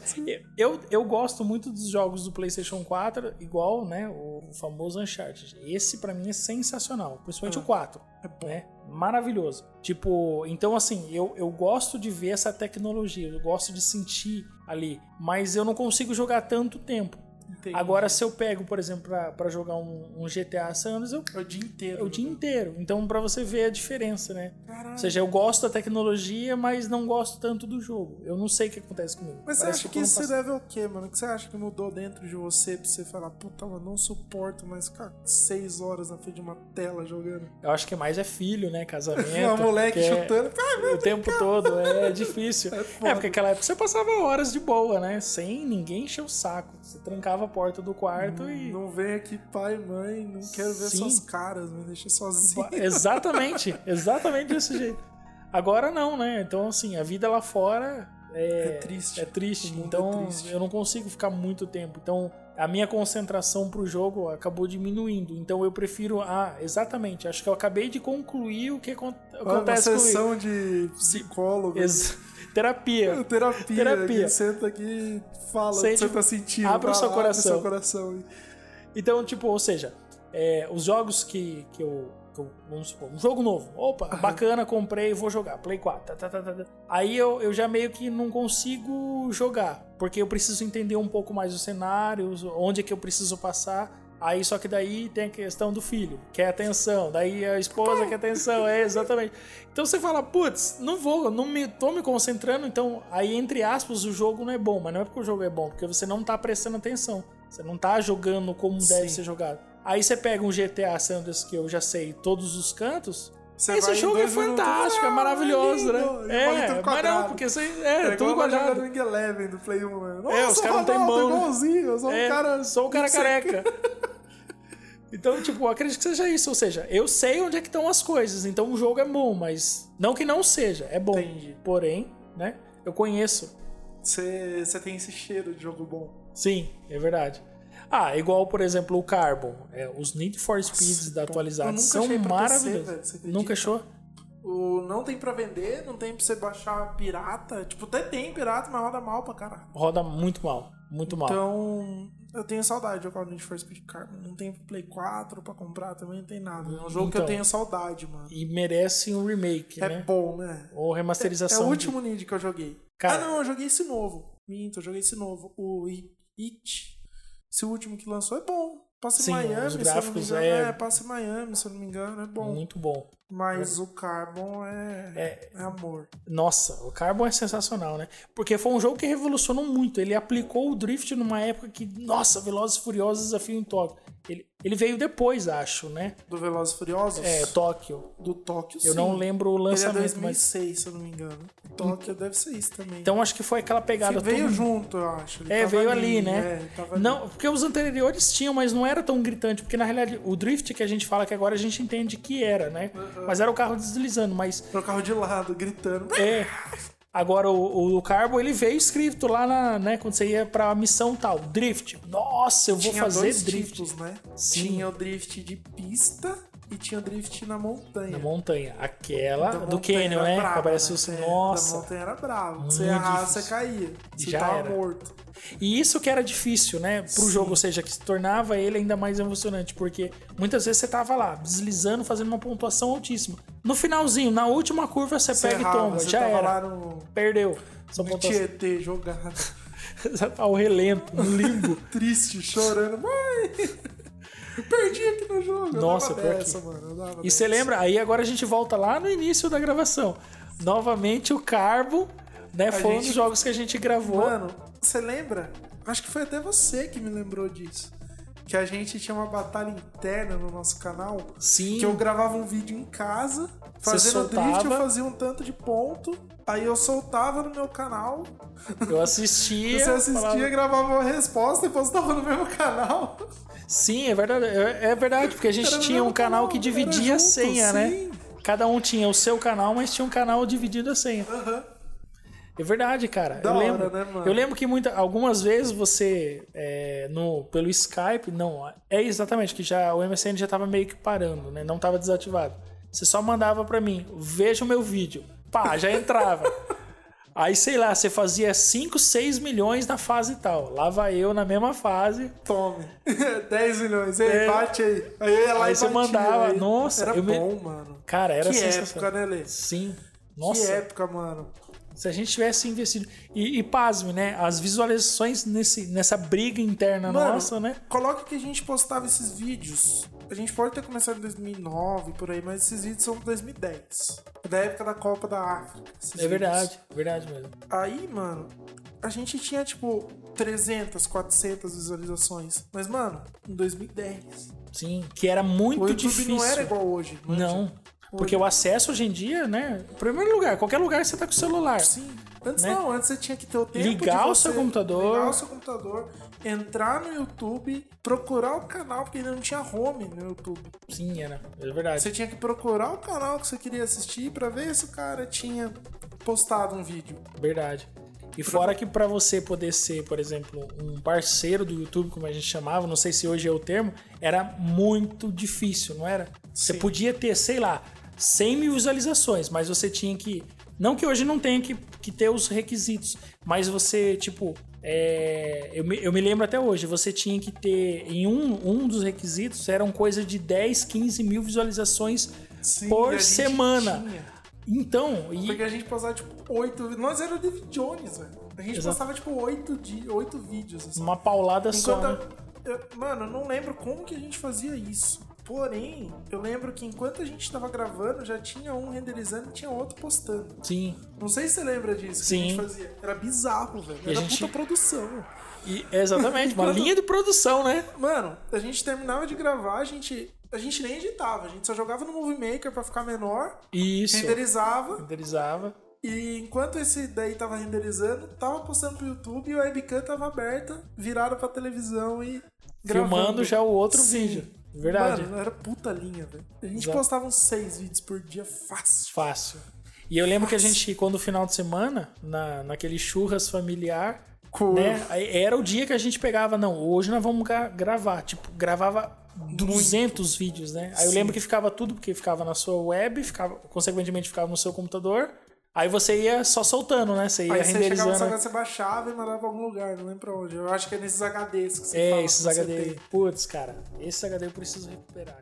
[SPEAKER 1] Eu, eu gosto muito dos jogos do PlayStation 4, igual, né? O famoso Uncharted. Esse pra mim é sensacional, principalmente
[SPEAKER 2] Ah.
[SPEAKER 1] o 4.
[SPEAKER 2] É bom.
[SPEAKER 1] Né? Maravilhoso. Tipo, então assim, eu, eu gosto de ver essa tecnologia, eu gosto de sentir ali, mas eu não consigo jogar tanto tempo.
[SPEAKER 2] Entendi.
[SPEAKER 1] Agora, se eu pego, por exemplo, pra, pra jogar um, um GTA San Andreas, eu
[SPEAKER 2] É o dia inteiro.
[SPEAKER 1] é o dia inteiro. Então, pra você ver a diferença, né? Ou
[SPEAKER 2] Caralho.
[SPEAKER 1] seja, eu gosto da tecnologia, mas não gosto tanto do jogo. Eu não sei o que acontece comigo.
[SPEAKER 2] Mas você
[SPEAKER 1] Parece
[SPEAKER 2] acha que
[SPEAKER 1] eu não
[SPEAKER 2] isso se
[SPEAKER 1] passo-
[SPEAKER 2] deve ao quê, mano? O que você acha que mudou dentro de você pra você falar, puta, eu não suporto mais ficar seis horas na frente de uma tela jogando?
[SPEAKER 1] Eu acho que mais é filho, né? Casamento.
[SPEAKER 2] Uma moleque
[SPEAKER 1] que é-
[SPEAKER 2] chutando. Pá,
[SPEAKER 1] O tempo todo, é difícil.
[SPEAKER 2] É
[SPEAKER 1] É,
[SPEAKER 2] foda.
[SPEAKER 1] porque aquela época você passava horas de boa, né? Sem ninguém encher o saco. Você trancava a porta do quarto e.
[SPEAKER 2] Não vem aqui, pai, mãe, não quero ver
[SPEAKER 1] Sim.
[SPEAKER 2] suas caras, me deixa sozinho.
[SPEAKER 1] Exatamente, exatamente desse jeito. Agora não, né? Então, assim, a vida lá fora
[SPEAKER 2] É,
[SPEAKER 1] é,
[SPEAKER 2] triste.
[SPEAKER 1] é triste.
[SPEAKER 2] O mundo é
[SPEAKER 1] Então,
[SPEAKER 2] triste.
[SPEAKER 1] eu não consigo ficar muito tempo. Então, a minha concentração pro jogo acabou diminuindo. Então, eu prefiro. Ah, exatamente. Acho que eu acabei de concluir o que acon-
[SPEAKER 2] Olha, Uma
[SPEAKER 1] acontece comigo.
[SPEAKER 2] Ah, sessão de psicólogo.
[SPEAKER 1] Ex- terapia.
[SPEAKER 2] Terapia,
[SPEAKER 1] Terapia.
[SPEAKER 2] que senta aqui e fala o que
[SPEAKER 1] Sente-
[SPEAKER 2] você tá sentindo.
[SPEAKER 1] abre o
[SPEAKER 2] Vai
[SPEAKER 1] seu
[SPEAKER 2] lá,
[SPEAKER 1] coração.
[SPEAKER 2] Abre o seu coração.
[SPEAKER 1] Então, tipo, ou seja, é, os jogos que, que, eu, que eu- Vamos supor, um jogo novo. Opa, bacana, comprei, vou jogar. Play 4. Tá, tá, tá, tá, tá. Aí eu, eu já meio que não consigo jogar. Porque eu preciso entender um pouco mais o cenário, os- onde é que eu preciso passar. Aí só que daí tem a questão do filho, quer atenção, daí a esposa quer atenção, é exatamente. Então você fala, putz, não vou, não me tô me concentrando, então aí entre aspas o jogo não é bom, mas não é porque o jogo é bom, porque você não tá prestando atenção. Você não tá jogando como deve
[SPEAKER 2] Sim.
[SPEAKER 1] ser jogado. Aí você pega um GTA Sanders que eu já sei todos os cantos.
[SPEAKER 2] Você vai
[SPEAKER 1] esse
[SPEAKER 2] em
[SPEAKER 1] jogo é
[SPEAKER 2] dois minutos,
[SPEAKER 1] fantástico,
[SPEAKER 2] ah,
[SPEAKER 1] é maravilhoso,
[SPEAKER 2] lindo,
[SPEAKER 1] né?
[SPEAKER 2] igualito
[SPEAKER 1] É, mas
[SPEAKER 2] quadrado.
[SPEAKER 1] não, porque você é,
[SPEAKER 2] É
[SPEAKER 1] tudo
[SPEAKER 2] igual
[SPEAKER 1] quadrado.
[SPEAKER 2] jogando Wing Eleven do Play 1, mano.
[SPEAKER 1] É, os
[SPEAKER 2] Nossa,
[SPEAKER 1] caras não têm
[SPEAKER 2] Ronaldo,
[SPEAKER 1] mão, né?
[SPEAKER 2] igualzinho, eu sou um
[SPEAKER 1] É,
[SPEAKER 2] cara...
[SPEAKER 1] sou um cara
[SPEAKER 2] Sim.
[SPEAKER 1] careca. Então, tipo, acredito que seja isso. Ou seja, eu sei onde é que estão as coisas. Então o jogo é bom, mas. Não que não seja, é bom.
[SPEAKER 2] Entendi.
[SPEAKER 1] Porém, né? Eu conheço.
[SPEAKER 2] Você você tem esse cheiro de jogo bom.
[SPEAKER 1] Sim, é verdade. Ah, igual, por exemplo, o Carbon. É, os Need for Speeds da
[SPEAKER 2] bom. Eu
[SPEAKER 1] atualizada
[SPEAKER 2] nunca
[SPEAKER 1] são
[SPEAKER 2] achei pra PC, velho,
[SPEAKER 1] maravilhosos.
[SPEAKER 2] você acredita?
[SPEAKER 1] nunca achou?
[SPEAKER 2] O não tem pra vender, não tem pra você baixar pirata. Tipo, até tem pirata, mas roda mal pra caralho.
[SPEAKER 1] Roda muito mal. Muito mal.
[SPEAKER 2] Então, eu tenho saudade de jogar o Need for Speed Carbon. Não tem pro Play 4 pra comprar também, não tem nada. É um jogo que eu
[SPEAKER 1] Então.
[SPEAKER 2] tenho saudade, mano.
[SPEAKER 1] E merece um remake,
[SPEAKER 2] É
[SPEAKER 1] né?
[SPEAKER 2] bom, né?
[SPEAKER 1] Ou
[SPEAKER 2] É
[SPEAKER 1] remasterização.
[SPEAKER 2] o
[SPEAKER 1] de-
[SPEAKER 2] último Need que eu joguei.
[SPEAKER 1] Cara-
[SPEAKER 2] Ah, não, eu joguei esse novo. Minto, eu joguei esse novo. O I- It. Esse último que lançou é bom. Passa em
[SPEAKER 1] Sim,
[SPEAKER 2] Miami,
[SPEAKER 1] os
[SPEAKER 2] se eu não me
[SPEAKER 1] gráficos
[SPEAKER 2] engano.
[SPEAKER 1] é-
[SPEAKER 2] passa em Miami, se eu não me engano, é bom.
[SPEAKER 1] Muito bom.
[SPEAKER 2] Mas o Carbon é...
[SPEAKER 1] É.
[SPEAKER 2] é amor.
[SPEAKER 1] Nossa, o Carbon é sensacional, né? Porque foi um jogo que revolucionou muito. Ele aplicou o drift numa época que, nossa, Velozes e Furiosos desafio em Tóquio. Ele, ele veio depois, acho, né?
[SPEAKER 2] Do Velozes e Furiosos?
[SPEAKER 1] É, Tóquio.
[SPEAKER 2] Do Tóquio,
[SPEAKER 1] Eu
[SPEAKER 2] sim.
[SPEAKER 1] não lembro o
[SPEAKER 2] Ele é
[SPEAKER 1] lançamento, mas.
[SPEAKER 2] 2006, se eu não me engano. O Tóquio deve ser isso também.
[SPEAKER 1] Então acho que foi aquela pegada
[SPEAKER 2] Sim, veio
[SPEAKER 1] toda-
[SPEAKER 2] junto, eu acho. Ele
[SPEAKER 1] É,
[SPEAKER 2] tava
[SPEAKER 1] veio ali, né?
[SPEAKER 2] É, tava ali.
[SPEAKER 1] não, porque os anteriores tinham, mas não era tão gritante, porque na realidade o drift que a gente fala que agora a gente entende que era, né?
[SPEAKER 2] Uhum.
[SPEAKER 1] Mas era o carro deslizando, mas
[SPEAKER 2] Pro carro de lado, gritando.
[SPEAKER 1] É. Agora, o, o Carbo, ele veio escrito lá na, né, quando você ia pra missão tal, drift. Nossa, eu vou
[SPEAKER 2] tinha
[SPEAKER 1] fazer
[SPEAKER 2] dois
[SPEAKER 1] drift
[SPEAKER 2] tipos, né?
[SPEAKER 1] Sim.
[SPEAKER 2] Tinha o drift de pista e tinha o drift na montanha.
[SPEAKER 1] na montanha. Aquela
[SPEAKER 2] Da
[SPEAKER 1] do
[SPEAKER 2] montanha
[SPEAKER 1] Canyon,
[SPEAKER 2] era
[SPEAKER 1] né?
[SPEAKER 2] brava,
[SPEAKER 1] que aparece o...
[SPEAKER 2] É, Da
[SPEAKER 1] Nossa.
[SPEAKER 2] montanha era brava. Você
[SPEAKER 1] Muito
[SPEAKER 2] errar,
[SPEAKER 1] difícil.
[SPEAKER 2] você caía. Você
[SPEAKER 1] Já
[SPEAKER 2] tava
[SPEAKER 1] era.
[SPEAKER 2] morto.
[SPEAKER 1] E isso que era difícil, né? Pro jogo, ou seja, que se tornava ele ainda mais emocionante. Porque muitas vezes você tava lá, deslizando, fazendo uma pontuação altíssima. No finalzinho, na última curva, você,
[SPEAKER 2] Você
[SPEAKER 1] pega
[SPEAKER 2] errava,
[SPEAKER 1] e tomba.
[SPEAKER 2] você
[SPEAKER 1] Já
[SPEAKER 2] tava
[SPEAKER 1] era.
[SPEAKER 2] lá no
[SPEAKER 1] Perdeu. Só
[SPEAKER 2] no
[SPEAKER 1] pontuação.
[SPEAKER 2] Tietê jogado.
[SPEAKER 1] Já tá ao relento, no limbo.
[SPEAKER 2] Triste, chorando. Mãe! Perdi aqui no jogo. Eu
[SPEAKER 1] Nossa,
[SPEAKER 2] dava
[SPEAKER 1] pior que-
[SPEAKER 2] dessa, mano. Eu dava
[SPEAKER 1] E você
[SPEAKER 2] dessa.
[SPEAKER 1] lembra? Aí agora a gente volta lá no início da gravação. Novamente o Carbo, né? foi um
[SPEAKER 2] gente-
[SPEAKER 1] dos jogos que a gente gravou.
[SPEAKER 2] Mano, você lembra? Acho que foi até você que me lembrou disso. Que a gente tinha uma batalha interna no nosso canal.
[SPEAKER 1] Sim.
[SPEAKER 2] Que eu gravava um vídeo em casa,
[SPEAKER 1] Você
[SPEAKER 2] fazendo drift, eu
[SPEAKER 1] soltava.
[SPEAKER 2] fazia um tanto de ponto. Aí eu soltava no meu canal,
[SPEAKER 1] Eu assistia.
[SPEAKER 2] você assistia,
[SPEAKER 1] falava-
[SPEAKER 2] gravava uma resposta e postava no mesmo canal.
[SPEAKER 1] Sim, é verdade. É é verdade, porque a gente
[SPEAKER 2] Era no
[SPEAKER 1] tinha um
[SPEAKER 2] mesmo
[SPEAKER 1] canal que
[SPEAKER 2] canal, era
[SPEAKER 1] dividia a
[SPEAKER 2] junto,
[SPEAKER 1] senha,
[SPEAKER 2] sim.
[SPEAKER 1] né? Cada um tinha o seu canal, mas tinha um canal dividido a senha. É verdade, cara.
[SPEAKER 2] Da
[SPEAKER 1] eu
[SPEAKER 2] hora,
[SPEAKER 1] lembro.
[SPEAKER 2] né, mano?
[SPEAKER 1] Eu lembro que muita, algumas vezes você é, no pelo Skype, não, é exatamente que já o MSN já tava meio que parando, né? Não tava desativado. Você só mandava pra mim, veja o meu vídeo. Pá, já entrava. Aí, sei lá, você fazia 5, 6 milhões na fase tal. Lá vai eu na mesma fase.
[SPEAKER 2] Tome. 10 milhões. Ei,
[SPEAKER 1] É.
[SPEAKER 2] bate aí. Aí, eu ia lá
[SPEAKER 1] Aí
[SPEAKER 2] e
[SPEAKER 1] você
[SPEAKER 2] batia,
[SPEAKER 1] mandava.
[SPEAKER 2] aí.
[SPEAKER 1] Nossa,
[SPEAKER 2] era
[SPEAKER 1] eu me-
[SPEAKER 2] bom, mano.
[SPEAKER 1] Cara, era
[SPEAKER 2] que
[SPEAKER 1] sensacional.
[SPEAKER 2] época, né, Lê?
[SPEAKER 1] Sim. Nossa.
[SPEAKER 2] Que época, mano.
[SPEAKER 1] Se a gente tivesse investido. E, e pasme, né? As visualizações nesse, nessa briga interna
[SPEAKER 2] Mano,
[SPEAKER 1] nossa, né?
[SPEAKER 2] Coloca que a gente postava esses vídeos. A gente pode ter começado em 2009, por aí, mas esses vídeos são de 2010. Da época da Copa da África. esses
[SPEAKER 1] É
[SPEAKER 2] vídeos.
[SPEAKER 1] verdade, verdade mesmo.
[SPEAKER 2] Aí, mano, a gente tinha, tipo, 300, 400 visualizações. Mas, mano, em 2010.
[SPEAKER 1] Sim, que era
[SPEAKER 2] o
[SPEAKER 1] muito
[SPEAKER 2] YouTube
[SPEAKER 1] difícil.
[SPEAKER 2] não é era igual hoje. manja.
[SPEAKER 1] Não. Porque
[SPEAKER 2] Hoje-
[SPEAKER 1] o acesso hoje em dia, né? Em primeiro lugar, qualquer lugar você tá com o celular.
[SPEAKER 2] Sim. Antes
[SPEAKER 1] Né?
[SPEAKER 2] não, antes você tinha que ter o tempo
[SPEAKER 1] Ligar
[SPEAKER 2] de
[SPEAKER 1] o
[SPEAKER 2] você
[SPEAKER 1] seu computador.
[SPEAKER 2] ligar o seu computador, entrar no YouTube, procurar o canal, porque ainda não tinha home no YouTube.
[SPEAKER 1] Sim, era. É verdade.
[SPEAKER 2] Você tinha que procurar o canal que você queria assistir pra ver se o cara tinha postado um vídeo.
[SPEAKER 1] Verdade. E fora que para você poder ser, por exemplo, um parceiro do YouTube, como a gente chamava, não sei se hoje é o termo, era muito difícil, não era? Você
[SPEAKER 2] Sim.
[SPEAKER 1] podia ter, sei lá, 100 mil visualizações, mas você tinha que. Não que hoje não tenha que, que ter os requisitos, mas você, tipo. é, eu, me, eu me lembro até hoje, você tinha que ter. Em um, um dos requisitos eram coisa de 10, 15 mil visualizações
[SPEAKER 2] Sim, a
[SPEAKER 1] por
[SPEAKER 2] gente
[SPEAKER 1] semana.
[SPEAKER 2] tinha.
[SPEAKER 1] Então, e,
[SPEAKER 2] Porque a gente postava tipo oito. Nós era o David Jones, velho. A gente
[SPEAKER 1] Exato.
[SPEAKER 2] postava tipo oito, di... oito vídeos. Assim.
[SPEAKER 1] uma paulada só. né?
[SPEAKER 2] Enquanto eu- eu- mano, eu não lembro como que a gente fazia isso. Porém, eu lembro que enquanto a gente tava gravando, já tinha um renderizando e tinha outro postando.
[SPEAKER 1] Sim.
[SPEAKER 2] Não sei se você lembra disso que
[SPEAKER 1] Sim.
[SPEAKER 2] a gente fazia. Era bizarro, velho.
[SPEAKER 1] a
[SPEAKER 2] Era
[SPEAKER 1] gente-
[SPEAKER 2] puta produção.
[SPEAKER 1] E- exatamente, uma linha de produção, né?
[SPEAKER 2] Mano, a gente terminava de gravar, a gente, a gente nem editava, a gente só jogava no Movie Maker pra ficar menor,
[SPEAKER 1] Isso.
[SPEAKER 2] renderizava,
[SPEAKER 1] Renderizava.
[SPEAKER 2] e enquanto esse daí tava renderizando, tava postando pro YouTube e o webcam tava aberta, virada pra televisão e gravando.
[SPEAKER 1] Filmando já o outro
[SPEAKER 2] Sim.
[SPEAKER 1] vídeo. Verdade.
[SPEAKER 2] Mano, era puta linha, velho. A gente
[SPEAKER 1] Exato.
[SPEAKER 2] postava uns seis vídeos por dia fácil.
[SPEAKER 1] Fácil. E eu lembro que a gente, quando no final de semana, na, naquele churras familiar,
[SPEAKER 2] Com-
[SPEAKER 1] né? aí Era o dia que a gente pegava, não, hoje nós vamos gra- gravar. Tipo, gravava 200 vídeos, né? Aí eu
[SPEAKER 2] Sim.
[SPEAKER 1] lembro que ficava tudo, porque ficava na sua web, ficava, consequentemente ficava no seu computador. Aí você ia só soltando, né? Você ia
[SPEAKER 2] Aí você chegava no
[SPEAKER 1] renderizando. né?
[SPEAKER 2] HD, você baixava e mandava pra algum lugar, não lembro pra onde. Eu acho que é nesses HDs que você fala
[SPEAKER 1] É,
[SPEAKER 2] que
[SPEAKER 1] esses
[SPEAKER 2] você
[SPEAKER 1] HD.
[SPEAKER 2] tem.
[SPEAKER 1] Putz, cara, esse HD eu preciso recuperar.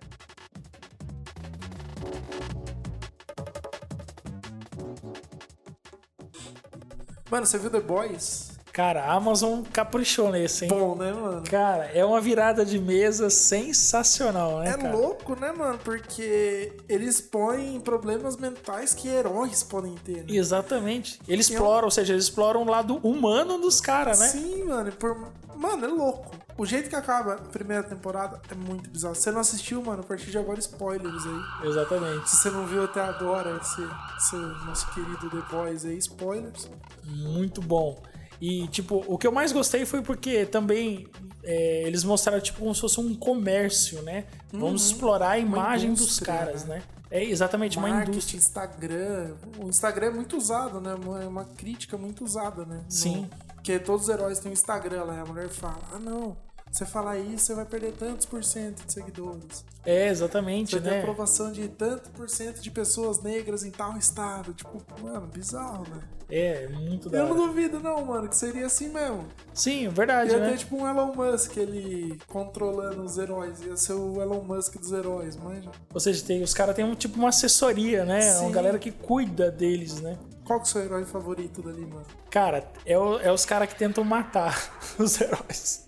[SPEAKER 2] Mano, você viu The Boys?
[SPEAKER 1] Cara, a Amazon caprichou nesse, hein?
[SPEAKER 2] Bom, né, mano?
[SPEAKER 1] Cara, é uma virada de mesa sensacional, né?
[SPEAKER 2] É
[SPEAKER 1] cara?
[SPEAKER 2] louco, né, mano? Porque eles põem problemas mentais que heróis podem ter, né?
[SPEAKER 1] Exatamente. Ele
[SPEAKER 2] Eu-
[SPEAKER 1] explora, ou seja, eles exploram o lado humano dos caras, né?
[SPEAKER 2] um Sim, mano. e por- Mano, é louco. O jeito que acaba a primeira temporada é muito bizarro. Se você não assistiu, mano, a partir de agora, spoilers aí.
[SPEAKER 1] Exatamente.
[SPEAKER 2] Se você não viu até agora esse, esse nosso querido The Boys aí, spoilers.
[SPEAKER 1] É Muito bom. E, tipo, o que eu mais gostei foi porque também é, eles mostraram, tipo, como se fosse um comércio, né? Vamos explorar a imagem dos
[SPEAKER 2] Uhum. indústria,
[SPEAKER 1] caras, né? É exatamente uma
[SPEAKER 2] Marketing,
[SPEAKER 1] indústria.
[SPEAKER 2] Instagram. O Instagram é muito usado, né? Uma- É uma crítica muito usada, né?
[SPEAKER 1] Sim.
[SPEAKER 2] No- Porque todos os heróis têm um Instagram lá. e A mulher fala: ah, não. Você falar isso, você vai perder tantos por cento de seguidores.
[SPEAKER 1] É, exatamente,
[SPEAKER 2] Você tem
[SPEAKER 1] né?
[SPEAKER 2] aprovação de tanto por cento de pessoas negras em tal estado. Tipo, mano, bizarro, né?
[SPEAKER 1] É, muito da
[SPEAKER 2] Eu não
[SPEAKER 1] hora.
[SPEAKER 2] duvido, não, mano, que seria assim mesmo.
[SPEAKER 1] Sim, verdade,
[SPEAKER 2] Ia
[SPEAKER 1] né?
[SPEAKER 2] ter tipo um Elon Musk ele controlando os heróis. Ia ser o Elon Musk dos heróis, manja.
[SPEAKER 1] Ou seja, tem, os caras têm um, tipo uma assessoria, né? É Uma
[SPEAKER 2] Sim.
[SPEAKER 1] galera que cuida deles, né?
[SPEAKER 2] Qual que é o seu herói favorito dali, mano?
[SPEAKER 1] Cara, é, o- é os caras que tentam matar os heróis.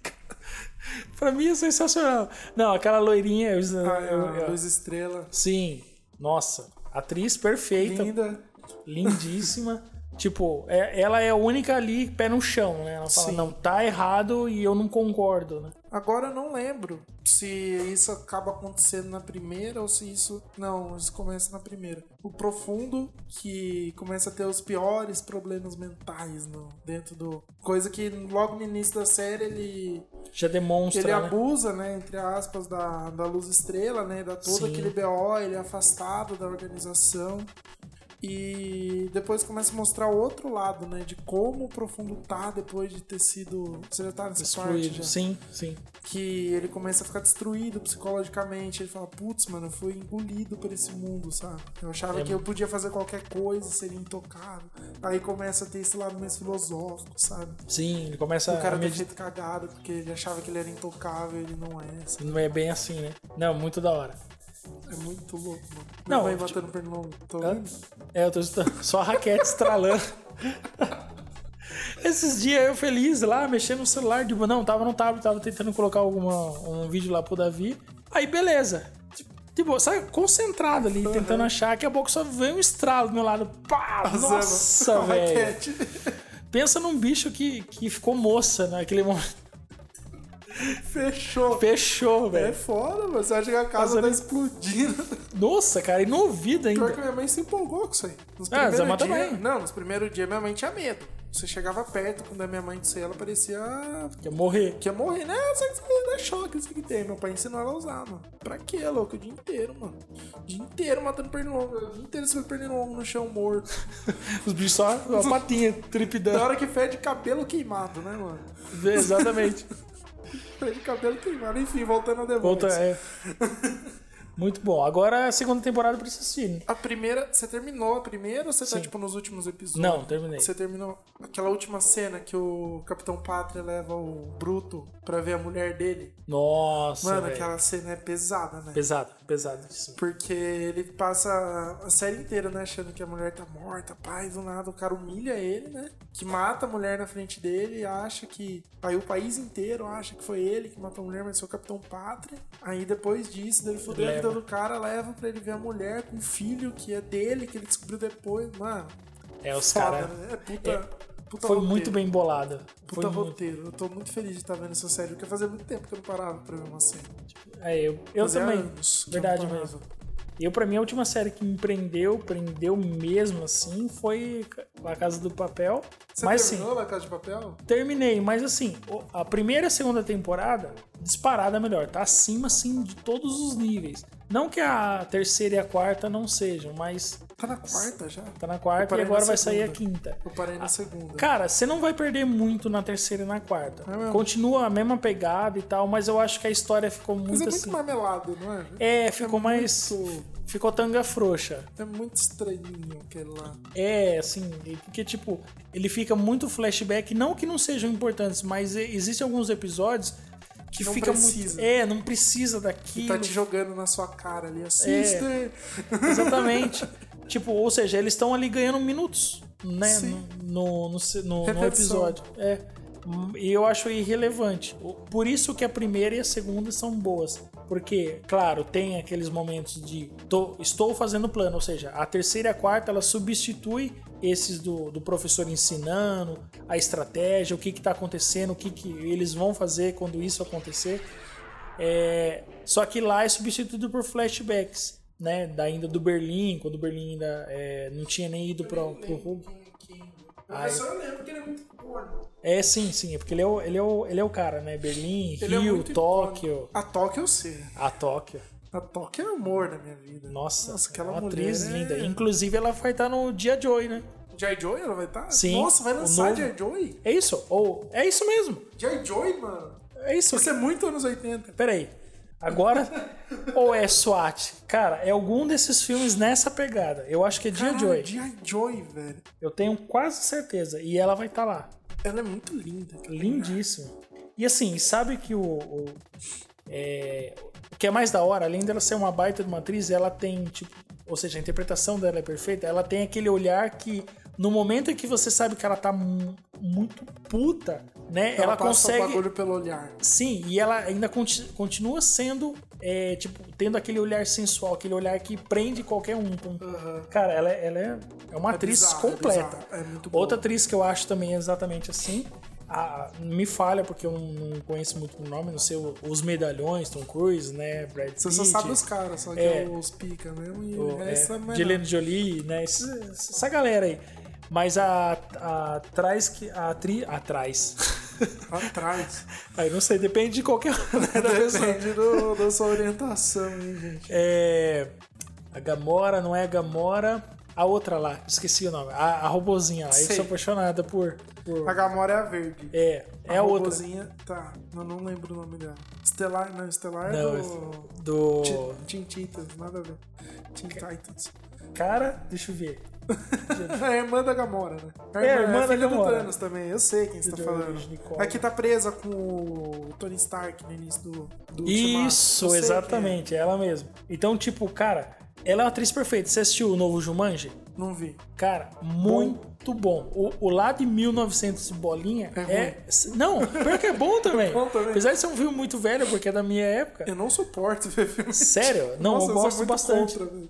[SPEAKER 1] pra mim é sensacional. Não, aquela loirinha. eu-
[SPEAKER 2] Ah, é
[SPEAKER 1] eu-
[SPEAKER 2] a
[SPEAKER 1] eu-
[SPEAKER 2] Luz Estrela.
[SPEAKER 1] sim, nossa. Atriz perfeita,
[SPEAKER 2] Linda.
[SPEAKER 1] lindíssima. Tipo, é- ela é a única ali, pé no chão, né? Ela fala,
[SPEAKER 2] Sim.
[SPEAKER 1] não, tá errado e eu não concordo, né?
[SPEAKER 2] Agora eu não lembro se isso acaba acontecendo na primeira ou se isso. Não, isso começa na primeira. O profundo que começa a ter os piores problemas mentais no, dentro do. Coisa que logo no início da série ele.
[SPEAKER 1] Já demonstra,
[SPEAKER 2] Ele
[SPEAKER 1] né?
[SPEAKER 2] abusa, né, entre aspas, da, da luz estrela, né? Da todo
[SPEAKER 1] Sim.
[SPEAKER 2] aquele BO, ele é afastado da organização. E depois começa a mostrar o outro lado, né? De como o profundo tá depois de ter sido. Você já tá nessa parte
[SPEAKER 1] Excluído.
[SPEAKER 2] já?
[SPEAKER 1] Sim, sim.
[SPEAKER 2] que ele começa a ficar destruído psicologicamente. Ele fala, putz, mano, eu fui engolido por esse mundo, sabe? Eu achava
[SPEAKER 1] É.
[SPEAKER 2] que eu podia fazer qualquer coisa, seria intocável. Aí começa a ter esse lado mais filosófico, sabe?
[SPEAKER 1] Sim, ele começa
[SPEAKER 2] O cara
[SPEAKER 1] É, a
[SPEAKER 2] tem
[SPEAKER 1] meditar.
[SPEAKER 2] feito cagada porque ele achava que ele era intocável, ele não é. sabe?
[SPEAKER 1] Não é bem assim, né? Não, muito da hora.
[SPEAKER 2] É muito louco, mano.
[SPEAKER 1] Não,
[SPEAKER 2] Não, vai
[SPEAKER 1] tipo-
[SPEAKER 2] batendo pernilongo. Tô
[SPEAKER 1] Hã?
[SPEAKER 2] vendo?
[SPEAKER 1] É, eu tô escutando só a raquete estralando. Esses dias eu feliz lá, mexendo no celular, tipo, não, tava no tablet, tava tentando colocar alguma, um vídeo lá pro Davi. Aí beleza. Tipo, sabe, concentrado ali, tentando achar, daqui a pouco só vem um estralo do meu lado. Pá! nossa,
[SPEAKER 2] Passando.
[SPEAKER 1] velho.
[SPEAKER 2] Raquete.
[SPEAKER 1] Pensa num bicho que, que ficou moça naquele momento.
[SPEAKER 2] Fechou.
[SPEAKER 1] Fechou,
[SPEAKER 2] É
[SPEAKER 1] velho.
[SPEAKER 2] foda, mano. Você acha que a casa
[SPEAKER 1] Passando.
[SPEAKER 2] tá explodindo.
[SPEAKER 1] Nossa, cara, e no ouvido
[SPEAKER 2] É. Pior
[SPEAKER 1] ainda.
[SPEAKER 2] que minha mãe se empolgou com isso aí. Nos
[SPEAKER 1] Ah,
[SPEAKER 2] primeiros
[SPEAKER 1] Zé Mata
[SPEAKER 2] dias-
[SPEAKER 1] bem.
[SPEAKER 2] Não, nos primeiros dias minha mãe tinha medo. Você chegava perto, quando a minha mãe disse, ela parecia "Ah,
[SPEAKER 1] Quer morrer.
[SPEAKER 2] que ia morrer, né? Só que isso aí dá choque, isso aqui tem. Meu pai ensinou ela a usar, mano. Pra quê, louco? O dia inteiro, mano. O dia inteiro matando pernilongo. O dia inteiro você vê pernilongo no chão morto.
[SPEAKER 1] Os bichos só a patinha
[SPEAKER 2] Da
[SPEAKER 1] tripidando.
[SPEAKER 2] hora que fede cabelo queimado, né, mano?
[SPEAKER 1] Exatamente.
[SPEAKER 2] Fede cabelo queimado. Enfim, voltando ao The
[SPEAKER 1] Volta,
[SPEAKER 2] Voice.
[SPEAKER 1] é. Muito bom. Agora a segunda temporada pra assistir. né?
[SPEAKER 2] A primeira, você terminou a primeira ou você tá,
[SPEAKER 1] Sim.
[SPEAKER 2] tipo, nos últimos episódios?
[SPEAKER 1] Não, terminei.
[SPEAKER 2] Você terminou aquela última cena que o Capitão Pátria leva o Bruto pra ver a mulher dele.
[SPEAKER 1] Nossa,
[SPEAKER 2] Mano,
[SPEAKER 1] velho.
[SPEAKER 2] aquela cena é pesada, né?
[SPEAKER 1] Pesado, pesado. isso.
[SPEAKER 2] Porque ele passa a série inteira, né, achando que a mulher tá morta, pai, do nada, o cara humilha ele, né? Que mata a mulher na frente dele, acha que. Aí o país inteiro acha que foi ele que matou a mulher, mas foi o Capitão Pátria. Aí depois disso, daí fudeu a vida
[SPEAKER 1] Leva.
[SPEAKER 2] do cara, leva pra ele ver a mulher com o filho que é dele, que ele descobriu depois. Mano,
[SPEAKER 1] É, os
[SPEAKER 2] foda,
[SPEAKER 1] caras.
[SPEAKER 2] né? É puta.
[SPEAKER 1] é,
[SPEAKER 2] puta
[SPEAKER 1] Foi
[SPEAKER 2] roteiro.
[SPEAKER 1] muito bem bolado. Foi
[SPEAKER 2] Puta
[SPEAKER 1] muito-
[SPEAKER 2] roteiro. Eu tô muito feliz de estar vendo essa série, porque fazia muito tempo que eu não parava pra ver uma série.
[SPEAKER 1] É, eu eu
[SPEAKER 2] Fazia
[SPEAKER 1] também.
[SPEAKER 2] anos que eu não
[SPEAKER 1] Verdade
[SPEAKER 2] parava.
[SPEAKER 1] mesmo. Eu, pra mim, a última série que me prendeu, prendeu mesmo assim, foi A Casa do Papel.
[SPEAKER 2] Você
[SPEAKER 1] mas sim,
[SPEAKER 2] terminou La Casa de Papel?
[SPEAKER 1] terminei. Mas assim, o- a primeira e a segunda temporada, disparada melhor. Tá acima, assim, de todos os níveis. Não que a terceira e a quarta não sejam, mas
[SPEAKER 2] Tá na quarta já?
[SPEAKER 1] tá na
[SPEAKER 2] Eu
[SPEAKER 1] quarta e
[SPEAKER 2] parei na
[SPEAKER 1] agora vai sair
[SPEAKER 2] segunda.
[SPEAKER 1] a quinta.
[SPEAKER 2] Eu parei na segunda.
[SPEAKER 1] Cara, você não vai perder muito na terceira e na quarta.
[SPEAKER 2] É mesmo?
[SPEAKER 1] Continua a mesma pegada e tal, mas eu acho que a história ficou muito,
[SPEAKER 2] Mas é muito
[SPEAKER 1] assim.
[SPEAKER 2] marmelado, não é?
[SPEAKER 1] É, ficou mais. Ficou tanga frouxa.
[SPEAKER 2] É muito estranhinho aquele lá.
[SPEAKER 1] É, assim, e- porque, tipo, ele fica muito flashback, não que não sejam importantes, mas e- existem alguns episódios que
[SPEAKER 2] Não
[SPEAKER 1] fica
[SPEAKER 2] precisa.
[SPEAKER 1] muito. É, não precisa
[SPEAKER 2] Que
[SPEAKER 1] daquilo.
[SPEAKER 2] tá te jogando na sua cara ali. Assista!
[SPEAKER 1] É. Exatamente. tipo, ou seja, eles estão ali ganhando minutos, né?
[SPEAKER 2] Sim.
[SPEAKER 1] No, no, no, se- no- no
[SPEAKER 2] Repetição.
[SPEAKER 1] episódio. É. Hum, E eu acho irrelevante. O- Por isso que a primeira e a segunda são boas. Porque, claro, tem aqueles momentos de tô- estou fazendo plano, ou seja, a terceira e a quarta ela substitui esses do, do professor ensinando, a estratégia, o que está acontecendo, o que, que eles vão fazer quando isso acontecer. É, só que lá é substituído por flashbacks, né? Da ainda do Berlim, quando o Berlim ainda é, não tinha nem ido para o Ai.
[SPEAKER 2] Mas eu lembro que ele é muito bom.
[SPEAKER 1] É, sim, sim, é porque ele é o, ele é o, ele é o cara, né? Berlim,
[SPEAKER 2] Ele é
[SPEAKER 1] Rio,
[SPEAKER 2] muito
[SPEAKER 1] Tóquio.
[SPEAKER 2] A Tóquio eu sei.
[SPEAKER 1] A Tóquio.
[SPEAKER 2] A Tóquio é o amor da minha vida.
[SPEAKER 1] Nossa,
[SPEAKER 2] Nossa, aquela
[SPEAKER 1] é uma
[SPEAKER 2] mulher
[SPEAKER 1] atriz
[SPEAKER 2] é-
[SPEAKER 1] linda. Inclusive, ela vai estar no Dia Joy, né?
[SPEAKER 2] Jai Joy ela vai estar?
[SPEAKER 1] Sim,
[SPEAKER 2] Nossa, vai
[SPEAKER 1] o
[SPEAKER 2] lançar
[SPEAKER 1] novo.
[SPEAKER 2] Jai Joy?
[SPEAKER 1] É isso? Ou. É isso mesmo.
[SPEAKER 2] Jai Joy, mano.
[SPEAKER 1] É isso.
[SPEAKER 2] Isso é muito anos 80.
[SPEAKER 1] Peraí. Agora. ou é SWAT? Cara, é algum desses filmes nessa pegada. Eu acho que é Dia Joy.
[SPEAKER 2] Jai Joy, velho.
[SPEAKER 1] Eu tenho quase certeza. E ela vai estar lá.
[SPEAKER 2] Ela é muito linda. cara.
[SPEAKER 1] Lindíssimo. E assim, sabe que o. O, é, o que é mais da hora, além dela ser uma baita de uma atriz, ela tem, tipo. Ou seja, a interpretação dela é perfeita. Ela tem aquele olhar que, no momento em que você sabe que ela tá mu- muito puta, né? Ela,
[SPEAKER 2] passa o
[SPEAKER 1] consegue.
[SPEAKER 2] bagulho pelo olhar.
[SPEAKER 1] Sim, e ela ainda conti- continua sendo, é, tipo, tendo aquele olhar sensual, aquele olhar que prende qualquer um. Então, Cara, ela, é- ela é, é uma
[SPEAKER 2] É
[SPEAKER 1] atriz
[SPEAKER 2] bizarro, é
[SPEAKER 1] completa.
[SPEAKER 2] bizarro, é muito boa.
[SPEAKER 1] Outra atriz que eu acho também é exatamente assim. a- me falha, porque eu não, não conheço muito o nome, não sei, o- os medalhões, Tom Cruise, né? Brad Pitt.
[SPEAKER 2] Você só sabe os caras, só que
[SPEAKER 1] É.
[SPEAKER 2] os pica mesmo e
[SPEAKER 1] o-
[SPEAKER 2] o resto é,
[SPEAKER 1] é,
[SPEAKER 2] menor.
[SPEAKER 1] Angelina Jolie, né? Esse- essa galera aí. Mas a, a, atrás que. A atriz. Atrás.
[SPEAKER 2] Atrás.
[SPEAKER 1] aí não sei, depende de qualquer. né, da pessoa.
[SPEAKER 2] Depende do- da sua orientação, hein, gente.
[SPEAKER 1] É. A Gamora, não é a Gamora. A outra lá, esqueci o nome. A, a robozinha lá. Eu
[SPEAKER 2] Sei.
[SPEAKER 1] sou apaixonada por. por-
[SPEAKER 2] A Gamora é a verde.
[SPEAKER 1] É, é a, outra.
[SPEAKER 2] robozinha- Tá, eu não lembro o nome dela. Estelar, não, Estelar é
[SPEAKER 1] Não,
[SPEAKER 2] do...
[SPEAKER 1] Do.
[SPEAKER 2] Ti- Teen Titans, nada a ver. Teen Titans.
[SPEAKER 1] Cara, deixa eu ver.
[SPEAKER 2] É a irmã da Gamora, né?
[SPEAKER 1] É, a irmã da
[SPEAKER 2] filha
[SPEAKER 1] Gamora.
[SPEAKER 2] do Thanos também, eu sei quem você tá
[SPEAKER 1] Do
[SPEAKER 2] falando.
[SPEAKER 1] Jorge Nicole.
[SPEAKER 2] Aqui tá presa com o Tony Stark no início do, do Ultimato. Eu
[SPEAKER 1] Isso,
[SPEAKER 2] sei quem é.
[SPEAKER 1] exatamente, é ela mesma. Então, tipo, cara, Ela é uma atriz perfeita. Você assistiu o novo Jumanji?
[SPEAKER 2] Não vi.
[SPEAKER 1] Cara, muito bom. O, o lá de 1900 e bolinha
[SPEAKER 2] É
[SPEAKER 1] é. Não, pior que é bom também.
[SPEAKER 2] bom também.
[SPEAKER 1] Apesar de ser um filme muito velho, porque é da minha época.
[SPEAKER 2] Eu não suporto ver filme.
[SPEAKER 1] Sério? Não,
[SPEAKER 2] Nossa,
[SPEAKER 1] eu
[SPEAKER 2] sou
[SPEAKER 1] gosto
[SPEAKER 2] muito
[SPEAKER 1] bastante.
[SPEAKER 2] contra, velho.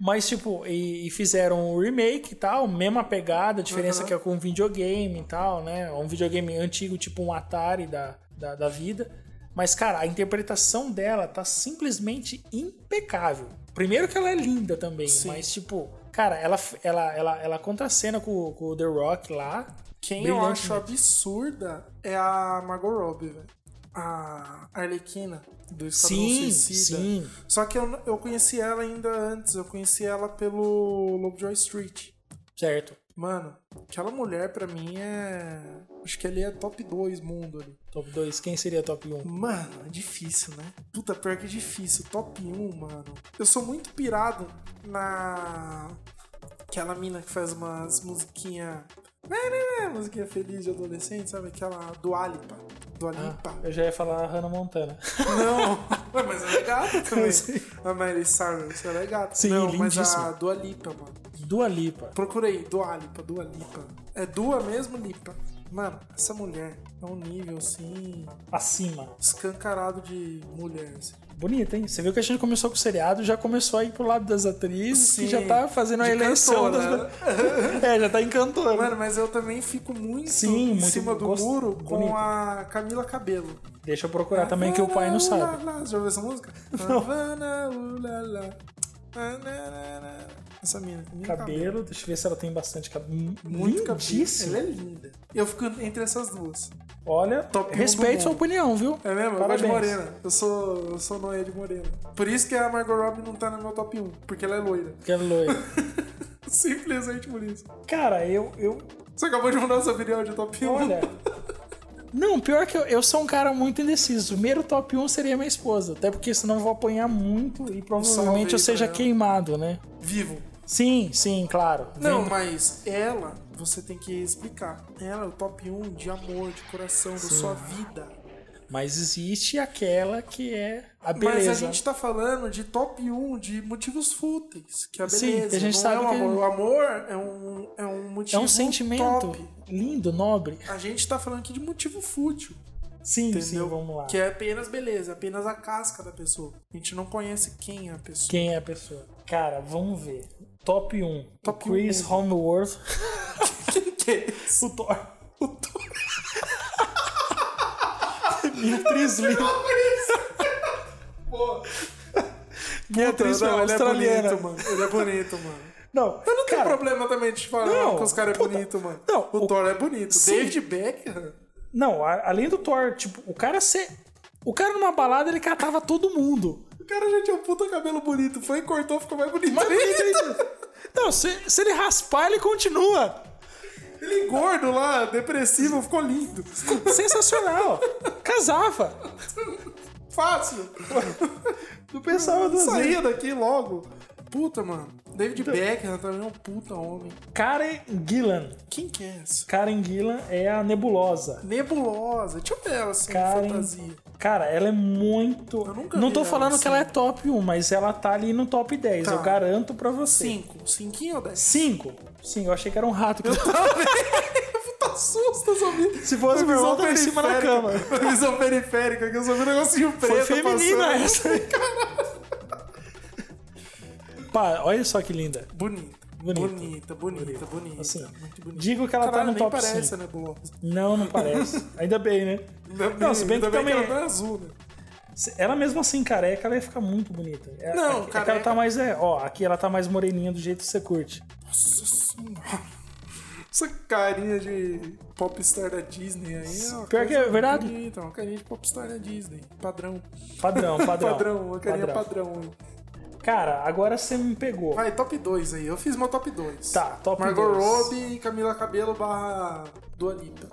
[SPEAKER 1] Mas, tipo, e, e fizeram o remake e tal, mesma pegada, a diferença
[SPEAKER 2] Aham.
[SPEAKER 1] que é com um videogame e tal, né? Um videogame antigo, tipo um Atari da, da, da vida. Mas, cara, a interpretação dela tá simplesmente impecável. Primeiro que ela é linda também,
[SPEAKER 2] Sim.
[SPEAKER 1] mas, tipo, cara, ela, ela, ela, ela contracena com, com o The Rock lá.
[SPEAKER 2] Quem eu
[SPEAKER 1] Brilhante,
[SPEAKER 2] acho
[SPEAKER 1] né?
[SPEAKER 2] absurda é a Margot Robbie, velho. A Arlequina do Esquadrão
[SPEAKER 1] Sim,
[SPEAKER 2] Suicida.
[SPEAKER 1] sim.
[SPEAKER 2] Só que eu, eu conheci ela ainda antes, eu conheci ela pelo Lovejoy Street.
[SPEAKER 1] Certo.
[SPEAKER 2] Mano, aquela mulher pra mim é. Acho que ele é top 2 mundo ali.
[SPEAKER 1] Top 2. Quem seria top 1?
[SPEAKER 2] Mano, é difícil, né? Puta, pior que é difícil. Top 1, mano. Eu sou muito pirado na. Aquela mina que faz umas musiquinhas. né, Musiquinha feliz de adolescente, sabe? Aquela do Alipa.
[SPEAKER 1] Ah.
[SPEAKER 2] Do Alipa.
[SPEAKER 1] Eu já ia falar Hannah Montana.
[SPEAKER 2] Não, Ué, mas ela é gata também.
[SPEAKER 1] Eu sei.
[SPEAKER 2] A Miley Cyrus, ela é gata.
[SPEAKER 1] Sim,
[SPEAKER 2] Não, mas a
[SPEAKER 1] lindíssima.
[SPEAKER 2] Dua Lipa, mano.
[SPEAKER 1] Dua Lipa.
[SPEAKER 2] Procura aí, Dua Lipa, Dua Lipa. É Dua mesmo, Lipa. Mano, essa mulher é um nível, assim,
[SPEAKER 1] Acima.
[SPEAKER 2] escancarado de mulher, assim.
[SPEAKER 1] Bonita, hein? Você viu que a gente começou com o seriado, já começou a ir pro lado das atrizes,
[SPEAKER 2] Sim.
[SPEAKER 1] que já tá fazendo a
[SPEAKER 2] De
[SPEAKER 1] eleição.
[SPEAKER 2] cantora.
[SPEAKER 1] das- é, já tá encantora.
[SPEAKER 2] Mano, mas eu também fico muito
[SPEAKER 1] Sim,
[SPEAKER 2] em
[SPEAKER 1] muito
[SPEAKER 2] cima do
[SPEAKER 1] gosto-
[SPEAKER 2] muro com
[SPEAKER 1] bonito.
[SPEAKER 2] a Camila Cabelo.
[SPEAKER 1] Deixa eu procurar também, que o pai não sabe.
[SPEAKER 2] Lá, lá. Já ouviu essa música? Havana, ulala. Ah, na, na, na. Essa mina. Camila
[SPEAKER 1] Cabelo, deixa eu ver se ela tem bastante cabelo.
[SPEAKER 2] Muito cabelo.
[SPEAKER 1] Lindíssimo.
[SPEAKER 2] Ela é linda. Eu fico entre essas duas.
[SPEAKER 1] Olha,
[SPEAKER 2] Top um do
[SPEAKER 1] respeito sua
[SPEAKER 2] mundo.
[SPEAKER 1] opinião, viu?
[SPEAKER 2] É mesmo?
[SPEAKER 1] Parabéns.
[SPEAKER 2] Eu gosto de morena. Eu sou, eu sou noia de morena. Por isso que a Margot Robbie não tá no meu top 1, porque ela é loira.
[SPEAKER 1] Que loira.
[SPEAKER 2] Simplesmente por isso.
[SPEAKER 1] Cara, eu, eu
[SPEAKER 2] Você acabou de mudar sua opinião de top 1.
[SPEAKER 1] Olha. Não, pior que eu, eu sou um cara muito indeciso. O Primeiro top 1 seria minha esposa. Até porque senão eu vou apanhar muito e
[SPEAKER 2] Salve aí
[SPEAKER 1] provavelmente eu
[SPEAKER 2] pra
[SPEAKER 1] seja
[SPEAKER 2] ela.
[SPEAKER 1] queimado, né?
[SPEAKER 2] Vivo.
[SPEAKER 1] Sim, sim, claro.
[SPEAKER 2] Não,
[SPEAKER 1] Vem-
[SPEAKER 2] mas ela, você tem que explicar. Ela é o top 1 de amor, de coração, da sua vida.
[SPEAKER 1] Mas existe aquela que é a
[SPEAKER 2] Mas
[SPEAKER 1] beleza.
[SPEAKER 2] a gente tá falando de top 1 de motivos fúteis, que é a
[SPEAKER 1] Sim,
[SPEAKER 2] beleza.
[SPEAKER 1] que a gente
[SPEAKER 2] não
[SPEAKER 1] sabe
[SPEAKER 2] é um
[SPEAKER 1] que-
[SPEAKER 2] amor. O amor é um, é um motivo
[SPEAKER 1] É um sentimento
[SPEAKER 2] top.
[SPEAKER 1] lindo, nobre.
[SPEAKER 2] A gente tá falando aqui de motivo fútil.
[SPEAKER 1] Sim,
[SPEAKER 2] Entendeu?
[SPEAKER 1] sim, vamos lá.
[SPEAKER 2] Que é apenas beleza, apenas a casca da pessoa. A gente não conhece quem é a pessoa.
[SPEAKER 1] Quem é a pessoa? Cara, vamos ver. Top 1.
[SPEAKER 2] Top
[SPEAKER 1] Chris
[SPEAKER 2] um.
[SPEAKER 1] Homeworth.
[SPEAKER 2] Quem que é esse?
[SPEAKER 1] o Thor. O Thor. Minha atriz linda.
[SPEAKER 2] é Pô,
[SPEAKER 1] Minha atriz
[SPEAKER 2] não, ele
[SPEAKER 1] australiana.
[SPEAKER 2] é bonito, mano. Ele é bonito, mano.
[SPEAKER 1] Não,
[SPEAKER 2] Eu não tenho
[SPEAKER 1] cara,
[SPEAKER 2] problema também de falar
[SPEAKER 1] Não,
[SPEAKER 2] que os caras é
[SPEAKER 1] puta,
[SPEAKER 2] bonito, mano.
[SPEAKER 1] não,
[SPEAKER 2] o,
[SPEAKER 1] o-
[SPEAKER 2] Thor é bonito.
[SPEAKER 1] Sim.
[SPEAKER 2] David Beckham.
[SPEAKER 1] Não, a- além do Thor, tipo, o cara ser. O cara numa balada ele catava todo mundo.
[SPEAKER 2] O cara já tinha um puta cabelo bonito. Foi, cortou, ficou mais bonito.
[SPEAKER 1] Mas Não, se, se ele raspar, ele continua.
[SPEAKER 2] Ele gordo lá, depressivo, ficou lindo.
[SPEAKER 1] Sensacional. Casava.
[SPEAKER 2] Fácil.
[SPEAKER 1] Não pensava duas vezes. Então-
[SPEAKER 2] Saía daqui logo. Puta, mano. David Beckham também é um puta homem.
[SPEAKER 1] Karen Gillan.
[SPEAKER 2] Quem que é essa?
[SPEAKER 1] Karen Gillan é a nebulosa.
[SPEAKER 2] Nebulosa. Deixa eu ver ela assim,
[SPEAKER 1] Karen.
[SPEAKER 2] fantasia.
[SPEAKER 1] Cara, ela é muito.
[SPEAKER 2] Eu nunca
[SPEAKER 1] Não
[SPEAKER 2] vi
[SPEAKER 1] tô
[SPEAKER 2] ela
[SPEAKER 1] falando que
[SPEAKER 2] assim.
[SPEAKER 1] ela é top 1, mas ela tá ali no top 10.
[SPEAKER 2] Tá.
[SPEAKER 1] Eu garanto pra você.
[SPEAKER 2] Cinco. Cinquinho ou dez?
[SPEAKER 1] Cinco? Sim, eu achei que era um rato. Que...
[SPEAKER 2] Puta susto, eu só vi.
[SPEAKER 1] Se fosse
[SPEAKER 2] uma
[SPEAKER 1] meu
[SPEAKER 2] visão
[SPEAKER 1] irmão, tava em cima da
[SPEAKER 2] periférica.
[SPEAKER 1] cama.
[SPEAKER 2] Uma visão periférica, que eu só vi um negocinho
[SPEAKER 1] Foi
[SPEAKER 2] preto
[SPEAKER 1] feminina
[SPEAKER 2] passando.
[SPEAKER 1] essa. Pá, olha só que linda.
[SPEAKER 2] Bonita.
[SPEAKER 1] Bonita.
[SPEAKER 2] Bonita, bonita, bonita.
[SPEAKER 1] Assim,
[SPEAKER 2] muito bonita.
[SPEAKER 1] digo que ela tá
[SPEAKER 2] Caralho,
[SPEAKER 1] no
[SPEAKER 2] nem
[SPEAKER 1] top
[SPEAKER 2] parece né,
[SPEAKER 1] cinco.
[SPEAKER 2] a nebulosa.
[SPEAKER 1] Não, não parece. Ainda bem, né?
[SPEAKER 2] Ainda bem,
[SPEAKER 1] Não, se bem que
[SPEAKER 2] ainda bem
[SPEAKER 1] também.
[SPEAKER 2] ela não é azul, né?
[SPEAKER 1] se- Ela mesmo assim, careca, ela ia ficar muito bonita. É-
[SPEAKER 2] Não,
[SPEAKER 1] é, que- é que ela
[SPEAKER 2] careca-
[SPEAKER 1] tá mais. É, ó, aqui ela tá mais moreninha do jeito que você curte.
[SPEAKER 2] Nossa senhora. Essa carinha de popstar da Disney aí. É uma
[SPEAKER 1] Pior que
[SPEAKER 2] coisa
[SPEAKER 1] é verdade.
[SPEAKER 2] Bonita, uma carinha de popstar da Disney. Padrão.
[SPEAKER 1] Padrão, padrão.
[SPEAKER 2] Padrão, uma carinha
[SPEAKER 1] padrão.
[SPEAKER 2] padrão. aí.
[SPEAKER 1] Cara, agora você me pegou.
[SPEAKER 2] Vai, top 2 aí. Eu fiz meu top 2.
[SPEAKER 1] Tá, top
[SPEAKER 2] Margot
[SPEAKER 1] dois.
[SPEAKER 2] Robbie e Camila Cabelo barra Dua Lipa.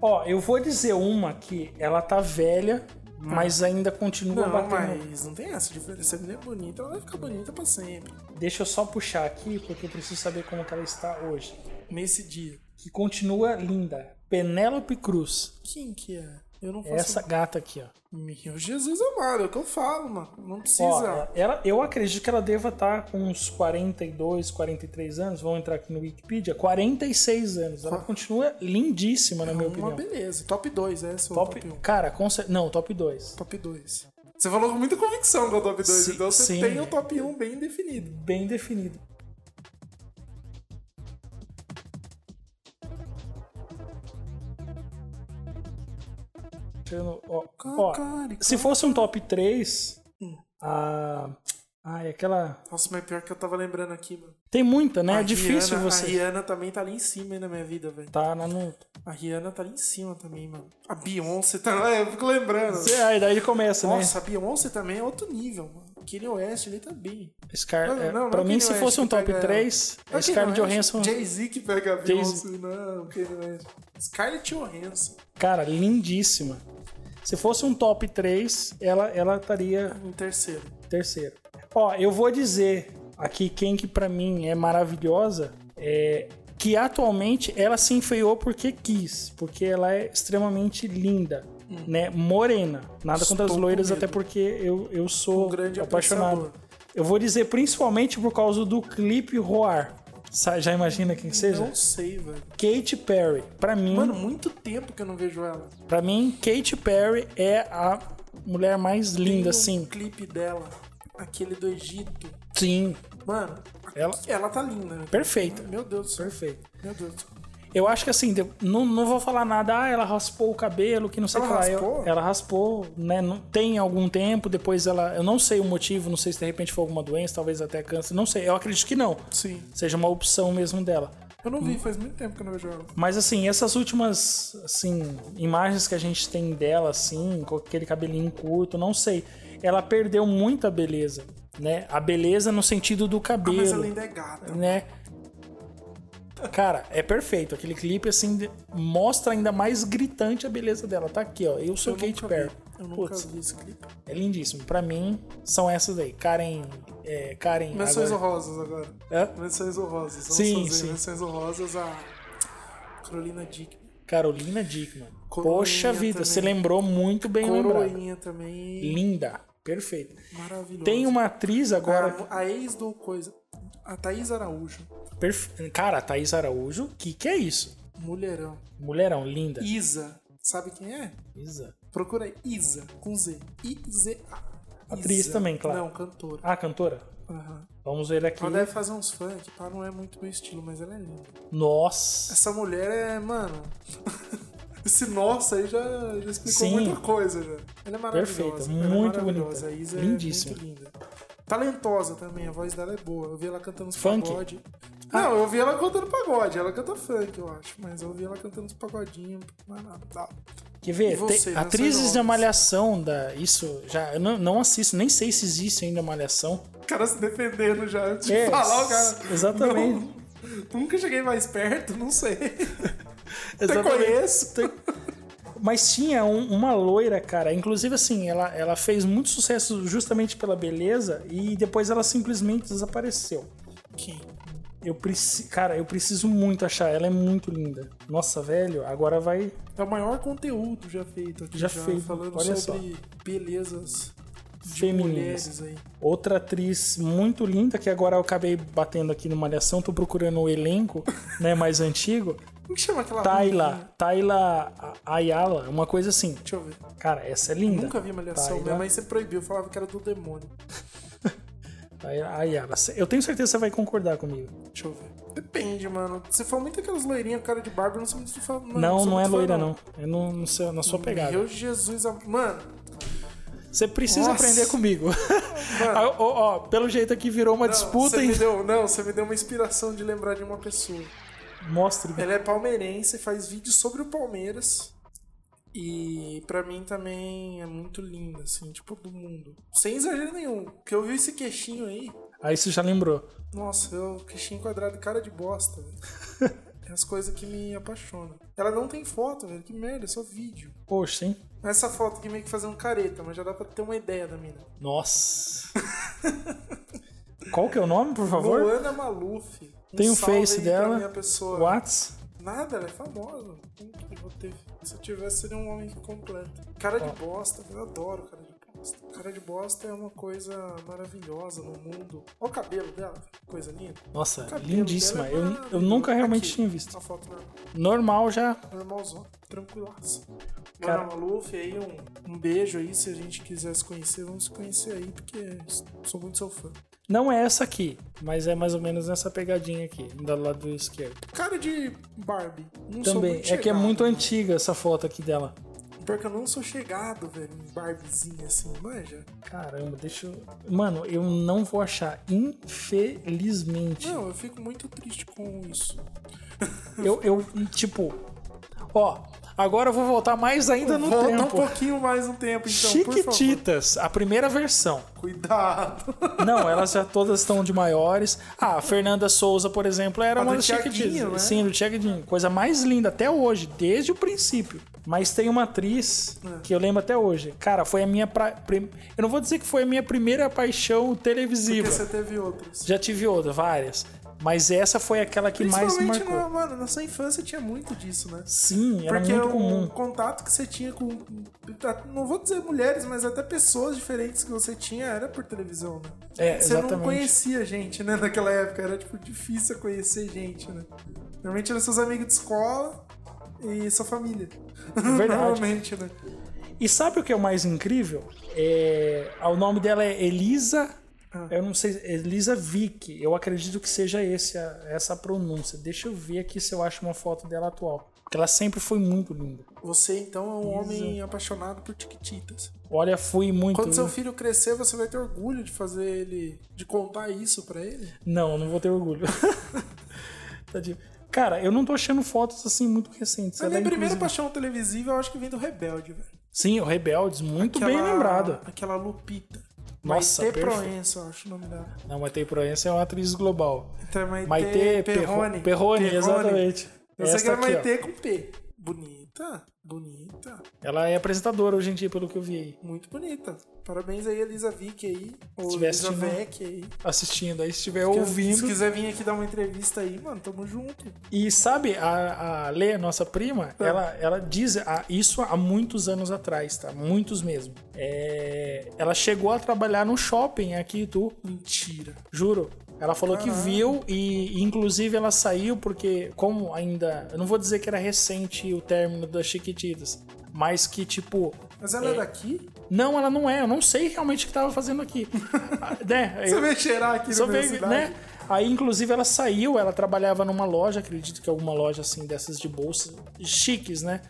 [SPEAKER 1] Ó, eu vou dizer uma que ela tá velha, mas ainda continua
[SPEAKER 2] Não,
[SPEAKER 1] batendo.
[SPEAKER 2] mas não tem essa diferença. Se a mulher é bonita, ela vai ficar bonita pra sempre.
[SPEAKER 1] Deixa eu só puxar aqui, porque eu preciso saber como que ela está hoje.
[SPEAKER 2] Nesse dia.
[SPEAKER 1] Que continua linda. Penélope Cruz.
[SPEAKER 2] Quem que é? Eu não faço.
[SPEAKER 1] Essa gata aqui, ó.
[SPEAKER 2] Meu Jesus amado, é o que eu falo, mano. Não precisa.
[SPEAKER 1] Ó, é ela, eu acredito que ela deva estar com uns 42, 43 anos. Vamos entrar aqui no Wikipedia. 46 anos. Ela
[SPEAKER 2] Qua-
[SPEAKER 1] continua lindíssima, na minha
[SPEAKER 2] É uma
[SPEAKER 1] opinião.
[SPEAKER 2] beleza. Top 2, é seu
[SPEAKER 1] Top,
[SPEAKER 2] top 1.
[SPEAKER 1] cara, com cer- não, top 2.
[SPEAKER 2] Top 2. Você falou com muita convicção do top 2,
[SPEAKER 1] Sim,
[SPEAKER 2] então você
[SPEAKER 1] sim.
[SPEAKER 2] tem o top 1 bem definido.
[SPEAKER 1] Bem definido. Tirando- ó, ó,
[SPEAKER 2] Cacarica.
[SPEAKER 1] se fosse um top 3,
[SPEAKER 2] Hum.
[SPEAKER 1] a. Ai, aquela.
[SPEAKER 2] Nossa, mas pior que eu tava lembrando aqui, mano.
[SPEAKER 1] Tem muita, né?
[SPEAKER 2] A
[SPEAKER 1] É difícil
[SPEAKER 2] Rihanna-
[SPEAKER 1] você.
[SPEAKER 2] A Rihanna também tá ali em cima aí na minha vida, velho.
[SPEAKER 1] Tá na no...
[SPEAKER 2] A Rihanna tá ali em cima também, mano. A Beyoncé tá lá, eu fico lembrando.
[SPEAKER 1] Aí daí começa, né?
[SPEAKER 2] Nossa, a Beyoncé também é outro nível, mano. Kanye West ali tá também.
[SPEAKER 1] né? Scar...
[SPEAKER 2] Não,
[SPEAKER 1] é,
[SPEAKER 2] não, não
[SPEAKER 1] pra
[SPEAKER 2] é
[SPEAKER 1] mim,
[SPEAKER 2] Kanye
[SPEAKER 1] se
[SPEAKER 2] West
[SPEAKER 1] fosse um
[SPEAKER 2] que
[SPEAKER 1] top
[SPEAKER 2] pega-
[SPEAKER 1] 3,
[SPEAKER 2] Não
[SPEAKER 1] é
[SPEAKER 2] é Kanye
[SPEAKER 1] Scarlett
[SPEAKER 2] West,
[SPEAKER 1] Johansson.
[SPEAKER 2] Jay-Z que pega a
[SPEAKER 1] Jay-Z.
[SPEAKER 2] Beyoncé. Não, Kanye West. Scarlett Johansson.
[SPEAKER 1] Cara, lindíssima. Se fosse um top 3, ela, ela estaria
[SPEAKER 2] Em tá terceiro.
[SPEAKER 1] em terceiro. Ó, eu vou dizer aqui quem que pra mim é maravilhosa é que atualmente ela se enfeiou porque quis, porque ela é extremamente linda, né? Morena. Nada contra as
[SPEAKER 2] Hum. Estou com
[SPEAKER 1] loiras,
[SPEAKER 2] medo.
[SPEAKER 1] até porque eu, eu sou
[SPEAKER 2] Um grande
[SPEAKER 1] apaixonado.
[SPEAKER 2] apreciador.
[SPEAKER 1] Eu vou dizer principalmente por causa do clipe Roar. Sa- Já imagina quem que seja?
[SPEAKER 2] Não sei, velho.
[SPEAKER 1] Katy Perry. Pra mim,
[SPEAKER 2] Mano, muito tempo que eu não vejo ela.
[SPEAKER 1] para mim, Katy Perry é a mulher mais linda,
[SPEAKER 2] Tem
[SPEAKER 1] assim.
[SPEAKER 2] Um clipe dela, aquele do Egito.
[SPEAKER 1] Sim,
[SPEAKER 2] Mano,
[SPEAKER 1] Ela-
[SPEAKER 2] ela, ela tá linda, né?
[SPEAKER 1] perfeita,
[SPEAKER 2] Meu Deus do céu.
[SPEAKER 1] perfeita.
[SPEAKER 2] Meu Deus do céu.
[SPEAKER 1] Eu acho que assim, de- não, não vou falar nada, ah, ela raspou o cabelo, que não sei o que
[SPEAKER 2] Ela
[SPEAKER 1] lá. Eu-
[SPEAKER 2] raspou?
[SPEAKER 1] ela raspou, né? não- tem algum tempo, depois ela. Eu não sei o motivo, não sei se de repente foi alguma doença, talvez até câncer, não sei. Eu acredito que não.
[SPEAKER 2] Sim.
[SPEAKER 1] Seja uma opção mesmo dela.
[SPEAKER 2] Eu não vi, faz muito tempo que eu não vejo ela.
[SPEAKER 1] Mas assim, essas últimas assim, imagens que a gente tem dela assim, com aquele cabelinho curto, não sei, ela perdeu muita beleza, né? A beleza no sentido do
[SPEAKER 2] Ah, mas ela
[SPEAKER 1] cabelo,
[SPEAKER 2] ainda é gata.
[SPEAKER 1] né? Cara, é perfeito. Aquele clipe assim de- mostra ainda mais gritante a beleza dela. Tá aqui, ó. Eu sou
[SPEAKER 2] Eu
[SPEAKER 1] Kate
[SPEAKER 2] nunca
[SPEAKER 1] Perry.
[SPEAKER 2] vi. Eu nunca
[SPEAKER 1] Putz,
[SPEAKER 2] vi esse clipe.
[SPEAKER 1] é lindíssimo. Pra mim, são essas aí. Karen. É, Karen.
[SPEAKER 2] Menções
[SPEAKER 1] agora-
[SPEAKER 2] honrosas agora.
[SPEAKER 1] Hã?
[SPEAKER 2] Menções honrosas. Vamos
[SPEAKER 1] Sim,
[SPEAKER 2] fazer
[SPEAKER 1] sim.
[SPEAKER 2] menções honrosas a Carolina Dick.
[SPEAKER 1] Carolina Dickman.
[SPEAKER 2] Coroinha
[SPEAKER 1] Poxa vida,
[SPEAKER 2] também.
[SPEAKER 1] você lembrou muito bem lembrado.
[SPEAKER 2] Coroinha também.
[SPEAKER 1] Linda, perfeito.
[SPEAKER 2] Maravilhosa.
[SPEAKER 1] Tem uma atriz agora.
[SPEAKER 2] A, a ex do coisa. A Thaís Araújo.
[SPEAKER 1] perf- Cara, a Thaís Araújo, que que é isso?
[SPEAKER 2] Mulherão.
[SPEAKER 1] Mulherão, linda.
[SPEAKER 2] Isa. Sabe quem é?
[SPEAKER 1] Isa.
[SPEAKER 2] Procura aí. Isa. Com Z. I-Z-A.
[SPEAKER 1] Atriz
[SPEAKER 2] Isa.
[SPEAKER 1] também, claro.
[SPEAKER 2] Não, cantora.
[SPEAKER 1] Ah, cantora?
[SPEAKER 2] Aham.
[SPEAKER 1] Vamos ver aqui.
[SPEAKER 2] Ela deve fazer uns funk, pá, não é muito meu estilo, mas ela é linda.
[SPEAKER 1] Nossa.
[SPEAKER 2] Essa mulher é, mano. Esse nossa aí já, já explicou
[SPEAKER 1] Sim.
[SPEAKER 2] muita coisa já. Ela é maravilhosa.
[SPEAKER 1] Perfeita,
[SPEAKER 2] ela
[SPEAKER 1] muito
[SPEAKER 2] é maravilhosa.
[SPEAKER 1] bonita.
[SPEAKER 2] A Isa
[SPEAKER 1] Lindíssima.
[SPEAKER 2] é muito linda. Talentosa também, a voz dela é boa. Eu vi ela cantando os
[SPEAKER 1] Funk? Ah.
[SPEAKER 2] pagode. Não, eu vi ela cantando pagode. Ela canta funk, eu acho. Mas eu vi ela cantando os pagodinhos. Mas nada. tá. dá.
[SPEAKER 1] Quer ver?
[SPEAKER 2] E você,
[SPEAKER 1] Tem
[SPEAKER 2] Marcelo
[SPEAKER 1] atrizes da
[SPEAKER 2] Alves?
[SPEAKER 1] Malhação da. Isso já. Eu não, não assisto, nem sei se existe ainda Malhação.
[SPEAKER 2] O cara se defendendo já. De
[SPEAKER 1] É,
[SPEAKER 2] falar, o cara.
[SPEAKER 1] exatamente.
[SPEAKER 2] Não, nunca cheguei mais perto, não sei. Até
[SPEAKER 1] Exatamente.
[SPEAKER 2] conheço.
[SPEAKER 1] Tem- Mas tinha um- uma loira, cara. Inclusive, assim, ela, ela fez muito sucesso justamente pela beleza e depois ela simplesmente desapareceu.
[SPEAKER 2] Quem?
[SPEAKER 1] Eu preciso, cara, eu preciso muito achar. Ela é muito linda. Nossa, velho, agora vai.
[SPEAKER 2] É o maior conteúdo já feito aqui.
[SPEAKER 1] Já
[SPEAKER 2] Já,
[SPEAKER 1] feito,
[SPEAKER 2] Falando
[SPEAKER 1] olha
[SPEAKER 2] sobre belezas de
[SPEAKER 1] Femininas.
[SPEAKER 2] mulheres aí.
[SPEAKER 1] Outra atriz muito linda, que agora eu acabei batendo aqui numa Malhação, tô procurando o elenco, né, mais antigo.
[SPEAKER 2] Como que chama aquela ruivinha?
[SPEAKER 1] Tayla, Tayla A- Ayala, uma coisa assim.
[SPEAKER 2] Deixa eu ver.
[SPEAKER 1] Cara, essa é linda.
[SPEAKER 2] Nunca vi Malhação.
[SPEAKER 1] Tayla
[SPEAKER 2] Minha mãe sempre proibiu. Falava que era do demônio.
[SPEAKER 1] Tayla Ayala. Eu tenho certeza que você vai concordar comigo.
[SPEAKER 2] Deixa eu ver. Depende, mano. Se for muito aquelas loirinhas com cara de barba, eu não sou muito fã. Não,
[SPEAKER 1] Não,
[SPEAKER 2] sou
[SPEAKER 1] não é
[SPEAKER 2] muito fã,
[SPEAKER 1] loira, não. É no, no seu, na sua pegada.
[SPEAKER 2] Meu Jesus. am- Mano,
[SPEAKER 1] Você precisa
[SPEAKER 2] Nossa.
[SPEAKER 1] aprender comigo. Ah, ó, ó, pelo jeito aqui virou uma
[SPEAKER 2] não,
[SPEAKER 1] disputa
[SPEAKER 2] você
[SPEAKER 1] e.
[SPEAKER 2] me deu, não, você me deu uma inspiração de lembrar de uma pessoa.
[SPEAKER 1] Mostre.
[SPEAKER 2] Ela é palmeirense, faz vídeo sobre o Palmeiras. E pra mim também é muito linda, assim, tipo, do mundo. Sem exagero nenhum. Porque eu vi esse queixinho aí,
[SPEAKER 1] Aí você já lembrou.
[SPEAKER 2] nossa, eu queixinho quadrado, cara de bosta, velho. É as coisas que me apaixonam. Ela não tem foto, velho. Que merda, é só vídeo. é
[SPEAKER 1] Poxa, hein?
[SPEAKER 2] Essa foto aqui meio que fazendo careta, mas já dá pra ter uma ideia da mina.
[SPEAKER 1] Nossa. Qual que é o nome, por favor?
[SPEAKER 2] Luana Maluf. Um
[SPEAKER 1] Tem o
[SPEAKER 2] salve
[SPEAKER 1] Face
[SPEAKER 2] aí pra
[SPEAKER 1] dela.
[SPEAKER 2] Minha pessoa.
[SPEAKER 1] Whats?
[SPEAKER 2] Nada, ele é famoso. Puta que eu teve. Se eu tivesse, seria um homem completo. Cara de bosta, eu adoro cara de bosta. Cara de bosta é uma coisa maravilhosa no mundo. Olha o cabelo dela, que coisa linda.
[SPEAKER 1] Nossa,
[SPEAKER 2] O cabelo
[SPEAKER 1] lindíssima.
[SPEAKER 2] dela é
[SPEAKER 1] Eu, eu
[SPEAKER 2] maravilhoso.
[SPEAKER 1] nunca realmente
[SPEAKER 2] Aqui,
[SPEAKER 1] tinha visto.
[SPEAKER 2] Uma foto normal.
[SPEAKER 1] Normal já.
[SPEAKER 2] normalzão, tranquilaço.
[SPEAKER 1] Cara-
[SPEAKER 2] Mano, Maluf, aí um, um beijo aí, se a gente quiser se conhecer, vamos se conhecer aí, porque sou muito seu fã.
[SPEAKER 1] Não é essa aqui, mas é mais ou menos nessa pegadinha aqui, do lado esquerdo.
[SPEAKER 2] Cara de Barbie, não sou
[SPEAKER 1] Também.
[SPEAKER 2] muito
[SPEAKER 1] É que é
[SPEAKER 2] chegado. né?
[SPEAKER 1] muito antiga essa foto aqui dela.
[SPEAKER 2] Pior que eu não sou chegado, velho, em Barbiezinha assim, manja.
[SPEAKER 1] Caramba, deixa eu. Mano, eu não vou achar, infelizmente.
[SPEAKER 2] Não, eu fico muito triste com isso.
[SPEAKER 1] Eu, eu, tipo. Ó, agora eu vou voltar mais ainda no
[SPEAKER 2] Volta um
[SPEAKER 1] tempo.
[SPEAKER 2] pouquinho mais um tempo, então, por favor.
[SPEAKER 1] Chiquititas, a primeira versão.
[SPEAKER 2] Cuidado.
[SPEAKER 1] Não, elas já todas estão de maiores. Ah, a Fernanda Souza, por exemplo, era
[SPEAKER 2] A
[SPEAKER 1] uma
[SPEAKER 2] do
[SPEAKER 1] das
[SPEAKER 2] Thiaguinho,
[SPEAKER 1] Chiquititas.
[SPEAKER 2] né?
[SPEAKER 1] Sim, do Tiaguinho. Coisa mais linda até hoje, desde o princípio. Mas tem uma atriz
[SPEAKER 2] Ah.
[SPEAKER 1] que eu lembro até hoje. Cara, foi a minha. pra- prim- Eu não vou dizer que foi a minha primeira paixão televisiva.
[SPEAKER 2] Porque você teve outros.
[SPEAKER 1] Já tive outras, várias. Mas essa foi aquela que mais me
[SPEAKER 2] Principalmente,
[SPEAKER 1] marcou.
[SPEAKER 2] na, mano, na sua infância tinha muito disso, né?
[SPEAKER 1] Sim, era
[SPEAKER 2] Porque
[SPEAKER 1] muito
[SPEAKER 2] o
[SPEAKER 1] comum.
[SPEAKER 2] contato que você tinha com. Não vou dizer mulheres, mas até pessoas diferentes que você tinha era por televisão, né?
[SPEAKER 1] É,
[SPEAKER 2] você não
[SPEAKER 1] exatamente.
[SPEAKER 2] conhecia gente, né? Naquela época. Era tipo difícil conhecer gente, né? Normalmente eram seus amigos de escola e sua família.
[SPEAKER 1] É Verdade.
[SPEAKER 2] Normalmente, né?
[SPEAKER 1] E sabe o que é o mais incrível? É, O nome dela é Elisa.
[SPEAKER 2] Ah.
[SPEAKER 1] Eu não sei, Elisa Vick. Eu acredito que seja esse, a- essa a pronúncia. Deixa eu ver aqui se eu acho uma foto dela atual. Porque ela sempre foi muito linda.
[SPEAKER 2] Você então é um homem apaixonado por tiquititas.
[SPEAKER 1] Olha, fui muito.
[SPEAKER 2] Quando seu filho crescer, você vai ter orgulho de fazer ele. de contar isso pra ele.
[SPEAKER 1] Não, eu não vou ter orgulho. Tadinho. Cara, eu não tô achando fotos assim muito recentes.
[SPEAKER 2] A
[SPEAKER 1] Ela é,
[SPEAKER 2] minha primeira
[SPEAKER 1] inclusive-
[SPEAKER 2] paixão televisiva eu acho que vem do Rebelde, velho.
[SPEAKER 1] Sim, o Rebeldes, muito
[SPEAKER 2] Aquela-
[SPEAKER 1] bem lembrado.
[SPEAKER 2] Aquela Lupita.
[SPEAKER 1] Nossa,
[SPEAKER 2] Maite
[SPEAKER 1] perfeito.
[SPEAKER 2] Proença, eu acho o nome dela.
[SPEAKER 1] Não, Maite Proença é uma atriz global.
[SPEAKER 2] Então é Maite,
[SPEAKER 1] Maite
[SPEAKER 2] Perrone.
[SPEAKER 1] Perrone. Perrone, exatamente.
[SPEAKER 2] Eu sei
[SPEAKER 1] Essa
[SPEAKER 2] que era
[SPEAKER 1] aqui, ó.
[SPEAKER 2] Maite com P. Bonita, bonita,
[SPEAKER 1] Ela é apresentadora hoje em dia, pelo que eu vi aí.
[SPEAKER 2] muito bonita. Parabéns aí, Elisa Vick aí. Ou
[SPEAKER 1] tiver
[SPEAKER 2] Elisa
[SPEAKER 1] assistindo,
[SPEAKER 2] Vec aí.
[SPEAKER 1] Assistindo, aí se estiver
[SPEAKER 2] Se
[SPEAKER 1] ouvindo.
[SPEAKER 2] quiser vir aqui dar uma entrevista aí, mano, tamo junto.
[SPEAKER 1] E sabe, a, a Lê, nossa prima,
[SPEAKER 2] É.
[SPEAKER 1] ela, ela diz a- isso há muitos anos atrás, tá? Muitos mesmo. É, ela chegou a trabalhar no shopping aqui em Itu,
[SPEAKER 2] Mentira.
[SPEAKER 1] juro. Ela falou que viu e, e, inclusive, ela saiu porque, como ainda. Eu não vou dizer que era recente o término das Chiquititas, mas que, tipo,
[SPEAKER 2] Mas ela é, daqui?
[SPEAKER 1] Não, ela não é. Eu não sei realmente o que tava fazendo aqui. Ah, né?
[SPEAKER 2] Você veio cheirar aqui
[SPEAKER 1] só
[SPEAKER 2] na
[SPEAKER 1] veio,
[SPEAKER 2] minha cidade?
[SPEAKER 1] né? Aí, inclusive, ela saiu. Ela trabalhava numa loja, acredito que alguma loja assim dessas de bolsa, chiques, né?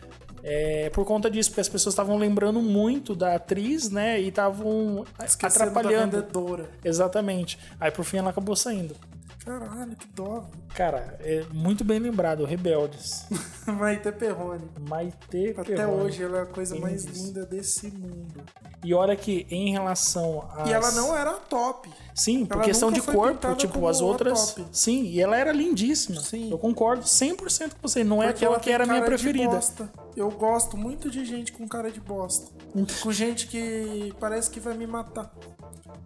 [SPEAKER 1] É, por conta disso, porque as pessoas estavam lembrando muito da atriz, né? E estavam
[SPEAKER 2] Esquecendo tá da
[SPEAKER 1] atrapalhando.
[SPEAKER 2] vendedora.
[SPEAKER 1] Exatamente. Aí, por fim, ela acabou saindo.
[SPEAKER 2] Caralho, que dó. velho.
[SPEAKER 1] Cara, é muito bem lembrado. Rebeldes.
[SPEAKER 2] Maite Perrone.
[SPEAKER 1] Maite
[SPEAKER 2] Até
[SPEAKER 1] Perroni.
[SPEAKER 2] hoje ela é a coisa
[SPEAKER 1] Quem
[SPEAKER 2] mais
[SPEAKER 1] disse?
[SPEAKER 2] linda desse mundo.
[SPEAKER 1] E olha que, em relação a.
[SPEAKER 2] E ela não era a top.
[SPEAKER 1] Sim, por
[SPEAKER 2] Ela
[SPEAKER 1] questão
[SPEAKER 2] nunca
[SPEAKER 1] de
[SPEAKER 2] foi
[SPEAKER 1] corpo,
[SPEAKER 2] pintada
[SPEAKER 1] tipo,
[SPEAKER 2] como
[SPEAKER 1] as
[SPEAKER 2] uma
[SPEAKER 1] outras.
[SPEAKER 2] top.
[SPEAKER 1] Sim, e ela era lindíssima.
[SPEAKER 2] Sim.
[SPEAKER 1] Eu concordo 100% com você. Não é
[SPEAKER 2] Porque
[SPEAKER 1] aquela
[SPEAKER 2] ela
[SPEAKER 1] que
[SPEAKER 2] tem
[SPEAKER 1] era a minha
[SPEAKER 2] cara de
[SPEAKER 1] preferida.
[SPEAKER 2] bosta. Eu gosto muito de gente com cara de bosta. com gente que parece que vai me matar.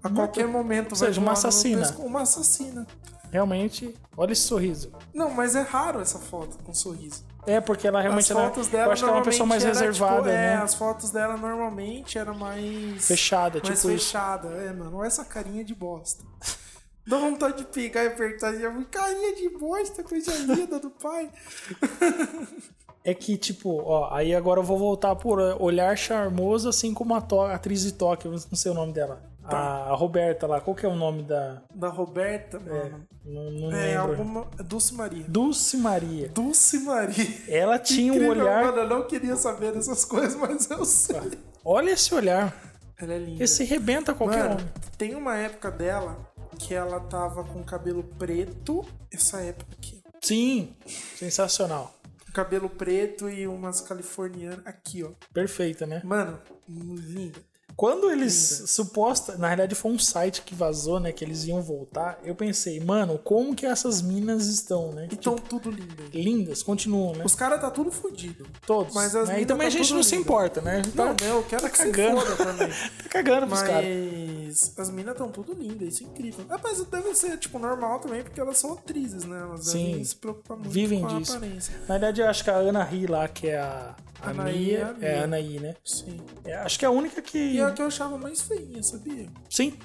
[SPEAKER 2] A qualquer momento. vai
[SPEAKER 1] seja, uma
[SPEAKER 2] voar no meu
[SPEAKER 1] assassina.
[SPEAKER 2] pescoço. Uma assassina.
[SPEAKER 1] Realmente, olha esse sorriso.
[SPEAKER 2] Não, mas é raro essa foto com sorriso.
[SPEAKER 1] É, porque ela realmente
[SPEAKER 2] as
[SPEAKER 1] era.
[SPEAKER 2] fotos dela
[SPEAKER 1] eu acho que ela é uma pessoa mais
[SPEAKER 2] normalmente era, tipo,
[SPEAKER 1] reservada,
[SPEAKER 2] é,
[SPEAKER 1] né?
[SPEAKER 2] as fotos dela normalmente era mais...
[SPEAKER 1] Fechada,
[SPEAKER 2] mais
[SPEAKER 1] tipo isso.
[SPEAKER 2] fechada. É, mano, olha essa carinha de bosta. Dá vontade de pegar e apertar. e eu- Carinha de bosta, coisa linda do pai.
[SPEAKER 1] É que, tipo, ó, aí agora eu vou voltar por olhar charmoso, assim como a to- a atriz de Tóquio, eu não sei o nome dela.
[SPEAKER 2] Tá.
[SPEAKER 1] A, a Roberta lá, qual que é o nome da.
[SPEAKER 2] Da Roberta, mano.
[SPEAKER 1] Não, não
[SPEAKER 2] É,
[SPEAKER 1] lembro.
[SPEAKER 2] alguma. Dulce Maria.
[SPEAKER 1] Dulce Maria.
[SPEAKER 2] Dulce Maria.
[SPEAKER 1] Ela tinha um
[SPEAKER 2] Incrível,
[SPEAKER 1] olhar. Tá.
[SPEAKER 2] Mano, eu não queria saber dessas coisas, mas eu sei.
[SPEAKER 1] Olha esse olhar.
[SPEAKER 2] Ela é linda.
[SPEAKER 1] Esse rebenta qualquer
[SPEAKER 2] Mano,
[SPEAKER 1] homem.
[SPEAKER 2] tem uma época dela que ela tava com cabelo preto. Essa época aqui.
[SPEAKER 1] Sim, sensacional.
[SPEAKER 2] Com Cabelo preto e umas californianas. Aqui, ó.
[SPEAKER 1] Perfeita, né?
[SPEAKER 2] Mano, linda.
[SPEAKER 1] Quando eles suposta, na realidade foi um site que vazou, né, que eles iam voltar, eu pensei, mano, como que essas minas estão, né?
[SPEAKER 2] E tão Então, tudo lindo.
[SPEAKER 1] Lindas, continuam, né?
[SPEAKER 2] Os caras tá tudo fudido.
[SPEAKER 1] Todos.
[SPEAKER 2] Mas as
[SPEAKER 1] né? E
[SPEAKER 2] minas
[SPEAKER 1] também
[SPEAKER 2] tá
[SPEAKER 1] a gente
[SPEAKER 2] tudo
[SPEAKER 1] não se
[SPEAKER 2] linda.
[SPEAKER 1] importa, né?
[SPEAKER 2] Não,
[SPEAKER 1] Tá,
[SPEAKER 2] né, eu quero que
[SPEAKER 1] cagando.
[SPEAKER 2] se foda também.
[SPEAKER 1] tá cagando pros caras.
[SPEAKER 2] Mas as minas estão tudo lindas, isso é incrível. Ah, mas deve ser, tipo, normal também, porque elas são atrizes, né? Elas
[SPEAKER 1] Sim.
[SPEAKER 2] devem se preocupar muito
[SPEAKER 1] Vivem
[SPEAKER 2] com
[SPEAKER 1] disso.
[SPEAKER 2] a aparência.
[SPEAKER 1] Na verdade, eu acho que a Ana Ri lá, que é a, a
[SPEAKER 2] Anaí,
[SPEAKER 1] Mia, é
[SPEAKER 2] a
[SPEAKER 1] a
[SPEAKER 2] Mia.
[SPEAKER 1] Anaí, né?
[SPEAKER 2] Sim.
[SPEAKER 1] É, acho que é a única que.
[SPEAKER 2] E é a que eu achava mais feinha, sabia?
[SPEAKER 1] Sim,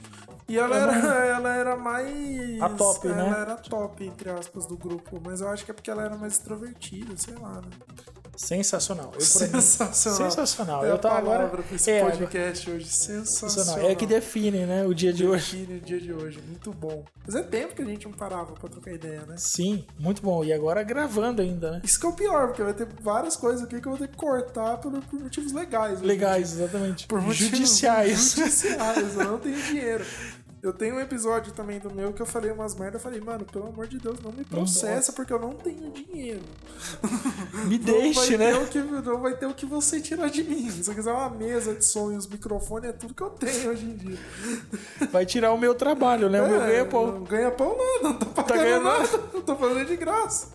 [SPEAKER 2] E ela
[SPEAKER 1] Ela
[SPEAKER 2] era,
[SPEAKER 1] não-
[SPEAKER 2] ela era mais.
[SPEAKER 1] É A top,
[SPEAKER 2] ela
[SPEAKER 1] né?
[SPEAKER 2] era a top, entre aspas, do grupo. Mas eu acho que é porque ela era mais extrovertida, sei lá, né?
[SPEAKER 1] sensacional. Eu, por exemplo,
[SPEAKER 2] Sensacional.
[SPEAKER 1] sensacional.
[SPEAKER 2] É
[SPEAKER 1] eu
[SPEAKER 2] a
[SPEAKER 1] tava
[SPEAKER 2] palavra
[SPEAKER 1] agora.
[SPEAKER 2] pra esse
[SPEAKER 1] é,
[SPEAKER 2] podcast hoje. Sensacional.
[SPEAKER 1] sensacional. É que define, né? O dia de hoje.
[SPEAKER 2] Define o dia de hoje. Muito bom. Mas é tempo que a gente não parava pra trocar ideia, né?
[SPEAKER 1] Sim, muito bom. E agora gravando ainda, né?
[SPEAKER 2] Isso que é o pior, porque vai ter várias coisas aqui que eu vou ter que cortar por, por motivos legais. né,
[SPEAKER 1] Legais, exatamente.
[SPEAKER 2] gente? Por motivos
[SPEAKER 1] Judiciais.
[SPEAKER 2] Judiciais, eu não tenho dinheiro. Eu tenho um episódio também do meu que eu falei umas merda, eu falei, mano, pelo amor de Deus, não me processa porque eu não tenho dinheiro.
[SPEAKER 1] Me
[SPEAKER 2] Não
[SPEAKER 1] deixe,
[SPEAKER 2] vai
[SPEAKER 1] né?
[SPEAKER 2] ter o que- não vai ter o que você tirar de mim. Se eu quiser uma mesa de sonhos, microfone, é tudo que eu tenho hoje em dia.
[SPEAKER 1] Vai tirar o meu trabalho, né? O meu
[SPEAKER 2] É,
[SPEAKER 1] ganha-pão.
[SPEAKER 2] Não ganha pão nada, não tô pagando
[SPEAKER 1] ganhando
[SPEAKER 2] nada. Eu tô fazendo de graça.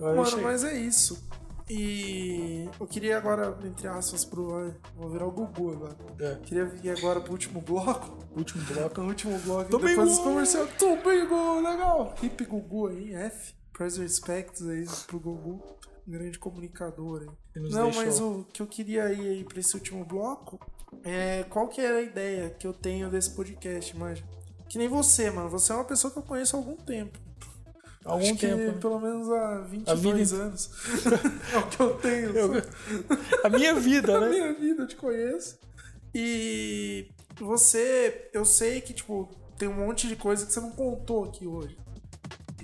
[SPEAKER 1] Vai,
[SPEAKER 2] Mano,
[SPEAKER 1] chega.
[SPEAKER 2] mas é isso. E eu queria agora, entre aspas, pro. ai, Vou virar o Gugu agora.
[SPEAKER 1] É,
[SPEAKER 2] Queria vir agora pro último bloco.
[SPEAKER 1] último bloco.
[SPEAKER 2] Com o último bloco.
[SPEAKER 1] Domingo!
[SPEAKER 2] Depois desse comercial. Domingo, legal. Hip Gugu aí, F. Press respects aí pro Gugu. Um grande comunicador aí.
[SPEAKER 1] Que nos
[SPEAKER 2] Não,
[SPEAKER 1] deixou.
[SPEAKER 2] mas o que eu queria ir aí pra esse último bloco é qual que era a ideia que eu tenho desse podcast, mas que nem você, mano. Você é uma pessoa que eu conheço há algum tempo.
[SPEAKER 1] Há algum
[SPEAKER 2] Acho que é
[SPEAKER 1] tempo, né?
[SPEAKER 2] pelo menos há 22
[SPEAKER 1] A vida
[SPEAKER 2] anos. é o que eu tenho.
[SPEAKER 1] né? Eu-
[SPEAKER 2] sabe?
[SPEAKER 1] A minha vida,
[SPEAKER 2] Na
[SPEAKER 1] né?
[SPEAKER 2] minha vida eu te conheço. E você, eu sei que, tipo, tem um monte de coisa que você não contou aqui hoje.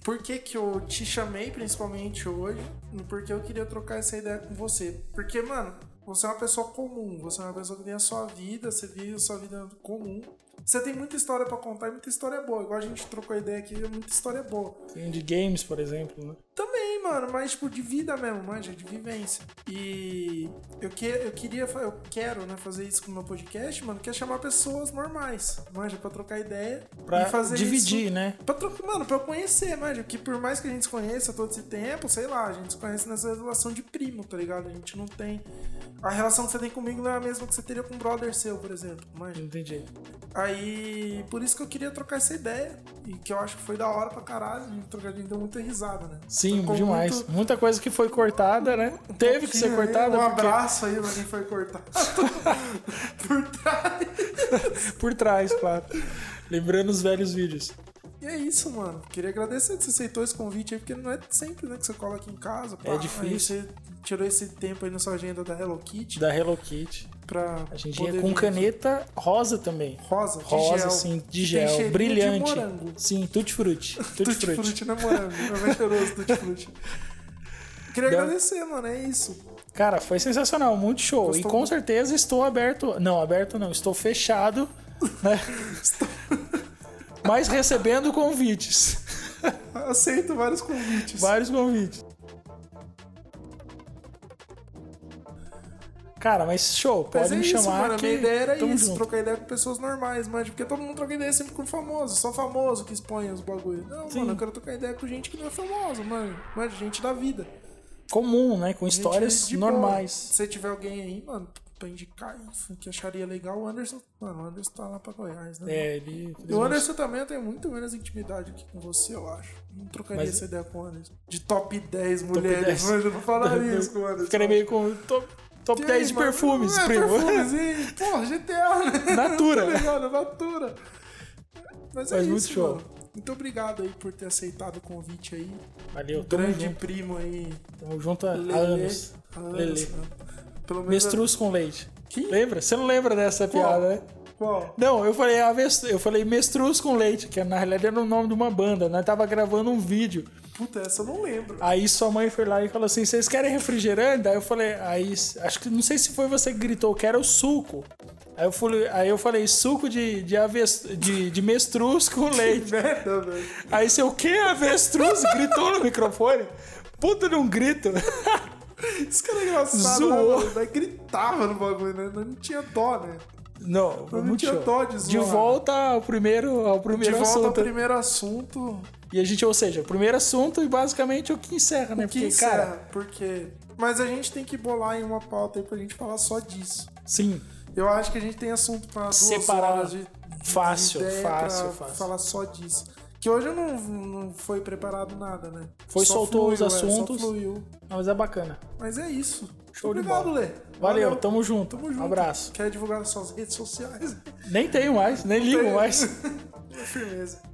[SPEAKER 2] Por que, que eu te chamei principalmente hoje? e Porque eu queria trocar essa ideia com você. Porque, mano, você é uma pessoa comum, você é uma pessoa que tem a sua vida, você vive a sua vida comum. Você tem muita história pra contar e muita história boa. Igual a gente trocou ideia aqui, muita história boa.
[SPEAKER 1] Tem de games, por exemplo, né?
[SPEAKER 2] Também, mano, mas tipo de vida mesmo, manja, de vivência. E eu, que, eu queria, fa- eu quero, né, fazer isso com o meu podcast, mano, que é chamar pessoas normais, manja, pra trocar ideia
[SPEAKER 1] Pra
[SPEAKER 2] e fazer
[SPEAKER 1] dividir,
[SPEAKER 2] isso.
[SPEAKER 1] né?
[SPEAKER 2] Pra trocar, mano, pra eu conhecer, manja, que por mais que a gente se conheça todo esse tempo, sei lá, a gente se conhece nessa relação de primo, tá ligado? A gente não tem. A relação que você tem comigo não é a mesma que você teria com um brother seu, por exemplo, manja.
[SPEAKER 1] Entendi.
[SPEAKER 2] Aí, por isso que eu queria trocar essa ideia. E que eu acho que foi da hora pra caralho. A gente trocou- a gente deu muita risada, né?
[SPEAKER 1] Sim,
[SPEAKER 2] Trocou
[SPEAKER 1] demais.
[SPEAKER 2] muito-
[SPEAKER 1] Muita coisa que foi cortada, né? Teve que ser
[SPEAKER 2] Sim,
[SPEAKER 1] cortada.
[SPEAKER 2] Um
[SPEAKER 1] porque-
[SPEAKER 2] abraço aí pra quem foi cortado. por trás.
[SPEAKER 1] Por trás, claro. Lembrando os velhos vídeos.
[SPEAKER 2] E é isso, mano. Queria agradecer que você aceitou esse convite aí, porque não é sempre né, que você cola aqui em casa. pá.
[SPEAKER 1] É difícil.
[SPEAKER 2] Aí você tirou esse tempo aí na sua agenda da Hello Kitty
[SPEAKER 1] Da Hello Kitty.
[SPEAKER 2] pra.
[SPEAKER 1] A gente
[SPEAKER 2] poder
[SPEAKER 1] ia com
[SPEAKER 2] vir
[SPEAKER 1] caneta rosa também.
[SPEAKER 2] Rosa, de
[SPEAKER 1] Rosa,
[SPEAKER 2] gel,
[SPEAKER 1] sim,
[SPEAKER 2] que
[SPEAKER 1] de
[SPEAKER 2] tem
[SPEAKER 1] gel.
[SPEAKER 2] cheirinho de
[SPEAKER 1] Brilhante.
[SPEAKER 2] morango.
[SPEAKER 1] Sim, tutti frutti. Tutti,
[SPEAKER 2] Tutti
[SPEAKER 1] frutti.
[SPEAKER 2] Frutti na morango. É mais cheiroso Tutti Frutti. Queria
[SPEAKER 1] Dá-
[SPEAKER 2] agradecer, mano. É isso.
[SPEAKER 1] Cara, foi sensacional, muito show. E
[SPEAKER 2] Gostou
[SPEAKER 1] com
[SPEAKER 2] muito?
[SPEAKER 1] certeza estou aberto. Não, aberto não, estou fechado, né? Mas recebendo convites.
[SPEAKER 2] Aceito vários convites.
[SPEAKER 1] Vários convites. Cara, mas show, pode
[SPEAKER 2] Mas é
[SPEAKER 1] me
[SPEAKER 2] isso,
[SPEAKER 1] chamar.
[SPEAKER 2] mano. A
[SPEAKER 1] que
[SPEAKER 2] minha ideia era
[SPEAKER 1] tamo
[SPEAKER 2] isso,
[SPEAKER 1] junto.
[SPEAKER 2] trocar ideia com pessoas normais, mas porque todo mundo troca ideia sempre com famoso, só famoso que expõe os bagulho. Não,
[SPEAKER 1] Sim.
[SPEAKER 2] mano, eu quero trocar ideia com gente que não é famosa, mano. Mas gente da vida.
[SPEAKER 1] Comum, né? Com
[SPEAKER 2] Gente
[SPEAKER 1] histórias
[SPEAKER 2] de boa.
[SPEAKER 1] normais.
[SPEAKER 2] Se você tiver alguém aí, mano, pra indicar isso, que acharia legal, o Anderson. Mano, o Anderson tá lá pra Goiás, né?
[SPEAKER 1] É, ele.
[SPEAKER 2] E o Anderson também eu tenho muito menos intimidade aqui com você, eu acho. Não trocaria
[SPEAKER 1] Mas-
[SPEAKER 2] essa ideia com o Anderson. De top 10 mulheres,
[SPEAKER 1] 10.
[SPEAKER 2] mano, eu não falaria isso com o Anderson.
[SPEAKER 1] Ficaria meio com top, top
[SPEAKER 2] E aí,
[SPEAKER 1] 10 de
[SPEAKER 2] mano?
[SPEAKER 1] perfumes,
[SPEAKER 2] é,
[SPEAKER 1] primo.
[SPEAKER 2] Perfumes, e, porra, GTA, né?
[SPEAKER 1] Natura.
[SPEAKER 2] tá ligado? Natura. Mas é
[SPEAKER 1] Mas
[SPEAKER 2] isso,
[SPEAKER 1] muito show.
[SPEAKER 2] mano. Muito obrigado aí por ter aceitado o convite aí.
[SPEAKER 1] Valeu, tamo
[SPEAKER 2] Grande
[SPEAKER 1] junto.
[SPEAKER 2] primo aí,
[SPEAKER 1] Tamo junto há
[SPEAKER 2] Lelê.
[SPEAKER 1] anos.
[SPEAKER 2] Há anos,
[SPEAKER 1] Lelê.
[SPEAKER 2] né? Pelo menos...
[SPEAKER 1] Avestruz com leite.
[SPEAKER 2] Que?
[SPEAKER 1] Lembra? Você não lembra dessa
[SPEAKER 2] Qual?
[SPEAKER 1] piada, né?
[SPEAKER 2] é- Qual?
[SPEAKER 1] Não, eu falei avestruz, eu falei mestruz com leite, que na realidade era o nome de uma banda. Nós tava gravando um vídeo.
[SPEAKER 2] Puta, essa eu não lembro.
[SPEAKER 1] Aí sua mãe foi lá e falou assim: "Vocês querem refrigerante?" Aí eu falei: "Aí acho que não sei se foi você que gritou, quero suco." Aí eu falei, aí eu falei suco de de, aves, de, de mestruz com leite.
[SPEAKER 2] Merda, velho.
[SPEAKER 1] Aí você, o que? Avestruz? Gritou no microfone. Puta de um grito.
[SPEAKER 2] Esse cara é engraçado,
[SPEAKER 1] Zoou.
[SPEAKER 2] né, mano? Daí gritava no bagulho, né? Não tinha dó, né?
[SPEAKER 1] Não, foi
[SPEAKER 2] Eu
[SPEAKER 1] muito
[SPEAKER 2] tinha
[SPEAKER 1] show.
[SPEAKER 2] Todd zoando.
[SPEAKER 1] De volta ao primeiro, ao
[SPEAKER 2] De
[SPEAKER 1] primeiro
[SPEAKER 2] volta ao
[SPEAKER 1] assunto.
[SPEAKER 2] primeiro assunto.
[SPEAKER 1] E a gente, ou seja, o primeiro assunto e basicamente o que encerra, né?
[SPEAKER 2] Que
[SPEAKER 1] Porque,
[SPEAKER 2] encerra,
[SPEAKER 1] cara,
[SPEAKER 2] porque. Mas a gente tem que bolar em uma pauta aí pra gente falar só disso.
[SPEAKER 1] sim,
[SPEAKER 2] Eu acho que a gente tem assunto pra duas
[SPEAKER 1] Separar
[SPEAKER 2] horas de,
[SPEAKER 1] fácil,
[SPEAKER 2] de ideia
[SPEAKER 1] fácil,
[SPEAKER 2] pra
[SPEAKER 1] fácil.
[SPEAKER 2] falar só disso. Que hoje eu não, não foi preparado nada, né?
[SPEAKER 1] Foi, soltou os
[SPEAKER 2] fluiu, é, só
[SPEAKER 1] assuntos.
[SPEAKER 2] fluiu.
[SPEAKER 1] não, mas é bacana.
[SPEAKER 2] Mas é isso.
[SPEAKER 1] Show de
[SPEAKER 2] Obrigado,
[SPEAKER 1] bola.
[SPEAKER 2] Lê.
[SPEAKER 1] Valeu, tamo junto.
[SPEAKER 2] Tamo junto.
[SPEAKER 1] Abraço.
[SPEAKER 2] Quer divulgar nas suas redes sociais?
[SPEAKER 1] Nem tenho mais, nem ligo mais.
[SPEAKER 2] Firmeza.